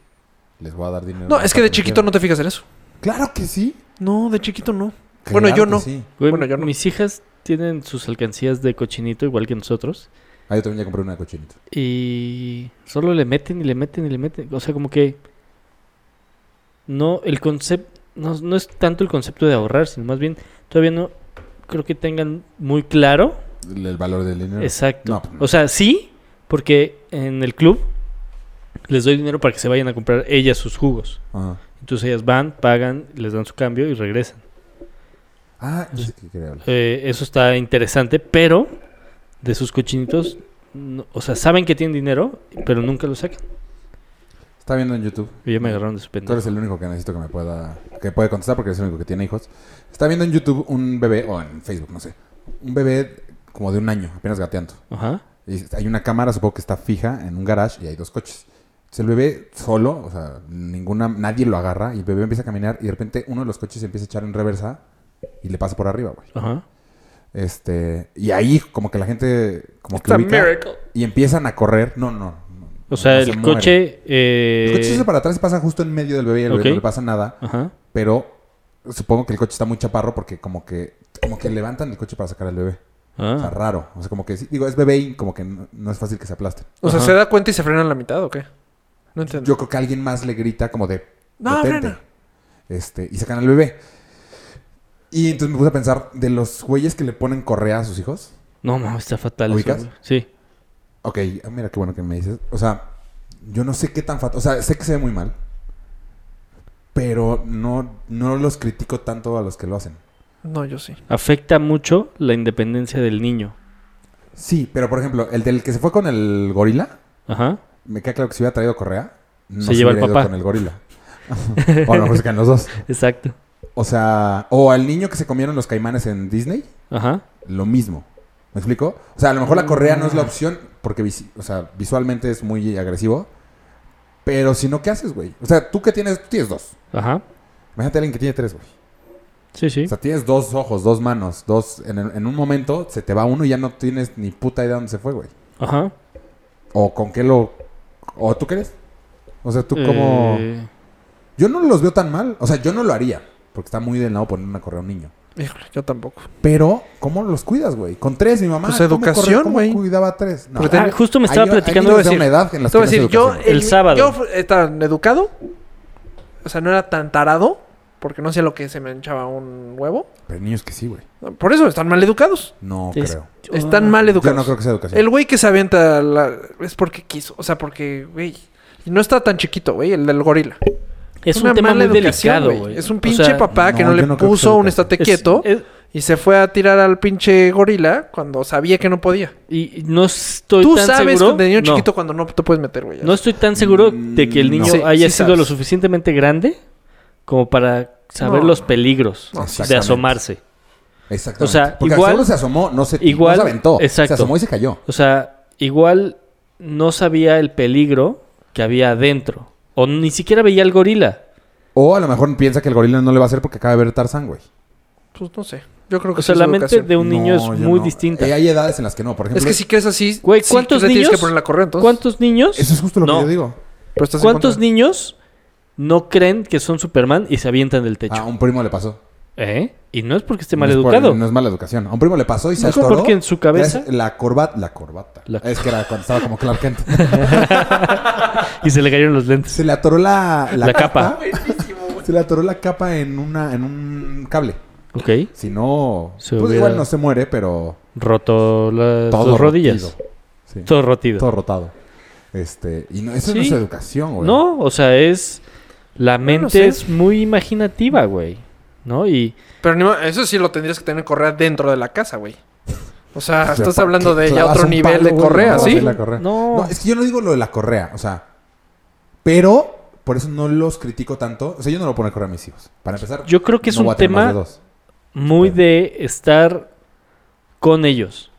[SPEAKER 1] Les voy a dar dinero.
[SPEAKER 4] No, es que de
[SPEAKER 1] Para
[SPEAKER 4] chiquito no
[SPEAKER 1] quieran.
[SPEAKER 4] te fijas en eso.
[SPEAKER 1] Claro que sí.
[SPEAKER 4] No, de chiquito no. Bueno,
[SPEAKER 1] Claro
[SPEAKER 4] yo
[SPEAKER 1] que
[SPEAKER 4] no.
[SPEAKER 1] sí.
[SPEAKER 2] Güey,
[SPEAKER 4] Bueno, yo no.
[SPEAKER 2] Mis hijas tienen sus alcancías de cochinito igual que nosotros.
[SPEAKER 1] Ah, yo también ya compré una de cochinito.
[SPEAKER 2] Y solo le meten y le meten y le meten. O sea, como que... No, el concepto... No, no es tanto el concepto de ahorrar, sino más bien todavía no creo que tengan muy claro.
[SPEAKER 1] El, el valor del dinero.
[SPEAKER 2] Exacto.
[SPEAKER 1] No, pues no.
[SPEAKER 2] O sea, sí, porque en el club les doy dinero para que se vayan a comprar ellas sus jugos.
[SPEAKER 1] Ajá.
[SPEAKER 2] Entonces ellas van, pagan, les dan su cambio y regresan.
[SPEAKER 1] Ah, yo sé que quería hablar.
[SPEAKER 2] Eh, eso está interesante, pero de sus cochinitos, no- o sea, saben que tienen dinero, pero nunca lo sacan.
[SPEAKER 1] Está viendo en YouTube.
[SPEAKER 2] Y ya me agarraron de su
[SPEAKER 1] Tú
[SPEAKER 2] pendejo.
[SPEAKER 1] eres el único que necesito que me pueda... Que puede contestar porque eres el único que tiene hijos. Está viendo en YouTube un bebé, o en Facebook, no sé. Un bebé como de un año, apenas gateando.
[SPEAKER 2] Ajá.
[SPEAKER 1] Y hay una cámara, supongo que está fija en un garage y hay dos coches. Entonces el bebé solo, o sea, ninguna, nadie lo agarra y el bebé empieza a caminar y de repente uno de los coches se empieza a echar en reversa y le pasa por arriba, güey.
[SPEAKER 2] Ajá.
[SPEAKER 1] Este, y ahí como que la gente como que
[SPEAKER 4] It's a
[SPEAKER 1] ubica
[SPEAKER 4] miracle.
[SPEAKER 1] y empiezan a correr. No, no. no,
[SPEAKER 2] O
[SPEAKER 1] no,
[SPEAKER 2] sea,
[SPEAKER 1] no se
[SPEAKER 2] el
[SPEAKER 1] muere.
[SPEAKER 2] coche.
[SPEAKER 1] El coche se
[SPEAKER 2] eh,
[SPEAKER 1] hace para atrás y pasa justo en medio del bebé y el
[SPEAKER 2] Ok.
[SPEAKER 1] bebé no le pasa nada,
[SPEAKER 2] Ajá.
[SPEAKER 1] pero supongo que el coche está muy chaparro porque como que como que levantan el coche para sacar al bebé. O sea,
[SPEAKER 2] Ah.
[SPEAKER 1] raro. O sea, como que sí, digo, es bebé y como que no, no es fácil que se aplaste.
[SPEAKER 4] O sea,
[SPEAKER 2] Ajá.
[SPEAKER 4] ¿se da cuenta y se frena en la mitad o qué? No entiendo.
[SPEAKER 1] Yo creo que alguien más le grita como de...
[SPEAKER 4] No,
[SPEAKER 1] "Detente".
[SPEAKER 4] frena.
[SPEAKER 1] Este, y sacan al bebé. Y entonces me puse a pensar, de los güeyes que le ponen correa a sus hijos.
[SPEAKER 2] No, mames, está fatal. eso,
[SPEAKER 1] ¿Ubicas?
[SPEAKER 2] güey. sí.
[SPEAKER 1] Ok, ah, mira qué bueno que me dices. O sea, Yo no sé qué tan fatal. O sea, sé que se ve muy mal. Pero no, no los critico tanto a los que lo hacen.
[SPEAKER 4] No, yo sí.
[SPEAKER 2] Afecta mucho la independencia del niño.
[SPEAKER 1] Sí, pero por ejemplo, el del que se fue con el gorila,
[SPEAKER 2] Ajá.
[SPEAKER 1] me queda claro que si hubiera traído Correa, no
[SPEAKER 2] Se lleva
[SPEAKER 1] hubiera
[SPEAKER 2] el
[SPEAKER 1] ido
[SPEAKER 2] papá.
[SPEAKER 1] con el gorila. o a lo mejor se quedan los dos.
[SPEAKER 2] Exacto.
[SPEAKER 1] O sea, o al niño que se comieron los caimanes en Disney,
[SPEAKER 2] Ajá.
[SPEAKER 1] lo mismo. ¿Me explico? O sea, a lo mejor la correa no es
[SPEAKER 2] Mm.
[SPEAKER 1] la opción porque visi- o sea, visualmente es muy agresivo. Pero si no, ¿qué haces, güey? O sea, tú que tienes, tú tienes dos.
[SPEAKER 2] Ajá.
[SPEAKER 1] Imagínate a alguien que tiene tres, güey.
[SPEAKER 2] Sí, sí.
[SPEAKER 1] O sea, tienes dos ojos, dos manos, dos. En, en un momento se te va uno y ya no tienes ni puta idea dónde se fue, güey.
[SPEAKER 2] Ajá.
[SPEAKER 1] O con qué lo. O tú crees. O sea, tú como.
[SPEAKER 2] Eh,
[SPEAKER 1] Yo no los veo tan mal. O sea, yo no lo haría. Porque está muy del lado poner una correa a un niño.
[SPEAKER 4] Híjole, yo tampoco.
[SPEAKER 1] Pero, ¿cómo los cuidas, güey? Con tres, mi mamá.
[SPEAKER 4] Pues
[SPEAKER 1] ¿cómo
[SPEAKER 4] educación,
[SPEAKER 1] corría? ¿Cómo
[SPEAKER 4] güey.
[SPEAKER 1] cuidaba a tres? No.
[SPEAKER 4] Pero te-
[SPEAKER 2] ah, justo me estaba
[SPEAKER 1] Hay- hay
[SPEAKER 2] platicando.
[SPEAKER 1] niños de
[SPEAKER 4] decir-
[SPEAKER 1] una edad en las
[SPEAKER 4] Te voy a
[SPEAKER 1] que no
[SPEAKER 4] decir,
[SPEAKER 1] se
[SPEAKER 4] yo
[SPEAKER 1] educación.
[SPEAKER 2] El
[SPEAKER 4] mi-
[SPEAKER 2] sábado.
[SPEAKER 4] Yo fu- eh, tan educado, o sea, no era tan tarado, porque no sé lo que se me hinchaba un huevo.
[SPEAKER 1] Pero hay niños que sí, güey.
[SPEAKER 4] Por eso están mal educados.
[SPEAKER 1] No
[SPEAKER 2] es-
[SPEAKER 1] creo.
[SPEAKER 2] Ah.
[SPEAKER 4] Están mal
[SPEAKER 1] Yo
[SPEAKER 4] educados.
[SPEAKER 1] no creo que sea educación.
[SPEAKER 4] El güey que se avienta la- es porque quiso, o sea, porque, güey. Y no está tan chiquito, güey, el del gorila.
[SPEAKER 2] Es un tema muy delicado, güey.
[SPEAKER 4] Es un
[SPEAKER 2] O
[SPEAKER 4] pinche
[SPEAKER 2] sea,
[SPEAKER 4] papá que
[SPEAKER 1] no,
[SPEAKER 4] no le
[SPEAKER 1] yo no creo que sea
[SPEAKER 4] puso
[SPEAKER 1] educación.
[SPEAKER 4] un estate
[SPEAKER 2] es-
[SPEAKER 4] quieto
[SPEAKER 2] es-
[SPEAKER 4] y se fue a tirar al pinche gorila cuando sabía que no podía.
[SPEAKER 2] y y no estoy
[SPEAKER 4] Tú
[SPEAKER 2] tan
[SPEAKER 4] sabes
[SPEAKER 2] seguro.
[SPEAKER 4] de niño
[SPEAKER 2] no.
[SPEAKER 4] chiquito cuando no te puedes meter, güey.
[SPEAKER 2] No estoy tan seguro de que el
[SPEAKER 1] Mm,
[SPEAKER 2] niño
[SPEAKER 1] no.
[SPEAKER 4] Sí,
[SPEAKER 2] haya
[SPEAKER 4] sí
[SPEAKER 2] sido
[SPEAKER 4] sabes.
[SPEAKER 2] lo suficientemente grande como para saber
[SPEAKER 4] No.
[SPEAKER 2] los peligros
[SPEAKER 1] No,
[SPEAKER 2] de
[SPEAKER 1] exactamente.
[SPEAKER 2] asomarse.
[SPEAKER 1] Exactamente.
[SPEAKER 2] o sea,
[SPEAKER 1] Porque
[SPEAKER 2] igual-
[SPEAKER 1] seguro se asomó, no se,
[SPEAKER 2] igual-
[SPEAKER 1] no se aventó.
[SPEAKER 2] exacto.
[SPEAKER 1] Se asomó y se cayó.
[SPEAKER 2] O sea, igual no sabía el peligro que había adentro. O ni siquiera veía al gorila.
[SPEAKER 1] O a lo mejor piensa que el gorila no le va a hacer porque acaba de ver Tarzán, güey.
[SPEAKER 4] Pues no sé. Yo creo que
[SPEAKER 2] O sea,
[SPEAKER 4] sí es
[SPEAKER 2] la mente
[SPEAKER 4] educación.
[SPEAKER 2] de un niño
[SPEAKER 1] No,
[SPEAKER 2] es
[SPEAKER 1] yo
[SPEAKER 2] muy
[SPEAKER 1] no.
[SPEAKER 2] distinta.
[SPEAKER 1] Eh, hay edades en las que no. Por ejemplo,
[SPEAKER 4] Es que si crees así,
[SPEAKER 2] Güey,
[SPEAKER 4] sí,
[SPEAKER 2] ¿cuántos
[SPEAKER 4] le tienes
[SPEAKER 2] niños?
[SPEAKER 4] que poner la correa, entonces.
[SPEAKER 2] ¿Cuántos niños?
[SPEAKER 1] eso es justo lo
[SPEAKER 2] No.
[SPEAKER 1] que yo digo.
[SPEAKER 4] Pero estás en
[SPEAKER 2] ¿Cuántos
[SPEAKER 4] contra.
[SPEAKER 2] niños no creen que son Superman y se avientan del techo?
[SPEAKER 1] A un primo le pasó.
[SPEAKER 2] ¿Eh? Y no es porque esté
[SPEAKER 1] Ah. No
[SPEAKER 2] mal
[SPEAKER 1] es por-
[SPEAKER 2] educado.
[SPEAKER 1] no es mala educación. A un primo le pasó y se
[SPEAKER 2] No,
[SPEAKER 1] atoró.
[SPEAKER 2] porque en su cabeza-
[SPEAKER 1] Traes La corbata. La corbata.
[SPEAKER 2] La-
[SPEAKER 1] Es que era cuando estaba como Clark Kent.
[SPEAKER 2] Y se le cayeron los lentes.
[SPEAKER 1] se le atoró la,
[SPEAKER 2] La capa.
[SPEAKER 1] Se le atoró la capa en, una, en un cable.
[SPEAKER 2] Ok.
[SPEAKER 1] Si no,
[SPEAKER 2] Se
[SPEAKER 1] pues
[SPEAKER 2] hubiera-
[SPEAKER 1] igual no se muere, pero
[SPEAKER 2] Roto las
[SPEAKER 1] Todo
[SPEAKER 2] dos rodillas.
[SPEAKER 1] rotido. sí,
[SPEAKER 2] Todo rotido.
[SPEAKER 1] todo rotado. Este, y no, eso no
[SPEAKER 2] Sí.
[SPEAKER 1] es educación, güey.
[SPEAKER 2] No, o sea, es. La mente
[SPEAKER 4] Bueno, sí.
[SPEAKER 2] es muy imaginativa, güey. ¿No? Y.
[SPEAKER 4] Pero ni mo- eso sí lo tendrías que tener correa dentro de la casa, güey. O
[SPEAKER 2] Ah,
[SPEAKER 4] sea,
[SPEAKER 1] O sea,
[SPEAKER 4] estás
[SPEAKER 1] ¿para
[SPEAKER 4] hablando
[SPEAKER 1] qué
[SPEAKER 4] de ya
[SPEAKER 1] clavas
[SPEAKER 4] otro
[SPEAKER 1] un
[SPEAKER 4] nivel
[SPEAKER 1] palo,
[SPEAKER 4] de
[SPEAKER 1] güey,
[SPEAKER 4] correa,
[SPEAKER 1] clavas
[SPEAKER 4] ¿sí?
[SPEAKER 1] en la correa?
[SPEAKER 2] No.
[SPEAKER 1] No, es que yo no digo lo de la correa, o sea, pero por eso no los critico tanto. O sea, yo no lo pongo correa a mis hijos. Para empezar,
[SPEAKER 2] Yo creo que es
[SPEAKER 1] no
[SPEAKER 2] un
[SPEAKER 1] voy a tener
[SPEAKER 2] tema-
[SPEAKER 1] más de dos.
[SPEAKER 2] Muy
[SPEAKER 1] Bueno.
[SPEAKER 2] de estar con ellos.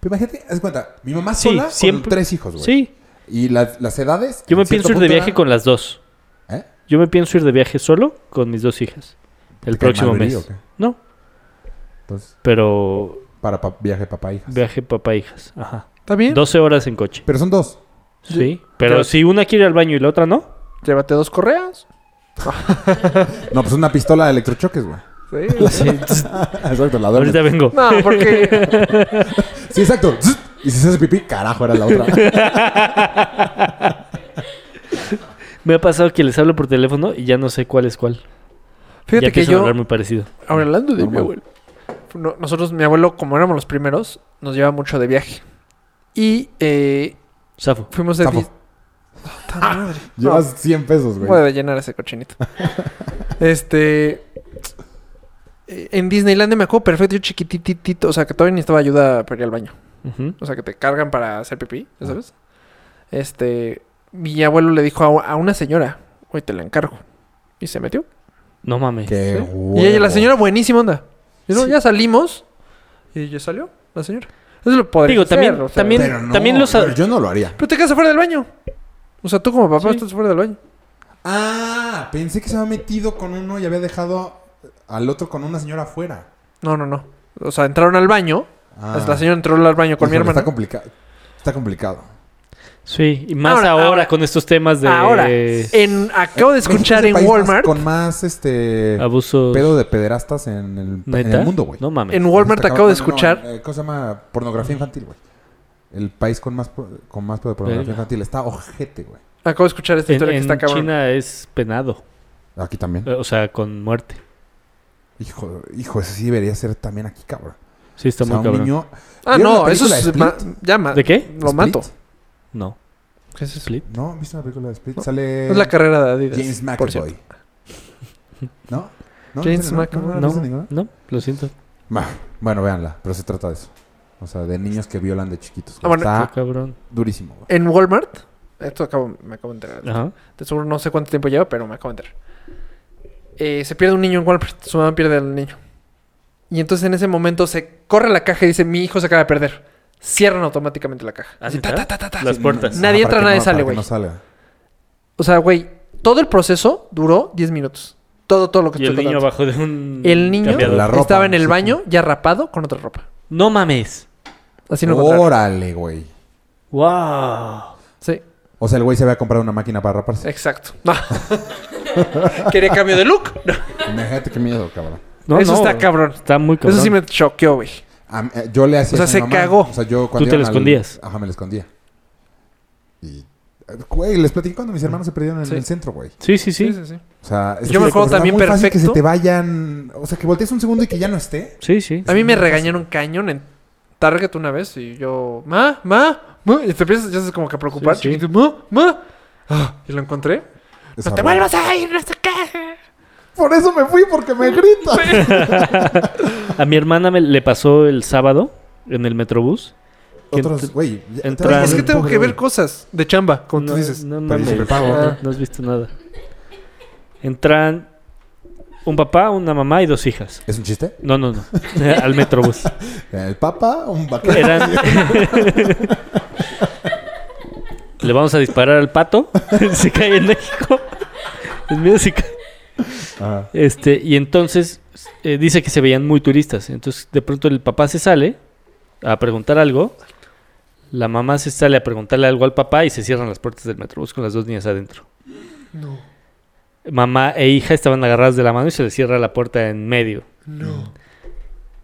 [SPEAKER 1] Pero imagínate, haz cuenta, mi mamá
[SPEAKER 2] Sí,
[SPEAKER 1] sola
[SPEAKER 2] siempre-
[SPEAKER 1] con tres hijos, güey.
[SPEAKER 2] Sí.
[SPEAKER 1] Y las, las edades.
[SPEAKER 2] Yo me
[SPEAKER 1] en cierto
[SPEAKER 2] pienso ir de
[SPEAKER 1] punto
[SPEAKER 2] viaje
[SPEAKER 1] eran-
[SPEAKER 2] con las dos.
[SPEAKER 1] ¿Eh?
[SPEAKER 2] Yo me pienso ir de viaje solo con mis dos hijas. El
[SPEAKER 1] ¿Te cae
[SPEAKER 2] próximo
[SPEAKER 1] mal
[SPEAKER 2] mes.
[SPEAKER 1] Viri o qué?
[SPEAKER 2] No,
[SPEAKER 1] Entonces,
[SPEAKER 2] pero
[SPEAKER 1] para pa- viaje papá hijas.
[SPEAKER 2] viaje papá e hijas. Ajá.
[SPEAKER 4] ¿Está bien?
[SPEAKER 2] 12 horas en coche.
[SPEAKER 1] Pero son dos.
[SPEAKER 2] Sí. Pero
[SPEAKER 4] Yo-
[SPEAKER 2] si una quiere ir al baño y la otra no.
[SPEAKER 4] Llévate dos correas.
[SPEAKER 1] No, pues una pistola de electrochoques, güey.
[SPEAKER 4] Sí.
[SPEAKER 1] Exacto, la doble.
[SPEAKER 2] Ahorita vengo.
[SPEAKER 4] no, porque
[SPEAKER 1] Sí, exacto. Y si se hace pipí, carajo, era la otra.
[SPEAKER 2] Me ha pasado que les hablo por teléfono y ya no sé cuál es cuál. ya
[SPEAKER 4] fíjate que
[SPEAKER 2] empiezan a
[SPEAKER 4] yo
[SPEAKER 2] hablar muy parecido.
[SPEAKER 4] Ahora, hablando de mi
[SPEAKER 1] Normal.
[SPEAKER 4] abuelo. no- nosotros, mi abuelo, como éramos los primeros, nos llevaba mucho de viaje. Y eh,
[SPEAKER 2] Safo.
[SPEAKER 4] fuimos de...
[SPEAKER 1] Zafo.
[SPEAKER 4] Dis- ¡Puta madre!
[SPEAKER 1] Llevas 100 pesos, güey.
[SPEAKER 4] Voy a llenar ese cochinito. este. eh, En Disneylandia me acuerdo perfecto, yo chiquititito, o sea, que todavía necesitaba ayuda para ir al baño.
[SPEAKER 2] Ujú.
[SPEAKER 4] O sea, que te cargan para hacer pipí, ¿ya ¿sabes? Este. Mi abuelo le dijo a, a una señora, oye, te la encargo. Y se metió.
[SPEAKER 2] No mames.
[SPEAKER 1] Qué
[SPEAKER 4] Sí.
[SPEAKER 1] huevo.
[SPEAKER 4] Y ella, la señora, buenísima onda. Y no,
[SPEAKER 2] Sí.
[SPEAKER 4] ya salimos. Y ya salió la señora. Eso lo podría
[SPEAKER 2] Digo,
[SPEAKER 4] hacer,
[SPEAKER 2] también-
[SPEAKER 4] o sea,
[SPEAKER 2] también- también los-
[SPEAKER 1] pero yo no lo haría.
[SPEAKER 4] Pero te quedas fuera del baño. O sea, tú como papá
[SPEAKER 2] Sí.
[SPEAKER 4] estás fuera del baño.
[SPEAKER 1] Ah, pensé que se había metido con uno y había dejado al otro con una señora afuera.
[SPEAKER 4] No, no, no. O sea, entraron al baño.
[SPEAKER 1] Ah.
[SPEAKER 4] La señora entró al baño con mi
[SPEAKER 1] Híjole,
[SPEAKER 4] hermana.
[SPEAKER 1] Está complicado. Está complicado.
[SPEAKER 2] Sí, y más
[SPEAKER 4] Ahora,
[SPEAKER 2] ahora,
[SPEAKER 4] ahora.
[SPEAKER 2] con estos temas de
[SPEAKER 4] Ah,
[SPEAKER 2] Eh,
[SPEAKER 4] Ahora, en, acabo de
[SPEAKER 1] México es
[SPEAKER 4] escuchar
[SPEAKER 1] el
[SPEAKER 4] en
[SPEAKER 1] este país más-
[SPEAKER 4] Walmart.
[SPEAKER 1] con más este
[SPEAKER 2] abusos.
[SPEAKER 1] pedo de pederastas en el, en
[SPEAKER 2] ¿Neta?
[SPEAKER 1] el mundo, güey.
[SPEAKER 2] No mames.
[SPEAKER 4] En Walmart
[SPEAKER 1] Está
[SPEAKER 4] acabo de
[SPEAKER 1] cabrón. No, no,
[SPEAKER 4] escuchar.
[SPEAKER 1] eh, ¿Cómo se llama? Pornografía infantil, güey. El país con más, pro- con más pedo de pornografía
[SPEAKER 2] Verga.
[SPEAKER 1] infantil. Está ojete, güey.
[SPEAKER 4] Acabo de escuchar esta
[SPEAKER 2] En,
[SPEAKER 4] historia que está
[SPEAKER 2] en
[SPEAKER 4] cabrón.
[SPEAKER 2] China es penado.
[SPEAKER 1] Aquí también.
[SPEAKER 2] eh, O sea, con muerte.
[SPEAKER 1] Hijo, hijo, eso sí debería ser también aquí, cabrón.
[SPEAKER 2] Sí, está
[SPEAKER 1] O sea,
[SPEAKER 2] muy
[SPEAKER 1] un
[SPEAKER 2] cabrón.
[SPEAKER 1] niño...
[SPEAKER 4] Ah,
[SPEAKER 1] ¿Vieron
[SPEAKER 4] no,
[SPEAKER 1] la
[SPEAKER 4] eso
[SPEAKER 1] película
[SPEAKER 4] es.
[SPEAKER 1] Split?
[SPEAKER 4] ma- ya ma-
[SPEAKER 2] ¿De qué?
[SPEAKER 4] Lo
[SPEAKER 1] ¿Split?
[SPEAKER 4] mato.
[SPEAKER 2] No.
[SPEAKER 4] ¿Qué es eso?
[SPEAKER 2] Split.
[SPEAKER 1] ¿No? ¿Viste la película de Split?
[SPEAKER 4] No.
[SPEAKER 1] Sale
[SPEAKER 4] Es la carrera de Adidas.
[SPEAKER 1] eh, James
[SPEAKER 4] por cierto.
[SPEAKER 1] McAvoy. ¿No? ¿No?
[SPEAKER 4] James
[SPEAKER 1] ¿En serio? ¿No? ¿No?
[SPEAKER 4] McAvoy.
[SPEAKER 1] ¿No la viste ninguna?
[SPEAKER 2] No, no, lo siento.
[SPEAKER 1] Bah, Bueno, véanla, pero se trata de eso. O sea, de niños que violan de chiquitos.
[SPEAKER 4] Ah, bueno.
[SPEAKER 2] Ah,
[SPEAKER 1] Está
[SPEAKER 2] cabrón.
[SPEAKER 1] durísimo, güey.
[SPEAKER 4] En Walmart, esto acabo, me acabo de enterar.
[SPEAKER 2] Ajá.
[SPEAKER 4] De seguro no sé cuánto tiempo lleva, pero me acabo de enterar. Eh, se pierde un niño en Walmart. Su mamá pierde al niño. Y entonces en ese momento se corre la caja y dice, mi hijo se acaba de perder. Cierran automáticamente la caja.
[SPEAKER 2] ¿Ah,
[SPEAKER 4] Así,
[SPEAKER 2] neta?
[SPEAKER 4] ta, ta, ta, ta, ta.
[SPEAKER 2] Las
[SPEAKER 1] Sí,
[SPEAKER 2] puertas.
[SPEAKER 1] no,
[SPEAKER 4] Nadie
[SPEAKER 1] para
[SPEAKER 4] entra,
[SPEAKER 1] que
[SPEAKER 4] nadie
[SPEAKER 1] no-
[SPEAKER 4] sale,
[SPEAKER 1] para que
[SPEAKER 4] güey.
[SPEAKER 1] no salga.
[SPEAKER 4] O sea, güey, todo el proceso duró 10 minutos. Todo, todo lo que
[SPEAKER 2] Y el
[SPEAKER 4] estoy
[SPEAKER 2] niño
[SPEAKER 4] contando.
[SPEAKER 2] abajo de un
[SPEAKER 4] El niño
[SPEAKER 2] cambiador.
[SPEAKER 1] La ropa,
[SPEAKER 4] estaba en el
[SPEAKER 1] sí.
[SPEAKER 4] baño ya rapado con otra ropa.
[SPEAKER 2] No mames.
[SPEAKER 4] Así lo encontraron.
[SPEAKER 1] Órale, güey.
[SPEAKER 2] Wow.
[SPEAKER 4] Sí,
[SPEAKER 1] O sea, el güey se va a comprar una máquina para raparse.
[SPEAKER 4] exacto. No. Quería cambio de look. No.
[SPEAKER 1] Imagínate qué miedo, cabrón.
[SPEAKER 2] No,
[SPEAKER 4] Eso
[SPEAKER 2] no,
[SPEAKER 4] está
[SPEAKER 2] güey.
[SPEAKER 4] cabrón.
[SPEAKER 2] Está muy cabrón.
[SPEAKER 4] Eso sí me choqueó, güey.
[SPEAKER 1] A mí- eh, yo le hacía
[SPEAKER 4] O
[SPEAKER 1] eso
[SPEAKER 4] sea,
[SPEAKER 1] a mi
[SPEAKER 4] se
[SPEAKER 1] mamá.
[SPEAKER 4] cagó.
[SPEAKER 1] O sea, yo cuando
[SPEAKER 2] Tú te
[SPEAKER 1] iban
[SPEAKER 2] lo escondías.
[SPEAKER 1] Ajá, me lo escondía. Y... eh, Güey, les platiqué cuando mis hermanos se perdieron en
[SPEAKER 4] Sí.
[SPEAKER 1] el centro, güey.
[SPEAKER 2] Sí, sí,
[SPEAKER 4] Sí,
[SPEAKER 2] sí.
[SPEAKER 4] sí, sí.
[SPEAKER 1] O sea, es
[SPEAKER 4] Yo me
[SPEAKER 1] que
[SPEAKER 4] acuerdo
[SPEAKER 1] está
[SPEAKER 4] también
[SPEAKER 1] muy fácil que se
[SPEAKER 4] perfecto.
[SPEAKER 1] te vayan... O sea, que voltees un segundo y que ya no esté.
[SPEAKER 2] Sí, sí.
[SPEAKER 4] A mí me regañaron cañón en Target una vez y yo, ma, ma, ma. Y te empiezas ya sabes, como que a preocupar.
[SPEAKER 2] Sí, sí.
[SPEAKER 4] chiquito, ma, ma. Ah, y lo encontré.
[SPEAKER 1] Es
[SPEAKER 4] No te
[SPEAKER 1] horrible.
[SPEAKER 4] vuelvas a ir, no sé qué.
[SPEAKER 1] Por eso me fui, porque me grita.
[SPEAKER 2] A mi hermana me, le pasó el sábado en el Metrobús.
[SPEAKER 1] Otros, güey. ya- te
[SPEAKER 2] entra-
[SPEAKER 1] vas a
[SPEAKER 4] Es que
[SPEAKER 1] volver
[SPEAKER 4] tengo
[SPEAKER 1] pobre,
[SPEAKER 4] que ver
[SPEAKER 1] güey.
[SPEAKER 4] cosas de chamba, como
[SPEAKER 2] no,
[SPEAKER 4] tú dices.
[SPEAKER 2] No,
[SPEAKER 1] Pero dice
[SPEAKER 2] mames.
[SPEAKER 1] prepago,
[SPEAKER 2] Ah,
[SPEAKER 1] ¿no?
[SPEAKER 2] no has visto nada. Entran un papá, una mamá y dos hijas.
[SPEAKER 1] ¿Es un chiste?
[SPEAKER 2] No, no, no. Al Metrobús.
[SPEAKER 1] El papa, un vaquero.
[SPEAKER 2] Eran... Le vamos a disparar al pato. se cae en México. El miedo se cae.
[SPEAKER 1] Ajá.
[SPEAKER 2] Este, y entonces eh, dice que se veían muy turistas. Entonces, de pronto el papá se sale a preguntar algo. La mamá se sale a preguntarle algo al papá y se cierran las puertas del metrobús con las dos niñas adentro.
[SPEAKER 4] No,
[SPEAKER 2] Mamá e hija estaban agarradas de la mano y se les cierra la puerta en medio.
[SPEAKER 4] no.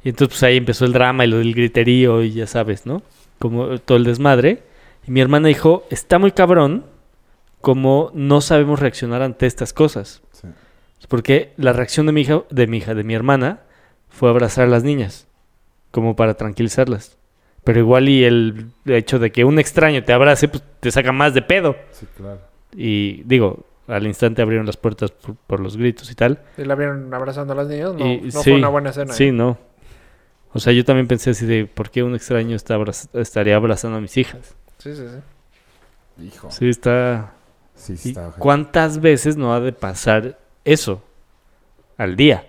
[SPEAKER 2] Y entonces pues, ahí empezó el drama y lo del griterío y ya sabes, ¿no? Como eh, todo el desmadre. Y mi hermana dijo, está muy cabrón como no sabemos reaccionar ante estas cosas.
[SPEAKER 1] Sí.
[SPEAKER 2] Porque la reacción de mi hija, de mi hija, de mi hermana, fue abrazar a las niñas, como para tranquilizarlas. Pero igual y el hecho de que un extraño te abrace, pues te saca más de pedo.
[SPEAKER 1] Sí, claro.
[SPEAKER 2] Y digo, al instante abrieron las puertas por, por los gritos y tal.
[SPEAKER 4] Y la vieron abrazando a las niñas. No,
[SPEAKER 2] Y
[SPEAKER 4] no
[SPEAKER 2] sí,
[SPEAKER 4] fue una buena escena.
[SPEAKER 2] Sí,
[SPEAKER 4] ¿eh?
[SPEAKER 2] no. O sea, yo también pensé así de, ¿por qué un extraño está abraz- estaría abrazando a mis hijas?
[SPEAKER 4] Sí, sí, sí.
[SPEAKER 1] Hijo.
[SPEAKER 2] Sí, está...
[SPEAKER 1] Sí,
[SPEAKER 2] ¿Y
[SPEAKER 1] sí, está. ojete.
[SPEAKER 2] ¿Cuántas veces no ha de pasar eso al día?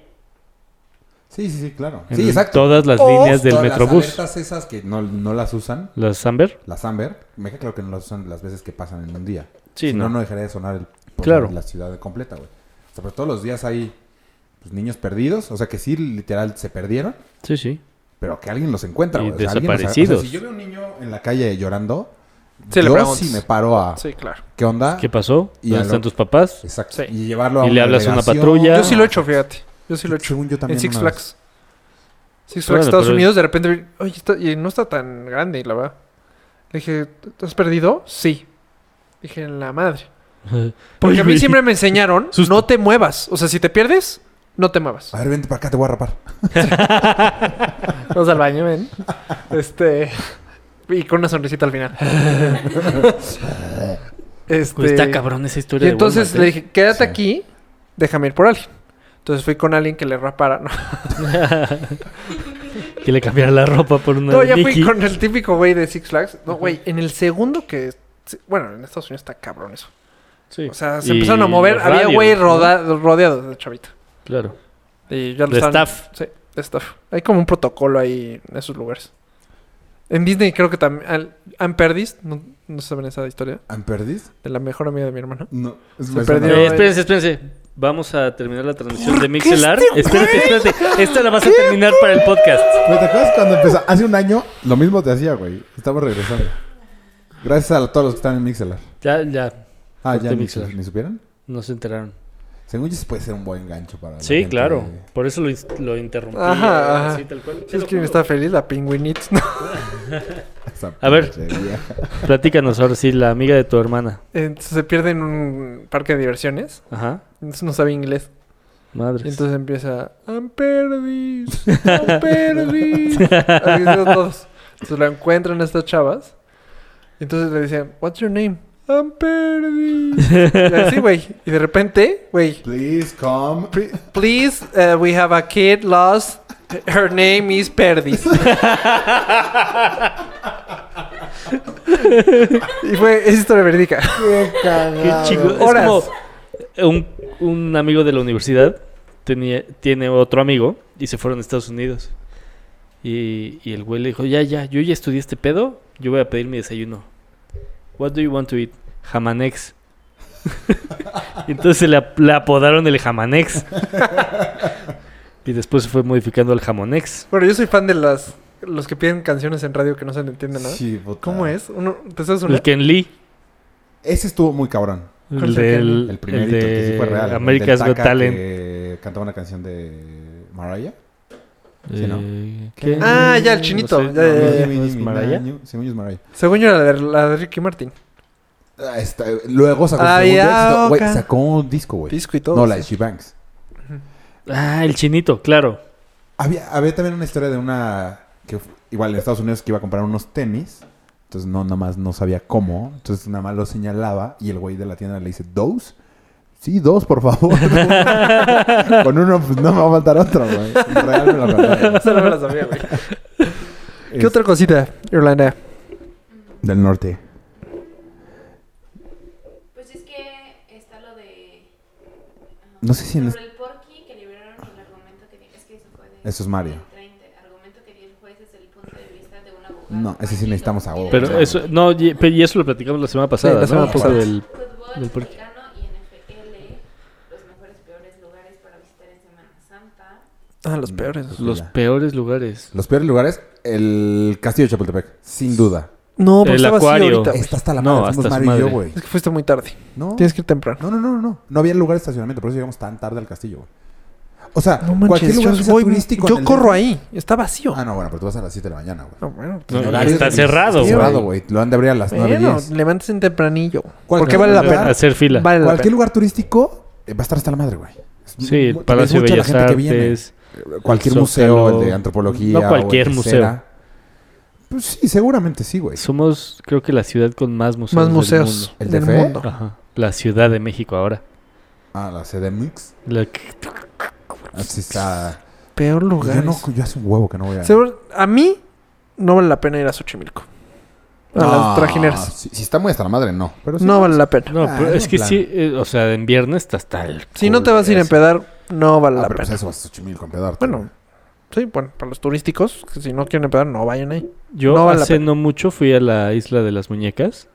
[SPEAKER 1] Sí, sí, sí, claro.
[SPEAKER 2] En
[SPEAKER 1] sí, exacto.
[SPEAKER 2] Todas las
[SPEAKER 1] O
[SPEAKER 2] líneas del
[SPEAKER 1] todas
[SPEAKER 2] Metrobús.
[SPEAKER 1] Las alertas esas que no, no las usan,
[SPEAKER 2] ¿Las Amber?
[SPEAKER 1] las Amber, me queda claro que no las usan las veces que pasan en un día.
[SPEAKER 2] Sí,
[SPEAKER 1] si no,
[SPEAKER 2] no.
[SPEAKER 1] no, dejaría de sonar el, por
[SPEAKER 2] Claro.
[SPEAKER 1] la ciudad completa, güey. O sea, pero todos los días hay pues, niños perdidos, o sea, que sí, literal, se perdieron,
[SPEAKER 2] Sí, sí.
[SPEAKER 1] pero que alguien los encuentra,
[SPEAKER 2] Y
[SPEAKER 1] güey. O sea, alguien los agarra. O sea,
[SPEAKER 2] desaparecidos.
[SPEAKER 1] si yo veo un niño en la calle llorando,
[SPEAKER 4] Sí, le
[SPEAKER 1] yo
[SPEAKER 4] preguntas.
[SPEAKER 1] sí me paro a,
[SPEAKER 4] Sí, claro.
[SPEAKER 1] ¿qué onda?
[SPEAKER 2] ¿Qué pasó?
[SPEAKER 1] Y
[SPEAKER 2] ¿Dónde
[SPEAKER 1] al
[SPEAKER 2] están
[SPEAKER 1] otro-
[SPEAKER 2] tus papás?
[SPEAKER 1] Exacto.
[SPEAKER 4] Sí.
[SPEAKER 1] Y llevarlo a
[SPEAKER 2] Y le hablas a una
[SPEAKER 1] delegación.
[SPEAKER 2] patrulla.
[SPEAKER 4] Yo sí lo he hecho, fíjate. Yo sí lo he hecho.
[SPEAKER 1] Según yo también
[SPEAKER 4] en Six
[SPEAKER 1] una vez.
[SPEAKER 4] Flags. Six Flags,
[SPEAKER 2] Bueno,
[SPEAKER 4] Estados
[SPEAKER 2] pero-
[SPEAKER 4] Unidos, de repente, vi- oye, está- y no está tan grande, la verdad. Le dije, ¿te has perdido? Sí. Dije, en la madre. Porque a mí siempre me enseñaron,
[SPEAKER 2] Susto.
[SPEAKER 4] no te muevas. O sea, si te pierdes, no te muevas.
[SPEAKER 1] A ver, vente para acá, te voy a rapar.
[SPEAKER 4] Vamos al baño, ven. Este. Y con una sonrisita al final. este.
[SPEAKER 2] Güey, Está cabrón esa historia.
[SPEAKER 4] Y
[SPEAKER 2] de
[SPEAKER 4] entonces
[SPEAKER 2] Walmart,
[SPEAKER 4] le
[SPEAKER 2] ¿eh?
[SPEAKER 4] dije, quédate
[SPEAKER 1] Sí.
[SPEAKER 4] aquí, déjame ir por alguien. Entonces fui con alguien que le rapara. No,
[SPEAKER 2] ¿eh? Que le cambiara la ropa por una
[SPEAKER 4] No,
[SPEAKER 2] de
[SPEAKER 4] ya fui
[SPEAKER 2] Mickey.
[SPEAKER 4] con el típico güey de Six Flags. No, güey, en el segundo que. Bueno, en Estados Unidos está cabrón eso.
[SPEAKER 2] Sí.
[SPEAKER 4] O sea, se
[SPEAKER 2] Y
[SPEAKER 4] empezaron a mover.
[SPEAKER 2] los
[SPEAKER 4] Había
[SPEAKER 2] radios,
[SPEAKER 4] güey
[SPEAKER 2] ¿no?
[SPEAKER 4] roda- rodeados de chavita.
[SPEAKER 2] Claro.
[SPEAKER 4] Y ya lo
[SPEAKER 2] De
[SPEAKER 4] estaban-
[SPEAKER 2] staff.
[SPEAKER 4] Sí, de staff. Hay como un protocolo ahí en esos lugares. En Disney creo que también. al- Ann Perdis, ¿no, no saben esa historia?
[SPEAKER 1] ¿Han perdido?
[SPEAKER 4] De la mejor amiga de mi hermana.
[SPEAKER 1] No. es-
[SPEAKER 4] Se
[SPEAKER 1] me suena.
[SPEAKER 2] Eh,
[SPEAKER 4] perdió. Pero-
[SPEAKER 2] espérense, espérense. Vamos a terminar la transmisión de Mixelar.
[SPEAKER 4] este
[SPEAKER 2] espérate, espérate. Esta la vas a terminar para el podcast.
[SPEAKER 1] Güey, ¿Te acuerdas cuando empezó? Hace un año lo mismo te hacía, güey. Estamos regresando. Gracias a todos los que están en Mixelar.
[SPEAKER 2] Ya, ya.
[SPEAKER 1] Ah,
[SPEAKER 2] Corte
[SPEAKER 1] ya en
[SPEAKER 2] Mixlr.
[SPEAKER 1] Mixelar. ¿Ni supieran?
[SPEAKER 2] No se enteraron.
[SPEAKER 1] Según yo, sí puede ser un buen gancho para. la
[SPEAKER 2] Sí,
[SPEAKER 1] gente.
[SPEAKER 2] claro. Por eso lo, in- lo interrumpí.
[SPEAKER 4] Ajá,
[SPEAKER 2] eh,
[SPEAKER 4] ajá.
[SPEAKER 2] así, tal cual. Te
[SPEAKER 4] ¿Sabes
[SPEAKER 2] lo
[SPEAKER 4] quién
[SPEAKER 2] juro.
[SPEAKER 4] está feliz? La Penguinits. No.
[SPEAKER 1] Esa
[SPEAKER 2] A ver.
[SPEAKER 1] pinche vieja.
[SPEAKER 2] Platícanos ahora sí, la amiga de tu hermana.
[SPEAKER 4] Entonces se pierde en un parque de diversiones.
[SPEAKER 2] Ajá.
[SPEAKER 4] Entonces no sabe inglés. Y
[SPEAKER 2] Madre.
[SPEAKER 4] entonces empieza Amperdis, Amperdis. Así dicen todos. Entonces lo encuentran estas chavas. Y entonces le dicen, What's your name? I'm perdido. Así, güey. Y de repente, güey.
[SPEAKER 1] Please come.
[SPEAKER 4] Please, uh, we have a kid lost. Her name is Perdis. y fue, es historia verídica.
[SPEAKER 1] Qué cagado.
[SPEAKER 2] Chico, es
[SPEAKER 4] Horas.
[SPEAKER 2] como un, un amigo de la universidad tenía, tiene otro amigo y se fueron a Estados Unidos. Y, y el güey le dijo, ya, ya, yo ya estudié este pedo, yo voy a pedir mi desayuno. What do you want to eat? Jamanex. y entonces le, ap- le apodaron el Jamanex. y después se fue modificando al Jamonex.
[SPEAKER 4] Bueno, yo soy fan de las los que piden canciones en radio que no se le entiende nada.
[SPEAKER 1] Sí, Ah. puta.
[SPEAKER 4] ¿Cómo es? Uno, ¿Te sabes una?
[SPEAKER 2] El Ken Lee.
[SPEAKER 1] Ese estuvo muy cabrón.
[SPEAKER 4] ¿Cuál
[SPEAKER 2] El
[SPEAKER 4] es el Ken Lee?
[SPEAKER 2] del...
[SPEAKER 1] El primerito,
[SPEAKER 2] el de
[SPEAKER 1] que sí fue real. el
[SPEAKER 2] America's
[SPEAKER 1] del
[SPEAKER 2] Got
[SPEAKER 1] Taca
[SPEAKER 2] Talent.
[SPEAKER 1] que cantaba una canción de Mariah. Sí, ¿no?
[SPEAKER 2] Eh,
[SPEAKER 1] ¿Qué?
[SPEAKER 4] Ah, ya, el chinito, ya, ya, ya.
[SPEAKER 2] ¿no es Mariah?
[SPEAKER 1] Según yo es Mariah.
[SPEAKER 4] Según yo, la de, la de Ricky Martin.
[SPEAKER 1] Ah, está- luego sacó, su
[SPEAKER 4] Ay,
[SPEAKER 1] segundo
[SPEAKER 4] ah,
[SPEAKER 1] éxito. Güey,
[SPEAKER 4] ok.
[SPEAKER 1] sacó un disco, güey.
[SPEAKER 4] Disco y todo.
[SPEAKER 1] No, la de
[SPEAKER 4] sí.
[SPEAKER 1] She Banks.
[SPEAKER 2] Ah, el chinito, claro.
[SPEAKER 1] Había, había también una historia de una que fu- igual en Estados Unidos que iba a comprar unos tenis. Entonces no, nada más no sabía cómo. Entonces nada más lo señalaba y el güey de la tienda le dice, ¿dos? Sí, dos, por favor. Con uno pues, no me va a faltar otro, güey. Real me lo faltaba.
[SPEAKER 4] Esa no me la sabía, güey. ¿Qué
[SPEAKER 1] Es
[SPEAKER 4] otra cosita, Irlanda?
[SPEAKER 1] Del norte.
[SPEAKER 5] Pues es que está lo de. ah,
[SPEAKER 1] No sé si en
[SPEAKER 5] Sobre el porqui que liberaron el argumento que di- Es que eso fue de.
[SPEAKER 1] Eso es Mario.
[SPEAKER 5] El 30, el argumento que dio el juez es el punto de vista de un abogado.
[SPEAKER 1] No, ese sí necesitamos a huevo.
[SPEAKER 2] Pero
[SPEAKER 1] Claro.
[SPEAKER 2] eso, no, y, pe- y eso lo platicamos la semana pasada.
[SPEAKER 4] Sí, la semana
[SPEAKER 2] ¿no? Pues
[SPEAKER 4] pasada.
[SPEAKER 2] Del-
[SPEAKER 5] Fútbol
[SPEAKER 2] del porqui.
[SPEAKER 5] mexicano y NFL, los mejores y peores lugares para visitar en Semana Santa.
[SPEAKER 4] Ah, los peores.
[SPEAKER 2] los peores lugares.
[SPEAKER 1] Los peores lugares, el castillo de Chapultepec, sin duda.
[SPEAKER 4] No, pero
[SPEAKER 2] El
[SPEAKER 4] está vacío
[SPEAKER 2] acuario.
[SPEAKER 4] ahorita, güey.
[SPEAKER 1] Está hasta la
[SPEAKER 2] No,
[SPEAKER 1] madre,
[SPEAKER 2] hasta
[SPEAKER 1] fuimos
[SPEAKER 2] su
[SPEAKER 1] Mario y yo,
[SPEAKER 2] madre.
[SPEAKER 1] güey.
[SPEAKER 4] Es que fuiste muy tarde.
[SPEAKER 1] No.
[SPEAKER 4] Tienes que ir temprano.
[SPEAKER 1] No, no, no, no. No había lugar de estacionamiento, por eso llegamos tan tarde al castillo, güey. O sea,
[SPEAKER 4] No manches,
[SPEAKER 1] cualquier lugar
[SPEAKER 4] yo,
[SPEAKER 1] que sea
[SPEAKER 4] voy-
[SPEAKER 1] turístico.
[SPEAKER 4] yo
[SPEAKER 1] en el
[SPEAKER 4] corro
[SPEAKER 1] DF.
[SPEAKER 4] ahí. Está vacío.
[SPEAKER 1] Ah, no, bueno, pero tú vas a las 7 de la mañana, güey.
[SPEAKER 4] No, bueno.
[SPEAKER 2] No,
[SPEAKER 1] En
[SPEAKER 2] y
[SPEAKER 1] horarios-
[SPEAKER 2] está cerrado,
[SPEAKER 1] está
[SPEAKER 2] güey.
[SPEAKER 1] cerrado, güey. Lo han de abrir a las 9
[SPEAKER 4] Bueno,
[SPEAKER 1] diez.
[SPEAKER 4] levántense tempranillo.
[SPEAKER 1] ¿Cuál-
[SPEAKER 4] Porque vale la
[SPEAKER 1] cuál-
[SPEAKER 4] pena.
[SPEAKER 2] Hacer fila.
[SPEAKER 4] Vale la
[SPEAKER 1] Cualquier
[SPEAKER 4] pena.
[SPEAKER 1] lugar turístico eh, va a estar hasta la madre, güey. Es
[SPEAKER 2] Sí, el
[SPEAKER 1] mu- es
[SPEAKER 2] Palacio de
[SPEAKER 1] mucha la
[SPEAKER 2] Bellas
[SPEAKER 1] gente que viene.
[SPEAKER 2] Artes.
[SPEAKER 1] Cualquier
[SPEAKER 2] el
[SPEAKER 1] museo,
[SPEAKER 2] Zócalo.
[SPEAKER 1] el de antropología.
[SPEAKER 2] No
[SPEAKER 1] o el
[SPEAKER 2] cualquier
[SPEAKER 1] de
[SPEAKER 2] museo.
[SPEAKER 1] cera. Pues sí, seguramente sí, güey.
[SPEAKER 2] Somos, creo que, la ciudad con más museos.
[SPEAKER 4] Más
[SPEAKER 2] del
[SPEAKER 4] museos
[SPEAKER 1] ¿El
[SPEAKER 4] del
[SPEAKER 1] DF?
[SPEAKER 4] mundo.
[SPEAKER 2] mundo. Ah. Ajá. La ciudad de México ahora.
[SPEAKER 1] Ah, la CDMX.
[SPEAKER 2] La que-
[SPEAKER 1] Así Ah, está.
[SPEAKER 4] Peor
[SPEAKER 1] Yo,
[SPEAKER 4] lugar.
[SPEAKER 1] no, yo hace un huevo que no voy a.
[SPEAKER 4] Seguro- a mí no vale la pena ir a Xochimilco. A
[SPEAKER 1] Ah,
[SPEAKER 4] las trajineras.
[SPEAKER 1] Si, si está muy hasta la madre, no. Pero sí.
[SPEAKER 4] No vale la pena.
[SPEAKER 2] No,
[SPEAKER 1] Ah,
[SPEAKER 2] pero
[SPEAKER 1] es
[SPEAKER 2] es
[SPEAKER 1] un
[SPEAKER 2] que
[SPEAKER 1] plan.
[SPEAKER 2] sí, eh, o sea, en viernes está hasta el.
[SPEAKER 4] Si no te vas a ir a
[SPEAKER 1] ese.
[SPEAKER 4] empedar, no vale
[SPEAKER 1] Ah,
[SPEAKER 4] la
[SPEAKER 1] pero pues
[SPEAKER 4] pena.
[SPEAKER 1] eso vas a Xochimilco a empedarte,
[SPEAKER 4] Bueno,
[SPEAKER 1] güey.
[SPEAKER 4] sí, bueno, para los turísticos, que si no quieren empedar, no vayan ahí.
[SPEAKER 2] Yo
[SPEAKER 4] no vale la
[SPEAKER 2] hace
[SPEAKER 4] pena.
[SPEAKER 2] no mucho fui a la isla de las muñecas.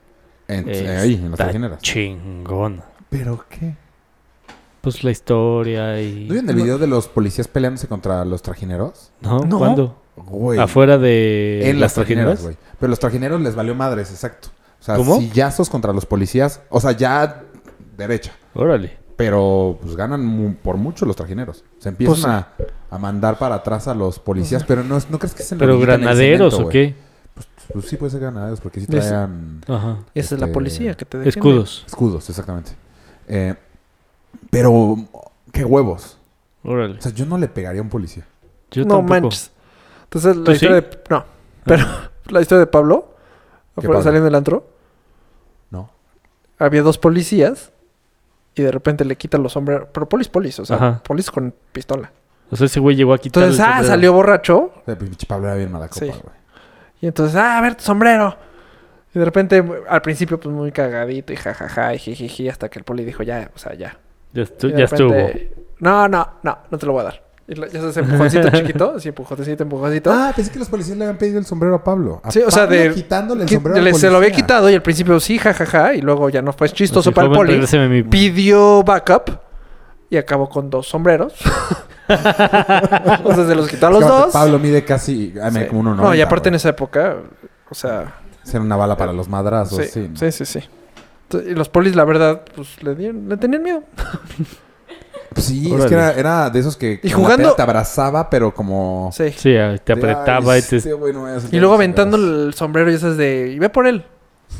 [SPEAKER 1] En- eh,
[SPEAKER 2] Está
[SPEAKER 1] ahí, en las trajineras.
[SPEAKER 2] Chingón.
[SPEAKER 1] ¿Pero qué?
[SPEAKER 2] Pues la historia y.
[SPEAKER 1] ¿No vieron el video de los policías peleándose contra los trajineros?
[SPEAKER 2] ¿No?
[SPEAKER 4] No.
[SPEAKER 2] ¿Cuándo?
[SPEAKER 1] Güey.
[SPEAKER 2] Afuera de.
[SPEAKER 1] En las trajineras, güey. Pero los trajineros les valió madres, exacto. O sea,
[SPEAKER 2] ¿Cómo?
[SPEAKER 1] sillazos contra los policías. O sea, ya derecha.
[SPEAKER 2] Órale.
[SPEAKER 1] Pero pues ganan mu- por mucho los trajineros. Se empiezan
[SPEAKER 4] Pues,
[SPEAKER 1] a, a mandar para atrás a los policías. Pero no, es- ¿no crees que es en la
[SPEAKER 2] ¿Pero
[SPEAKER 1] orillita, en el
[SPEAKER 2] granaderos
[SPEAKER 1] cemento,
[SPEAKER 2] o
[SPEAKER 1] güey?
[SPEAKER 2] qué?
[SPEAKER 1] Pues sí puede ser granaderos porque sí
[SPEAKER 4] Des-
[SPEAKER 1] traían
[SPEAKER 2] Ajá.
[SPEAKER 4] Esa es la
[SPEAKER 1] Este,
[SPEAKER 4] policía que te defiende.
[SPEAKER 2] Escudos.
[SPEAKER 1] escudos, exactamente. Eh, pero, qué huevos.
[SPEAKER 2] Órale.
[SPEAKER 1] O sea, yo no le pegaría a un policía.
[SPEAKER 2] Yo
[SPEAKER 4] no
[SPEAKER 2] tampoco.
[SPEAKER 4] manches. Entonces, la
[SPEAKER 2] ¿Tú
[SPEAKER 4] historia
[SPEAKER 2] sí? Ah.
[SPEAKER 4] de... No, pero la historia de Pablo,
[SPEAKER 1] ¿Qué
[SPEAKER 4] afuera
[SPEAKER 1] Pablo?
[SPEAKER 4] saliendo del antro,
[SPEAKER 1] No.
[SPEAKER 4] había dos policías y de repente le quitan los sombreros. Pero polis, polis, o sea,
[SPEAKER 2] Ajá.
[SPEAKER 4] polis con pistola.
[SPEAKER 2] O sea, ese güey llegó a quitar.
[SPEAKER 4] Entonces,
[SPEAKER 2] el
[SPEAKER 4] ah,
[SPEAKER 2] sombrero.
[SPEAKER 4] salió borracho
[SPEAKER 1] O sea, pues, pinche Pablo era bien mala copa,
[SPEAKER 4] Sí.
[SPEAKER 1] güey.
[SPEAKER 4] y entonces, ah, a ver tu sombrero. Y de repente, al principio, pues muy cagadito y jajaja y jijiji, hasta que el poli dijo, ya, o sea, ya.
[SPEAKER 2] Ya, estu-
[SPEAKER 4] Y de
[SPEAKER 2] ya estuvo.
[SPEAKER 4] repente, No, no, no, no te lo voy a dar. Y la- ya sabes, empujoncito chiquito, así empujoncito, empujoncito.
[SPEAKER 1] Ah, pensé que los policías le habían pedido el sombrero a Pablo. A
[SPEAKER 4] Sí, o sea,
[SPEAKER 1] Pablo
[SPEAKER 4] de-
[SPEAKER 1] quitándole el
[SPEAKER 4] Que
[SPEAKER 1] sombrero al
[SPEAKER 4] le- se lo había
[SPEAKER 1] policía.
[SPEAKER 4] quitado y al principio sí, jajaja, y luego ya no fue chistoso
[SPEAKER 2] Así,
[SPEAKER 4] para el
[SPEAKER 2] joven,
[SPEAKER 4] poli.
[SPEAKER 2] regréseme mi-
[SPEAKER 4] Pidió backup y acabó con dos sombreros. o sea, se los quitó a
[SPEAKER 1] Es
[SPEAKER 4] los
[SPEAKER 1] que aparte
[SPEAKER 4] dos.
[SPEAKER 1] Pablo mide casi ah, mira,
[SPEAKER 4] Sí.
[SPEAKER 1] como uno
[SPEAKER 4] No, y aparte en esa época, o sea,
[SPEAKER 1] Ser una bala para los madrazos,
[SPEAKER 4] sí,
[SPEAKER 1] sí.
[SPEAKER 4] sí, sí, sí. Entonces, Y los polis, la verdad, pues le, dieron- le tenían miedo.
[SPEAKER 1] Pues sí, es
[SPEAKER 2] Órale.
[SPEAKER 1] que era, era de esos que... con la
[SPEAKER 4] jugando-
[SPEAKER 1] pera Te abrazaba, pero como...
[SPEAKER 4] Sí.
[SPEAKER 2] Sí, ah, te
[SPEAKER 1] de,
[SPEAKER 2] apretaba
[SPEAKER 1] "Ay,
[SPEAKER 2] y te.
[SPEAKER 1] este güey no me va a hacer
[SPEAKER 4] Y luego
[SPEAKER 1] nada".
[SPEAKER 4] aventando el sombrero y esas de, y ve por él.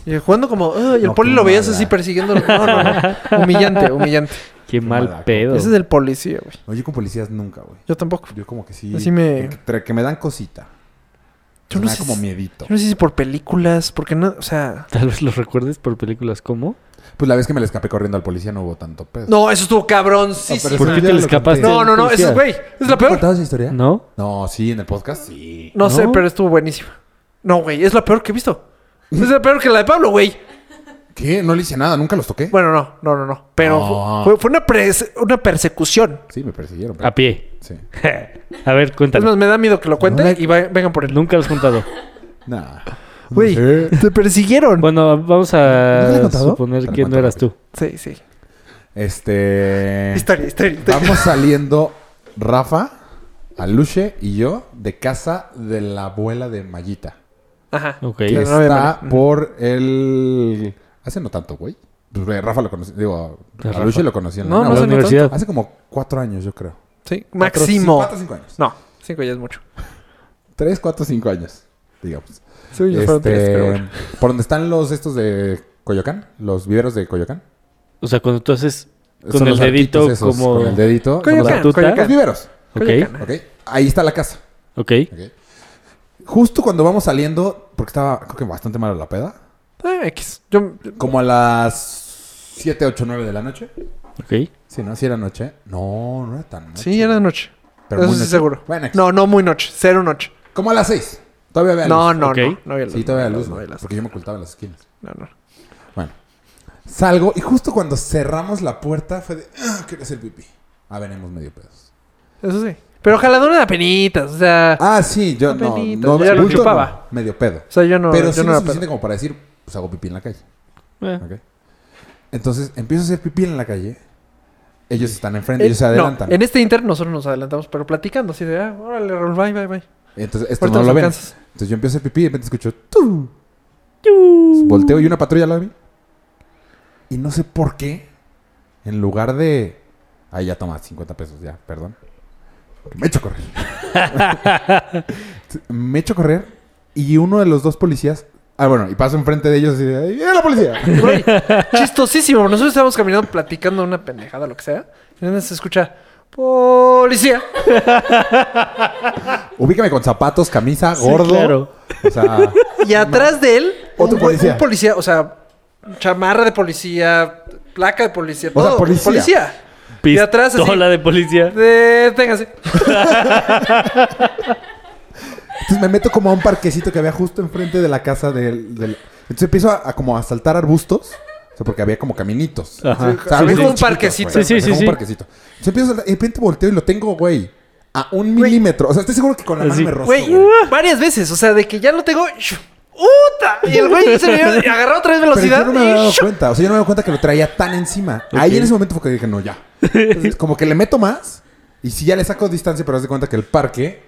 [SPEAKER 4] Y jugando como, "Ah", y el
[SPEAKER 1] No,
[SPEAKER 4] poli
[SPEAKER 1] qué
[SPEAKER 4] lo veías
[SPEAKER 1] mala.
[SPEAKER 4] así persiguiéndolo. No, no, no. Humillante, humillante.
[SPEAKER 2] Qué mal
[SPEAKER 1] mala
[SPEAKER 2] pedo.
[SPEAKER 4] Ese es el policía, güey.
[SPEAKER 1] No, yo con policías nunca, güey.
[SPEAKER 4] Yo tampoco.
[SPEAKER 1] Yo como que sí...
[SPEAKER 4] Así me-
[SPEAKER 1] Que, que me dan cosita.
[SPEAKER 4] Yo
[SPEAKER 1] me
[SPEAKER 4] no
[SPEAKER 1] da
[SPEAKER 4] sé
[SPEAKER 1] como
[SPEAKER 4] si-
[SPEAKER 1] miedito.
[SPEAKER 4] Yo no sé si por películas, porque no, o sea...
[SPEAKER 2] Tal vez los recuerdes por películas como.
[SPEAKER 1] Pues la vez que me le escapé corriendo al policía no hubo tanto peso.
[SPEAKER 4] No, eso estuvo cabrón.
[SPEAKER 1] Ah,
[SPEAKER 4] Sí,
[SPEAKER 1] pero
[SPEAKER 4] sí.
[SPEAKER 1] eso
[SPEAKER 2] ¿Por
[SPEAKER 1] ya
[SPEAKER 2] qué te
[SPEAKER 1] lo
[SPEAKER 2] le escapaste?
[SPEAKER 1] conté.
[SPEAKER 4] No, no, no, eso es,
[SPEAKER 2] Policía.
[SPEAKER 4] güey. Es la
[SPEAKER 1] ¿No
[SPEAKER 4] peor.
[SPEAKER 1] contabas esa historia?
[SPEAKER 2] ¿No?
[SPEAKER 1] No, sí, en el podcast sí.
[SPEAKER 4] No, sé,
[SPEAKER 2] No.
[SPEAKER 4] pero estuvo buenísima. No, güey, es la peor que he visto. Es la peor que la de Pablo, güey.
[SPEAKER 1] ¿Qué? No le hice nada, nunca los toqué.
[SPEAKER 4] Bueno, no, no, no, no. Pero
[SPEAKER 1] No.
[SPEAKER 4] fue, fue una, pres- una persecución.
[SPEAKER 1] Sí, me persiguieron. pero-
[SPEAKER 2] A pie.
[SPEAKER 1] Sí.
[SPEAKER 2] A ver,
[SPEAKER 4] Es
[SPEAKER 2] cuéntanos.
[SPEAKER 4] más, me da miedo que lo cuente
[SPEAKER 1] No,
[SPEAKER 4] y va- vengan por él.
[SPEAKER 2] Nunca los has contado.
[SPEAKER 1] Nah.
[SPEAKER 4] Güey,
[SPEAKER 1] No sé.
[SPEAKER 4] te persiguieron.
[SPEAKER 2] Bueno, vamos
[SPEAKER 1] ¿No le he
[SPEAKER 2] a
[SPEAKER 1] contado?
[SPEAKER 2] suponer
[SPEAKER 1] Te lo
[SPEAKER 2] que
[SPEAKER 1] cuento
[SPEAKER 2] no eras
[SPEAKER 1] rápido.
[SPEAKER 2] tú.
[SPEAKER 4] Sí, sí.
[SPEAKER 1] Este.
[SPEAKER 4] Historia, historia, historia.
[SPEAKER 1] Vamos saliendo Rafa, Aluche y yo de casa de la abuela de Mayita.
[SPEAKER 4] Ajá.
[SPEAKER 2] Ok.
[SPEAKER 1] Que
[SPEAKER 4] La novia de
[SPEAKER 1] está
[SPEAKER 4] Maya.
[SPEAKER 1] por el. Hace no tanto, güey. Pues, güey, Rafa lo conocí. Digo,
[SPEAKER 2] Rafa.
[SPEAKER 1] Aluche lo Ah, conocí en la
[SPEAKER 4] No,
[SPEAKER 2] a
[SPEAKER 1] nave.
[SPEAKER 4] no
[SPEAKER 2] la
[SPEAKER 4] sé ni
[SPEAKER 2] universidad.
[SPEAKER 1] Hace como cuatro años, yo creo.
[SPEAKER 4] Sí, máximo.
[SPEAKER 1] Cuatro, cinco años.
[SPEAKER 4] No, cinco ya es mucho.
[SPEAKER 1] Tres, cuatro, cinco años, digamos.
[SPEAKER 4] Sí, ya fueron
[SPEAKER 1] Este,
[SPEAKER 4] tres, pero bueno.
[SPEAKER 1] por donde están los estos de Coyoacán, los viveros de Coyoacán.
[SPEAKER 2] O sea, cuando tú haces con
[SPEAKER 1] Son
[SPEAKER 2] el
[SPEAKER 1] los arquitos
[SPEAKER 2] dedito
[SPEAKER 1] esos,
[SPEAKER 2] como.
[SPEAKER 1] Con el dedito. son los-
[SPEAKER 4] Coyoacán,
[SPEAKER 2] batuta.
[SPEAKER 1] Los
[SPEAKER 4] Coyoacán.
[SPEAKER 1] viveros.
[SPEAKER 2] Ok.
[SPEAKER 4] Coyoacán.
[SPEAKER 1] Ok. Ahí está la casa.
[SPEAKER 2] Ok.
[SPEAKER 1] Ok. Justo cuando vamos saliendo, porque estaba, creo que bastante mala la peda,
[SPEAKER 4] Ah, X. Yo,
[SPEAKER 1] como a las 7, 8, 9 de la noche.
[SPEAKER 2] Ok.
[SPEAKER 1] Sí, ¿no? Sí era noche. No, no era tan noche.
[SPEAKER 4] sí, era de noche.
[SPEAKER 1] Ah, Pero
[SPEAKER 4] Eso
[SPEAKER 1] muy
[SPEAKER 4] sí,
[SPEAKER 1] noche.
[SPEAKER 4] seguro.
[SPEAKER 1] Bueno, X.
[SPEAKER 4] no, no muy noche. Cero noche.
[SPEAKER 1] Como a las 6. Todavía había
[SPEAKER 4] No,
[SPEAKER 1] luz.
[SPEAKER 4] no,
[SPEAKER 2] Ok.
[SPEAKER 4] no. No había luz.
[SPEAKER 1] Sí, todavía
[SPEAKER 4] no,
[SPEAKER 1] había luz,
[SPEAKER 4] no
[SPEAKER 1] ¿no?
[SPEAKER 4] había luz.
[SPEAKER 1] Porque yo me ocultaba en las esquinas.
[SPEAKER 4] No, no.
[SPEAKER 1] Bueno. Salgo y justo cuando cerramos la puerta fue de, ah, quiero hacer pipí. Ah, venimos medio pedos.
[SPEAKER 4] Eso sí. Pero jaladona de penitas, o sea...
[SPEAKER 1] Ah, sí, yo no,
[SPEAKER 4] Apenitas,
[SPEAKER 1] no,
[SPEAKER 4] yo ya lo
[SPEAKER 1] bulto,
[SPEAKER 4] chupaba.
[SPEAKER 1] no, medio pedo.
[SPEAKER 4] O sea, yo no...
[SPEAKER 1] Pero
[SPEAKER 4] yo
[SPEAKER 1] sí
[SPEAKER 4] no
[SPEAKER 1] lo
[SPEAKER 4] era
[SPEAKER 1] suficiente
[SPEAKER 4] pedo.
[SPEAKER 1] como para decir, pues hago pipí en la calle.
[SPEAKER 2] Eh,
[SPEAKER 1] Ok. Entonces empiezo a hacer pipí en la calle. Ellos están enfrente,
[SPEAKER 4] Eh,
[SPEAKER 1] ellos se
[SPEAKER 4] no,
[SPEAKER 1] adelantan.
[SPEAKER 4] en este inter nosotros nos adelantamos, pero platicando así de... Ah, órale, Raúl, bye, bye, bye.
[SPEAKER 1] Entonces, esto
[SPEAKER 4] Ahorita
[SPEAKER 1] no
[SPEAKER 4] nos
[SPEAKER 1] lo ven.
[SPEAKER 4] alcanzas.
[SPEAKER 1] Entonces yo empiezo a hacer pipí y de repente escucho "Tú". Volteo y una patrulla la vi. Y no sé por qué, en lugar de. Ahí ya toma 50 pesos, ya, perdón. Me echo a correr. me echo a correr y uno de los dos policías. Ah, bueno, y paso enfrente de ellos y de. ¡Ahí viene la policía!
[SPEAKER 4] Güey, chistosísimo. Nosotros estábamos caminando platicando una pendejada, lo que sea. Y nada más se escucha... Policía.
[SPEAKER 1] Ubícame con zapatos, camisa,
[SPEAKER 2] Sí,
[SPEAKER 1] gordo.
[SPEAKER 2] claro.
[SPEAKER 1] O sea.
[SPEAKER 4] Y atrás de él...
[SPEAKER 1] Otro
[SPEAKER 4] un-
[SPEAKER 1] policía.
[SPEAKER 4] Un policía, o sea... Chamarra de policía, placa de policía,
[SPEAKER 1] O sea,
[SPEAKER 4] todo.
[SPEAKER 1] policía.
[SPEAKER 4] policía. Y
[SPEAKER 2] Pistola
[SPEAKER 4] atrás así.
[SPEAKER 2] de policía.
[SPEAKER 4] Deténgase.
[SPEAKER 1] Entonces me meto como a un parquecito que había justo enfrente de la casa del... del- Entonces empiezo a, a como a saltar arbustos. O sea, porque había como caminitos.
[SPEAKER 2] Ajá.
[SPEAKER 1] O sea,
[SPEAKER 4] Sí,
[SPEAKER 1] arbustos
[SPEAKER 4] como un
[SPEAKER 1] chiquitos,
[SPEAKER 4] parquecito.
[SPEAKER 1] güey.
[SPEAKER 2] Sí, sí,
[SPEAKER 1] O sea, como un
[SPEAKER 2] sí, sí.
[SPEAKER 1] parquecito. Entonces empiezo a saltar y de repente volteo y lo tengo, güey. A un milímetro. O sea, estoy seguro que con la mano
[SPEAKER 2] Así.
[SPEAKER 1] me rozó,
[SPEAKER 4] Güey,
[SPEAKER 1] güey.
[SPEAKER 4] varias veces, o sea, de que ya lo tengo. ¡shu! ¡Uta! Y el güey se me agarró otra vez
[SPEAKER 1] Pero
[SPEAKER 4] velocidad.
[SPEAKER 1] yo no me había
[SPEAKER 4] y
[SPEAKER 1] dado
[SPEAKER 4] ¡shu!
[SPEAKER 1] cuenta. O sea, yo no me había dado cuenta que lo traía tan encima. Ahí
[SPEAKER 2] Ok.
[SPEAKER 1] en ese momento fue que dije, no, ya. Entonces, como que le meto más. Y sí, ya le saco distancia, pero haz de cuenta que el parque...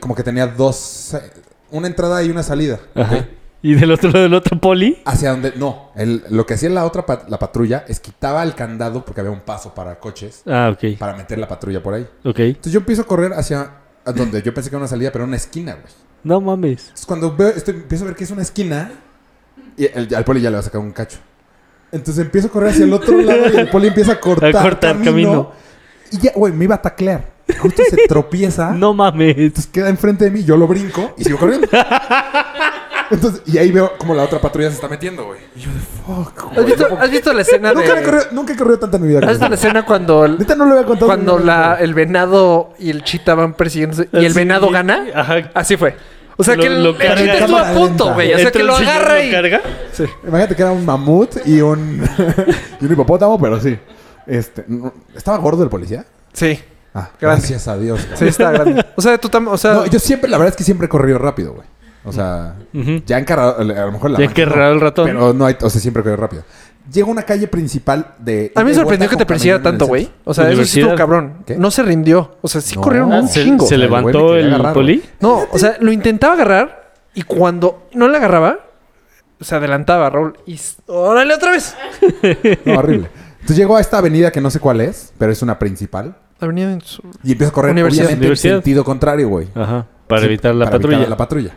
[SPEAKER 1] Como que tenía dos... eh, Una entrada y una salida.
[SPEAKER 2] Ajá.
[SPEAKER 1] ¿ok?
[SPEAKER 2] Y del otro lado del otro poli.
[SPEAKER 1] Hacia donde. No, el- lo que hacía la otra pat- la patrulla es quitaba el candado porque había un paso para coches
[SPEAKER 2] Ah, ok.
[SPEAKER 1] para meter la patrulla por ahí.
[SPEAKER 2] Ok.
[SPEAKER 1] Entonces yo empiezo a correr hacia a donde yo pensé que era una salida, pero era una esquina, güey.
[SPEAKER 2] No mames.
[SPEAKER 1] Entonces cuando veo, estoy- empiezo a ver que es una esquina y el- al poli ya le va a sacar un cacho. Entonces empiezo a correr hacia el otro lado y el poli empieza a cortar,
[SPEAKER 2] A cortar camino.
[SPEAKER 1] Y ya, güey, me iba a taclear. Justo se tropieza.
[SPEAKER 2] No mames.
[SPEAKER 1] Entonces queda enfrente de mí, yo lo brinco y sigo corriendo. Entonces, y ahí veo como la otra patrulla se está metiendo, güey. Y yo de fuck, güey.
[SPEAKER 4] ¿Has visto, has visto la escena
[SPEAKER 1] Nunca, me he
[SPEAKER 4] de.
[SPEAKER 1] corrido- nunca he corrido tanto en mi vida.
[SPEAKER 4] ¿Has visto la
[SPEAKER 1] Neta
[SPEAKER 4] escena cuando, el-
[SPEAKER 1] no lo había contado.
[SPEAKER 4] cuando la, el venado y el chita van persiguiéndose y el
[SPEAKER 2] Así,
[SPEAKER 4] venado gana?
[SPEAKER 2] ajá.
[SPEAKER 4] Así fue. O sea
[SPEAKER 2] Lo-
[SPEAKER 4] que el,
[SPEAKER 2] lo
[SPEAKER 4] el
[SPEAKER 2] carga.
[SPEAKER 4] chita estuvo a
[SPEAKER 1] Cámara
[SPEAKER 4] punto,
[SPEAKER 1] lenta.
[SPEAKER 4] güey. O sea
[SPEAKER 2] Entra
[SPEAKER 4] que
[SPEAKER 2] el
[SPEAKER 4] lo
[SPEAKER 2] señor,
[SPEAKER 4] agarra
[SPEAKER 2] lo
[SPEAKER 4] y.
[SPEAKER 2] carga.
[SPEAKER 1] Imagínate que era un mamut y un, y un hipopótamo, pero sí. Este, no- ¿Estaba gordo el policía?
[SPEAKER 4] Sí,
[SPEAKER 1] Ah,
[SPEAKER 4] Grande.
[SPEAKER 1] gracias a Dios. güey.
[SPEAKER 4] sí, está grande. O sea, tú también. O sea,
[SPEAKER 1] No, yo siempre, la verdad es que siempre he corrido rápido, güey. O sea,
[SPEAKER 2] Ujú.
[SPEAKER 1] ya encarrado, a lo mejor la
[SPEAKER 2] Ya
[SPEAKER 1] mancha, ¿no?
[SPEAKER 2] encarrado el ratón.
[SPEAKER 1] Pero no hay, o sea, siempre he corrido rápido. Llego a una calle principal de.
[SPEAKER 4] a mí me
[SPEAKER 1] de vuelta
[SPEAKER 4] sorprendió que
[SPEAKER 1] con
[SPEAKER 4] te persiguiera
[SPEAKER 1] camino en el
[SPEAKER 4] tanto, güey.
[SPEAKER 1] centro.
[SPEAKER 4] O sea, eso sí estuvo
[SPEAKER 2] Universidad.
[SPEAKER 4] cabrón.
[SPEAKER 1] ¿Qué?
[SPEAKER 4] No se rindió. O sea, sí
[SPEAKER 1] No,
[SPEAKER 4] corrieron un
[SPEAKER 2] Ah, se,
[SPEAKER 4] Ah, chingo.
[SPEAKER 2] se
[SPEAKER 1] O sea, el güey me
[SPEAKER 2] levantó
[SPEAKER 1] quería
[SPEAKER 2] el
[SPEAKER 1] agarrar,
[SPEAKER 2] poli.
[SPEAKER 1] güey.
[SPEAKER 4] No, o sea, lo intentaba agarrar y cuando no le agarraba, se adelantaba Raúl y s- órale otra vez.
[SPEAKER 1] No, horrible. Entonces llego a esta avenida que no sé cuál es, pero es una principal.
[SPEAKER 4] Avenida en su-
[SPEAKER 1] Y empiezo a correr
[SPEAKER 4] Universidad.
[SPEAKER 1] obviamente en
[SPEAKER 2] Universidad.
[SPEAKER 1] sentido contrario, güey.
[SPEAKER 2] Ajá. Para
[SPEAKER 1] Sí,
[SPEAKER 2] evitar la
[SPEAKER 1] para evitar
[SPEAKER 2] patrulla.
[SPEAKER 1] la patrulla.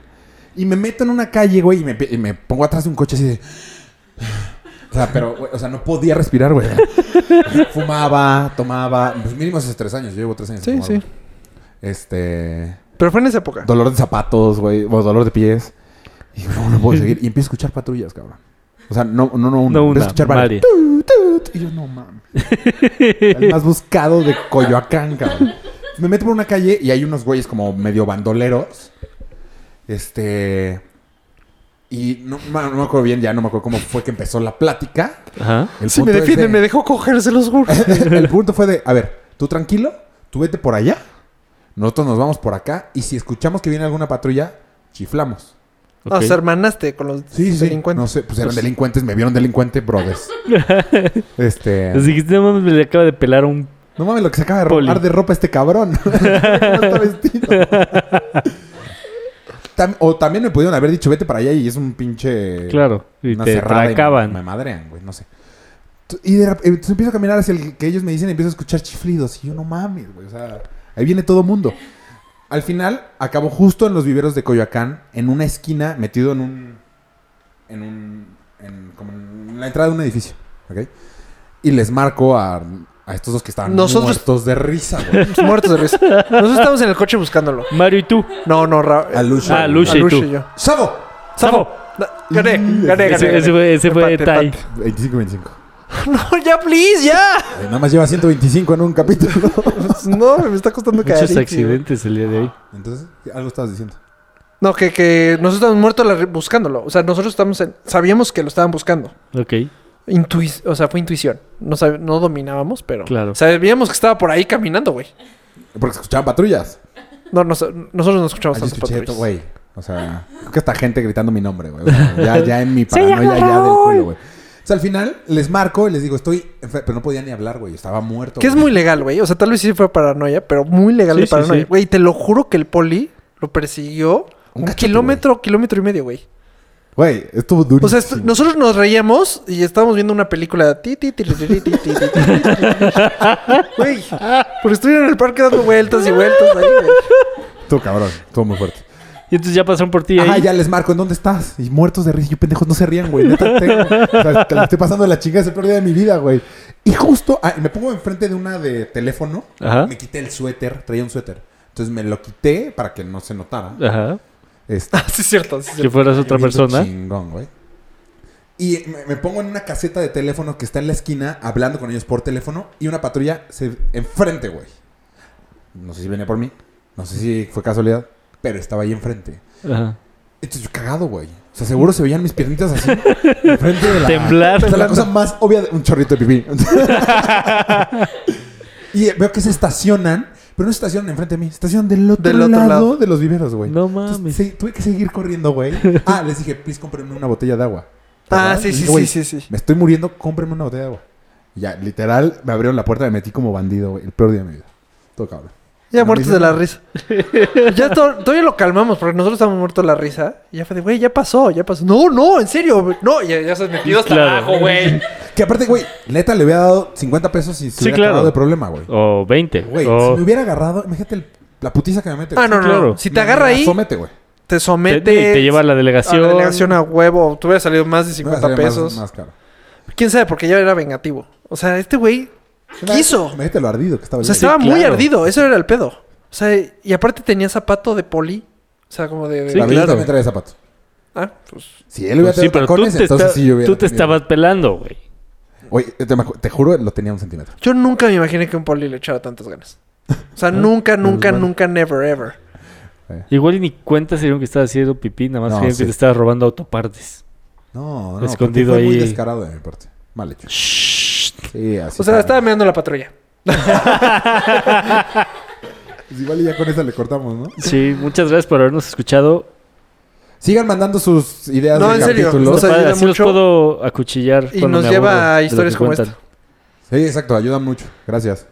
[SPEAKER 1] Y me meto en una calle, güey, y me, y me pongo atrás de un coche así de... O sea, pero, güey, o sea, no podía respirar, güey. Fumaba, tomaba... Pues mínimo hace tres años, yo llevo tres años.
[SPEAKER 4] Sí,
[SPEAKER 1] sin fumar,
[SPEAKER 4] sí.
[SPEAKER 1] güey. Este...
[SPEAKER 4] Pero fue en esa época.
[SPEAKER 1] Dolor de zapatos, güey. O dolor de pies. Y digo, no, no puedo seguir. Y empiezo a escuchar patrullas, cabrón. O sea, no, no, no, una. empiezo
[SPEAKER 2] No una,
[SPEAKER 1] a escuchar varias.
[SPEAKER 2] varias.
[SPEAKER 1] Tut, tut. Y yo, no mames. El más buscado de Coyoacán, cabrón. Me meto por una calle y hay unos güeyes como medio bandoleros. Este. Y no, ma- no me acuerdo bien, ya no me acuerdo cómo fue que empezó la plática.
[SPEAKER 2] Ajá.
[SPEAKER 1] El
[SPEAKER 4] Si me
[SPEAKER 1] punto es
[SPEAKER 4] defienden,
[SPEAKER 1] de-
[SPEAKER 4] me dejó coger, se los juro.
[SPEAKER 1] el punto fue de, a ver, tú tranquilo, tú vete por allá, nosotros nos vamos por acá y si escuchamos que viene alguna patrulla, chiflamos.
[SPEAKER 4] Ah,
[SPEAKER 2] Ok.
[SPEAKER 4] se hermanaste con los
[SPEAKER 1] No
[SPEAKER 4] delincuentes.
[SPEAKER 1] sé, pues eran delincuentes, me vieron delincuente, brothers. este,
[SPEAKER 2] Les dijiste, no mames, me le acaba de pelar a un...
[SPEAKER 1] no mames lo que se acaba de
[SPEAKER 2] Poli.
[SPEAKER 1] robar de ropa este cabrón. ¿Cómo está vestido? Tam- o también me pudieron haber dicho, vete para allá y es un pinche...
[SPEAKER 2] Claro. Y
[SPEAKER 1] una
[SPEAKER 2] te
[SPEAKER 1] cerrada y me-
[SPEAKER 2] acaban.
[SPEAKER 1] Me, madrean, güey, no sé. Tu- Y de rep- entonces empiezo a caminar hacia el que ellos me dicen y empiezo a escuchar chiflidos. Y yo, no mames, güey. O sea, ahí viene todo mundo. Al final, acabo justo en los viveros de Coyoacán, en una esquina, metido en un. En un. En, como en la entrada de un edificio. ¿Ok? Y les marco a, a estos dos que estaban
[SPEAKER 4] Nosotros-
[SPEAKER 1] muertos de risa, güey.
[SPEAKER 4] Muertos de risa. Nosotros estábamos en el coche buscándolo.
[SPEAKER 2] Mario, ¿y tú?
[SPEAKER 4] No, no, Ra
[SPEAKER 1] A Lucio.
[SPEAKER 2] Ah, Lucio.
[SPEAKER 4] a
[SPEAKER 2] y
[SPEAKER 4] Lucio
[SPEAKER 2] tú.
[SPEAKER 4] y yo.
[SPEAKER 1] ¡Sabo!
[SPEAKER 2] ¡Sabo!
[SPEAKER 4] No, Gané, gané, gané.
[SPEAKER 2] Ese,
[SPEAKER 4] gané.
[SPEAKER 2] ese fue, ese fue
[SPEAKER 4] Empate,
[SPEAKER 2] Tai.
[SPEAKER 4] empate.
[SPEAKER 1] 25-25.
[SPEAKER 4] No, ya, please, ya.
[SPEAKER 1] Eh, Nada más lleva 125 en un capítulo.
[SPEAKER 4] No, me está costando caer.
[SPEAKER 2] Muchos accidentes el día de hoy.
[SPEAKER 1] Entonces, algo estabas diciendo.
[SPEAKER 4] No, que, que nosotros estábamos muertos la- buscándolo. O sea, nosotros estamos en- sabíamos que lo estaban buscando.
[SPEAKER 2] Ok.
[SPEAKER 4] Intui- o sea, fue intuición. No, sab- no dominábamos, pero
[SPEAKER 2] Claro.
[SPEAKER 4] sabíamos que estaba por ahí caminando, güey.
[SPEAKER 1] Porque se escuchaban patrullas.
[SPEAKER 4] No, nos- nosotros no escuchamos
[SPEAKER 1] Ay, yo
[SPEAKER 4] tantos
[SPEAKER 1] escuché
[SPEAKER 4] patrullas.
[SPEAKER 1] esto, güey. O sea, creo que hasta gente gritando mi nombre, güey. O sea, ya, ya en mi paranoia ya del culo, güey. O sea, al final les marco y les digo, estoy enfer- pero no podía ni hablar, güey. Estaba muerto.
[SPEAKER 4] Que es
[SPEAKER 1] güey.
[SPEAKER 4] muy legal, güey. O sea, tal vez sí fue paranoia, pero muy legal
[SPEAKER 2] Sí,
[SPEAKER 4] de
[SPEAKER 2] sí,
[SPEAKER 4] paranoia.
[SPEAKER 2] sí.
[SPEAKER 4] Güey, te lo juro que el poli lo persiguió
[SPEAKER 1] Un
[SPEAKER 4] un,
[SPEAKER 1] cachote,
[SPEAKER 4] kilómetro, kilómetro y medio, güey.
[SPEAKER 1] Güey, estuvo durísimo.
[SPEAKER 4] O sea, esto- nosotros nos reíamos y estábamos viendo una película. ti, ti, ti, ti, ti, ti, ti, ti, ti, ti. Güey, porque estuvieron en el parque dando vueltas y vueltas ahí, güey.
[SPEAKER 1] Estuvo cabrón. Estuvo muy fuerte.
[SPEAKER 2] Y entonces ya pasaron por ti ahí.
[SPEAKER 1] Ajá, ya les marco. ¿En dónde estás? Y muertos de risa. Yo, pendejos, no se rían, güey. Neta, tengo- O sea, te lo estoy pasando de la chingada. Es el peor día de mi vida, güey. Y justo... ah, y me pongo enfrente de una de teléfono.
[SPEAKER 2] Ajá.
[SPEAKER 1] Me quité el suéter. Traía un suéter. Entonces me lo quité para que no se notara.
[SPEAKER 2] Ajá.
[SPEAKER 1] Este...
[SPEAKER 4] Ah, sí, es cierto. sí es
[SPEAKER 2] Que
[SPEAKER 4] cierto.
[SPEAKER 2] fueras otra
[SPEAKER 1] Bien
[SPEAKER 2] persona.
[SPEAKER 1] chingón, güey. Y me, me pongo en una caseta de teléfono que está en la esquina hablando con ellos por teléfono y una patrulla se enfrente, güey. No sé si venía por mí, no sé si fue casualidad, pero estaba ahí enfrente.
[SPEAKER 2] Ajá.
[SPEAKER 1] Entonces yo cagado, güey. O sea, seguro se veían mis piernitas así. enfrente de la...
[SPEAKER 2] Temblar.
[SPEAKER 1] O sea, la cosa más obvia de un chorrito de pipí. y veo que se estacionan, pero no se estacionan enfrente de mí, se estacionan del otro,
[SPEAKER 4] Del otro
[SPEAKER 1] lado,
[SPEAKER 4] lado.
[SPEAKER 1] de los viveros, güey.
[SPEAKER 2] No
[SPEAKER 1] Entonces,
[SPEAKER 2] mames.
[SPEAKER 1] sí, tuve que seguir corriendo, güey. Ah, les dije, please cómprenme una botella de agua. ¿Te
[SPEAKER 4] Ah,
[SPEAKER 1] acuerdas?
[SPEAKER 4] sí,
[SPEAKER 1] Les
[SPEAKER 4] sí,
[SPEAKER 1] dije, "Güey,
[SPEAKER 4] sí, sí, sí.
[SPEAKER 1] Me estoy muriendo, cómprenme una botella de agua. Y ya, literal, me abrieron la puerta, me metí como bandido, güey. El peor día de mi vida. Todo cabrón.
[SPEAKER 4] Ya
[SPEAKER 1] No,
[SPEAKER 4] muertos
[SPEAKER 1] yo
[SPEAKER 4] de la
[SPEAKER 1] no.
[SPEAKER 4] risa. Ya to- todavía lo calmamos porque nosotros estábamos muertos de la risa. Y ya fue de, güey, ya pasó, ya pasó. No, no, en serio. güey. No, ya, ya se has metido hasta
[SPEAKER 2] Claro.
[SPEAKER 4] abajo, güey.
[SPEAKER 1] Que aparte, güey, neta le hubiera dado 50 pesos y se
[SPEAKER 2] Sí,
[SPEAKER 1] hubiera
[SPEAKER 2] claro. Oh.
[SPEAKER 1] acabado de problema, güey.
[SPEAKER 2] O 20.
[SPEAKER 1] Güey,
[SPEAKER 2] o
[SPEAKER 1] si me hubiera agarrado, imagínate el- la putiza que me mete.
[SPEAKER 4] Ah, no, no, no.
[SPEAKER 2] claro.
[SPEAKER 4] Si te agarra ahí,
[SPEAKER 1] Somete, güey.
[SPEAKER 4] te
[SPEAKER 2] te,
[SPEAKER 4] somete.
[SPEAKER 2] te lleva a la
[SPEAKER 4] a
[SPEAKER 2] delegación.
[SPEAKER 4] la delegación a huevo. Te hubiera salido más de
[SPEAKER 1] Me va a
[SPEAKER 4] 50
[SPEAKER 1] salir más-
[SPEAKER 4] pesos.
[SPEAKER 1] Más, caro.
[SPEAKER 4] ¿Quién sabe? Porque ya era vengativo. O sea, este güey quiso.
[SPEAKER 1] Imagínate lo ardido que estaba.
[SPEAKER 4] O
[SPEAKER 1] yo.
[SPEAKER 4] sea, estaba
[SPEAKER 2] Sí,
[SPEAKER 4] muy
[SPEAKER 2] claro.
[SPEAKER 4] ardido. Eso era el pedo. O sea, y aparte tenía zapato de poli. O sea, como de... de-
[SPEAKER 2] Sí,
[SPEAKER 1] la vida
[SPEAKER 2] claro.
[SPEAKER 1] también trae zapatos.
[SPEAKER 4] Ah, pues...
[SPEAKER 1] Si él hubiera
[SPEAKER 2] Pues sí,
[SPEAKER 1] tenido
[SPEAKER 2] pero tú
[SPEAKER 1] tacones,
[SPEAKER 2] te,
[SPEAKER 1] entonces
[SPEAKER 2] esta-
[SPEAKER 1] sí yo hubiera
[SPEAKER 2] tú te
[SPEAKER 1] tenido.
[SPEAKER 2] estabas pelando, güey.
[SPEAKER 1] Oye, te, me acu- te juro, lo tenía un centímetro.
[SPEAKER 4] Yo nunca me imaginé que un poli le echara tantas ganas. O
[SPEAKER 2] Ah,
[SPEAKER 4] sea, nunca,
[SPEAKER 2] pues
[SPEAKER 4] nunca,
[SPEAKER 1] bueno.
[SPEAKER 4] nunca, never, ever.
[SPEAKER 2] Igual y ni cuenta se dieron que estabas haciendo pipí, nada más
[SPEAKER 1] No,
[SPEAKER 2] creen que
[SPEAKER 1] sí.
[SPEAKER 2] te estabas robando autopartes.
[SPEAKER 1] No, no.
[SPEAKER 2] Escondido
[SPEAKER 1] porque fue muy
[SPEAKER 2] ahí.
[SPEAKER 1] descarado de mi parte. Mal hecho. Sí, así.
[SPEAKER 4] O sea,
[SPEAKER 1] está.
[SPEAKER 4] estaba meando la patrulla.
[SPEAKER 1] Pues igual y ya con esa le cortamos, ¿no?
[SPEAKER 2] Sí, muchas gracias por habernos escuchado.
[SPEAKER 1] Sigan mandando sus ideas
[SPEAKER 4] No,
[SPEAKER 1] de
[SPEAKER 4] en serio.
[SPEAKER 1] capítulos.
[SPEAKER 4] O sea,
[SPEAKER 2] Padre,
[SPEAKER 4] ayuda
[SPEAKER 2] así los
[SPEAKER 4] mucho.
[SPEAKER 2] puedo acuchillar.
[SPEAKER 4] Y
[SPEAKER 2] cuando
[SPEAKER 4] nos
[SPEAKER 2] me
[SPEAKER 4] lleva a
[SPEAKER 2] aburro de lo que
[SPEAKER 4] historias como
[SPEAKER 2] cuentan.
[SPEAKER 4] esta.
[SPEAKER 1] Sí, exacto. Ayudan mucho. Gracias.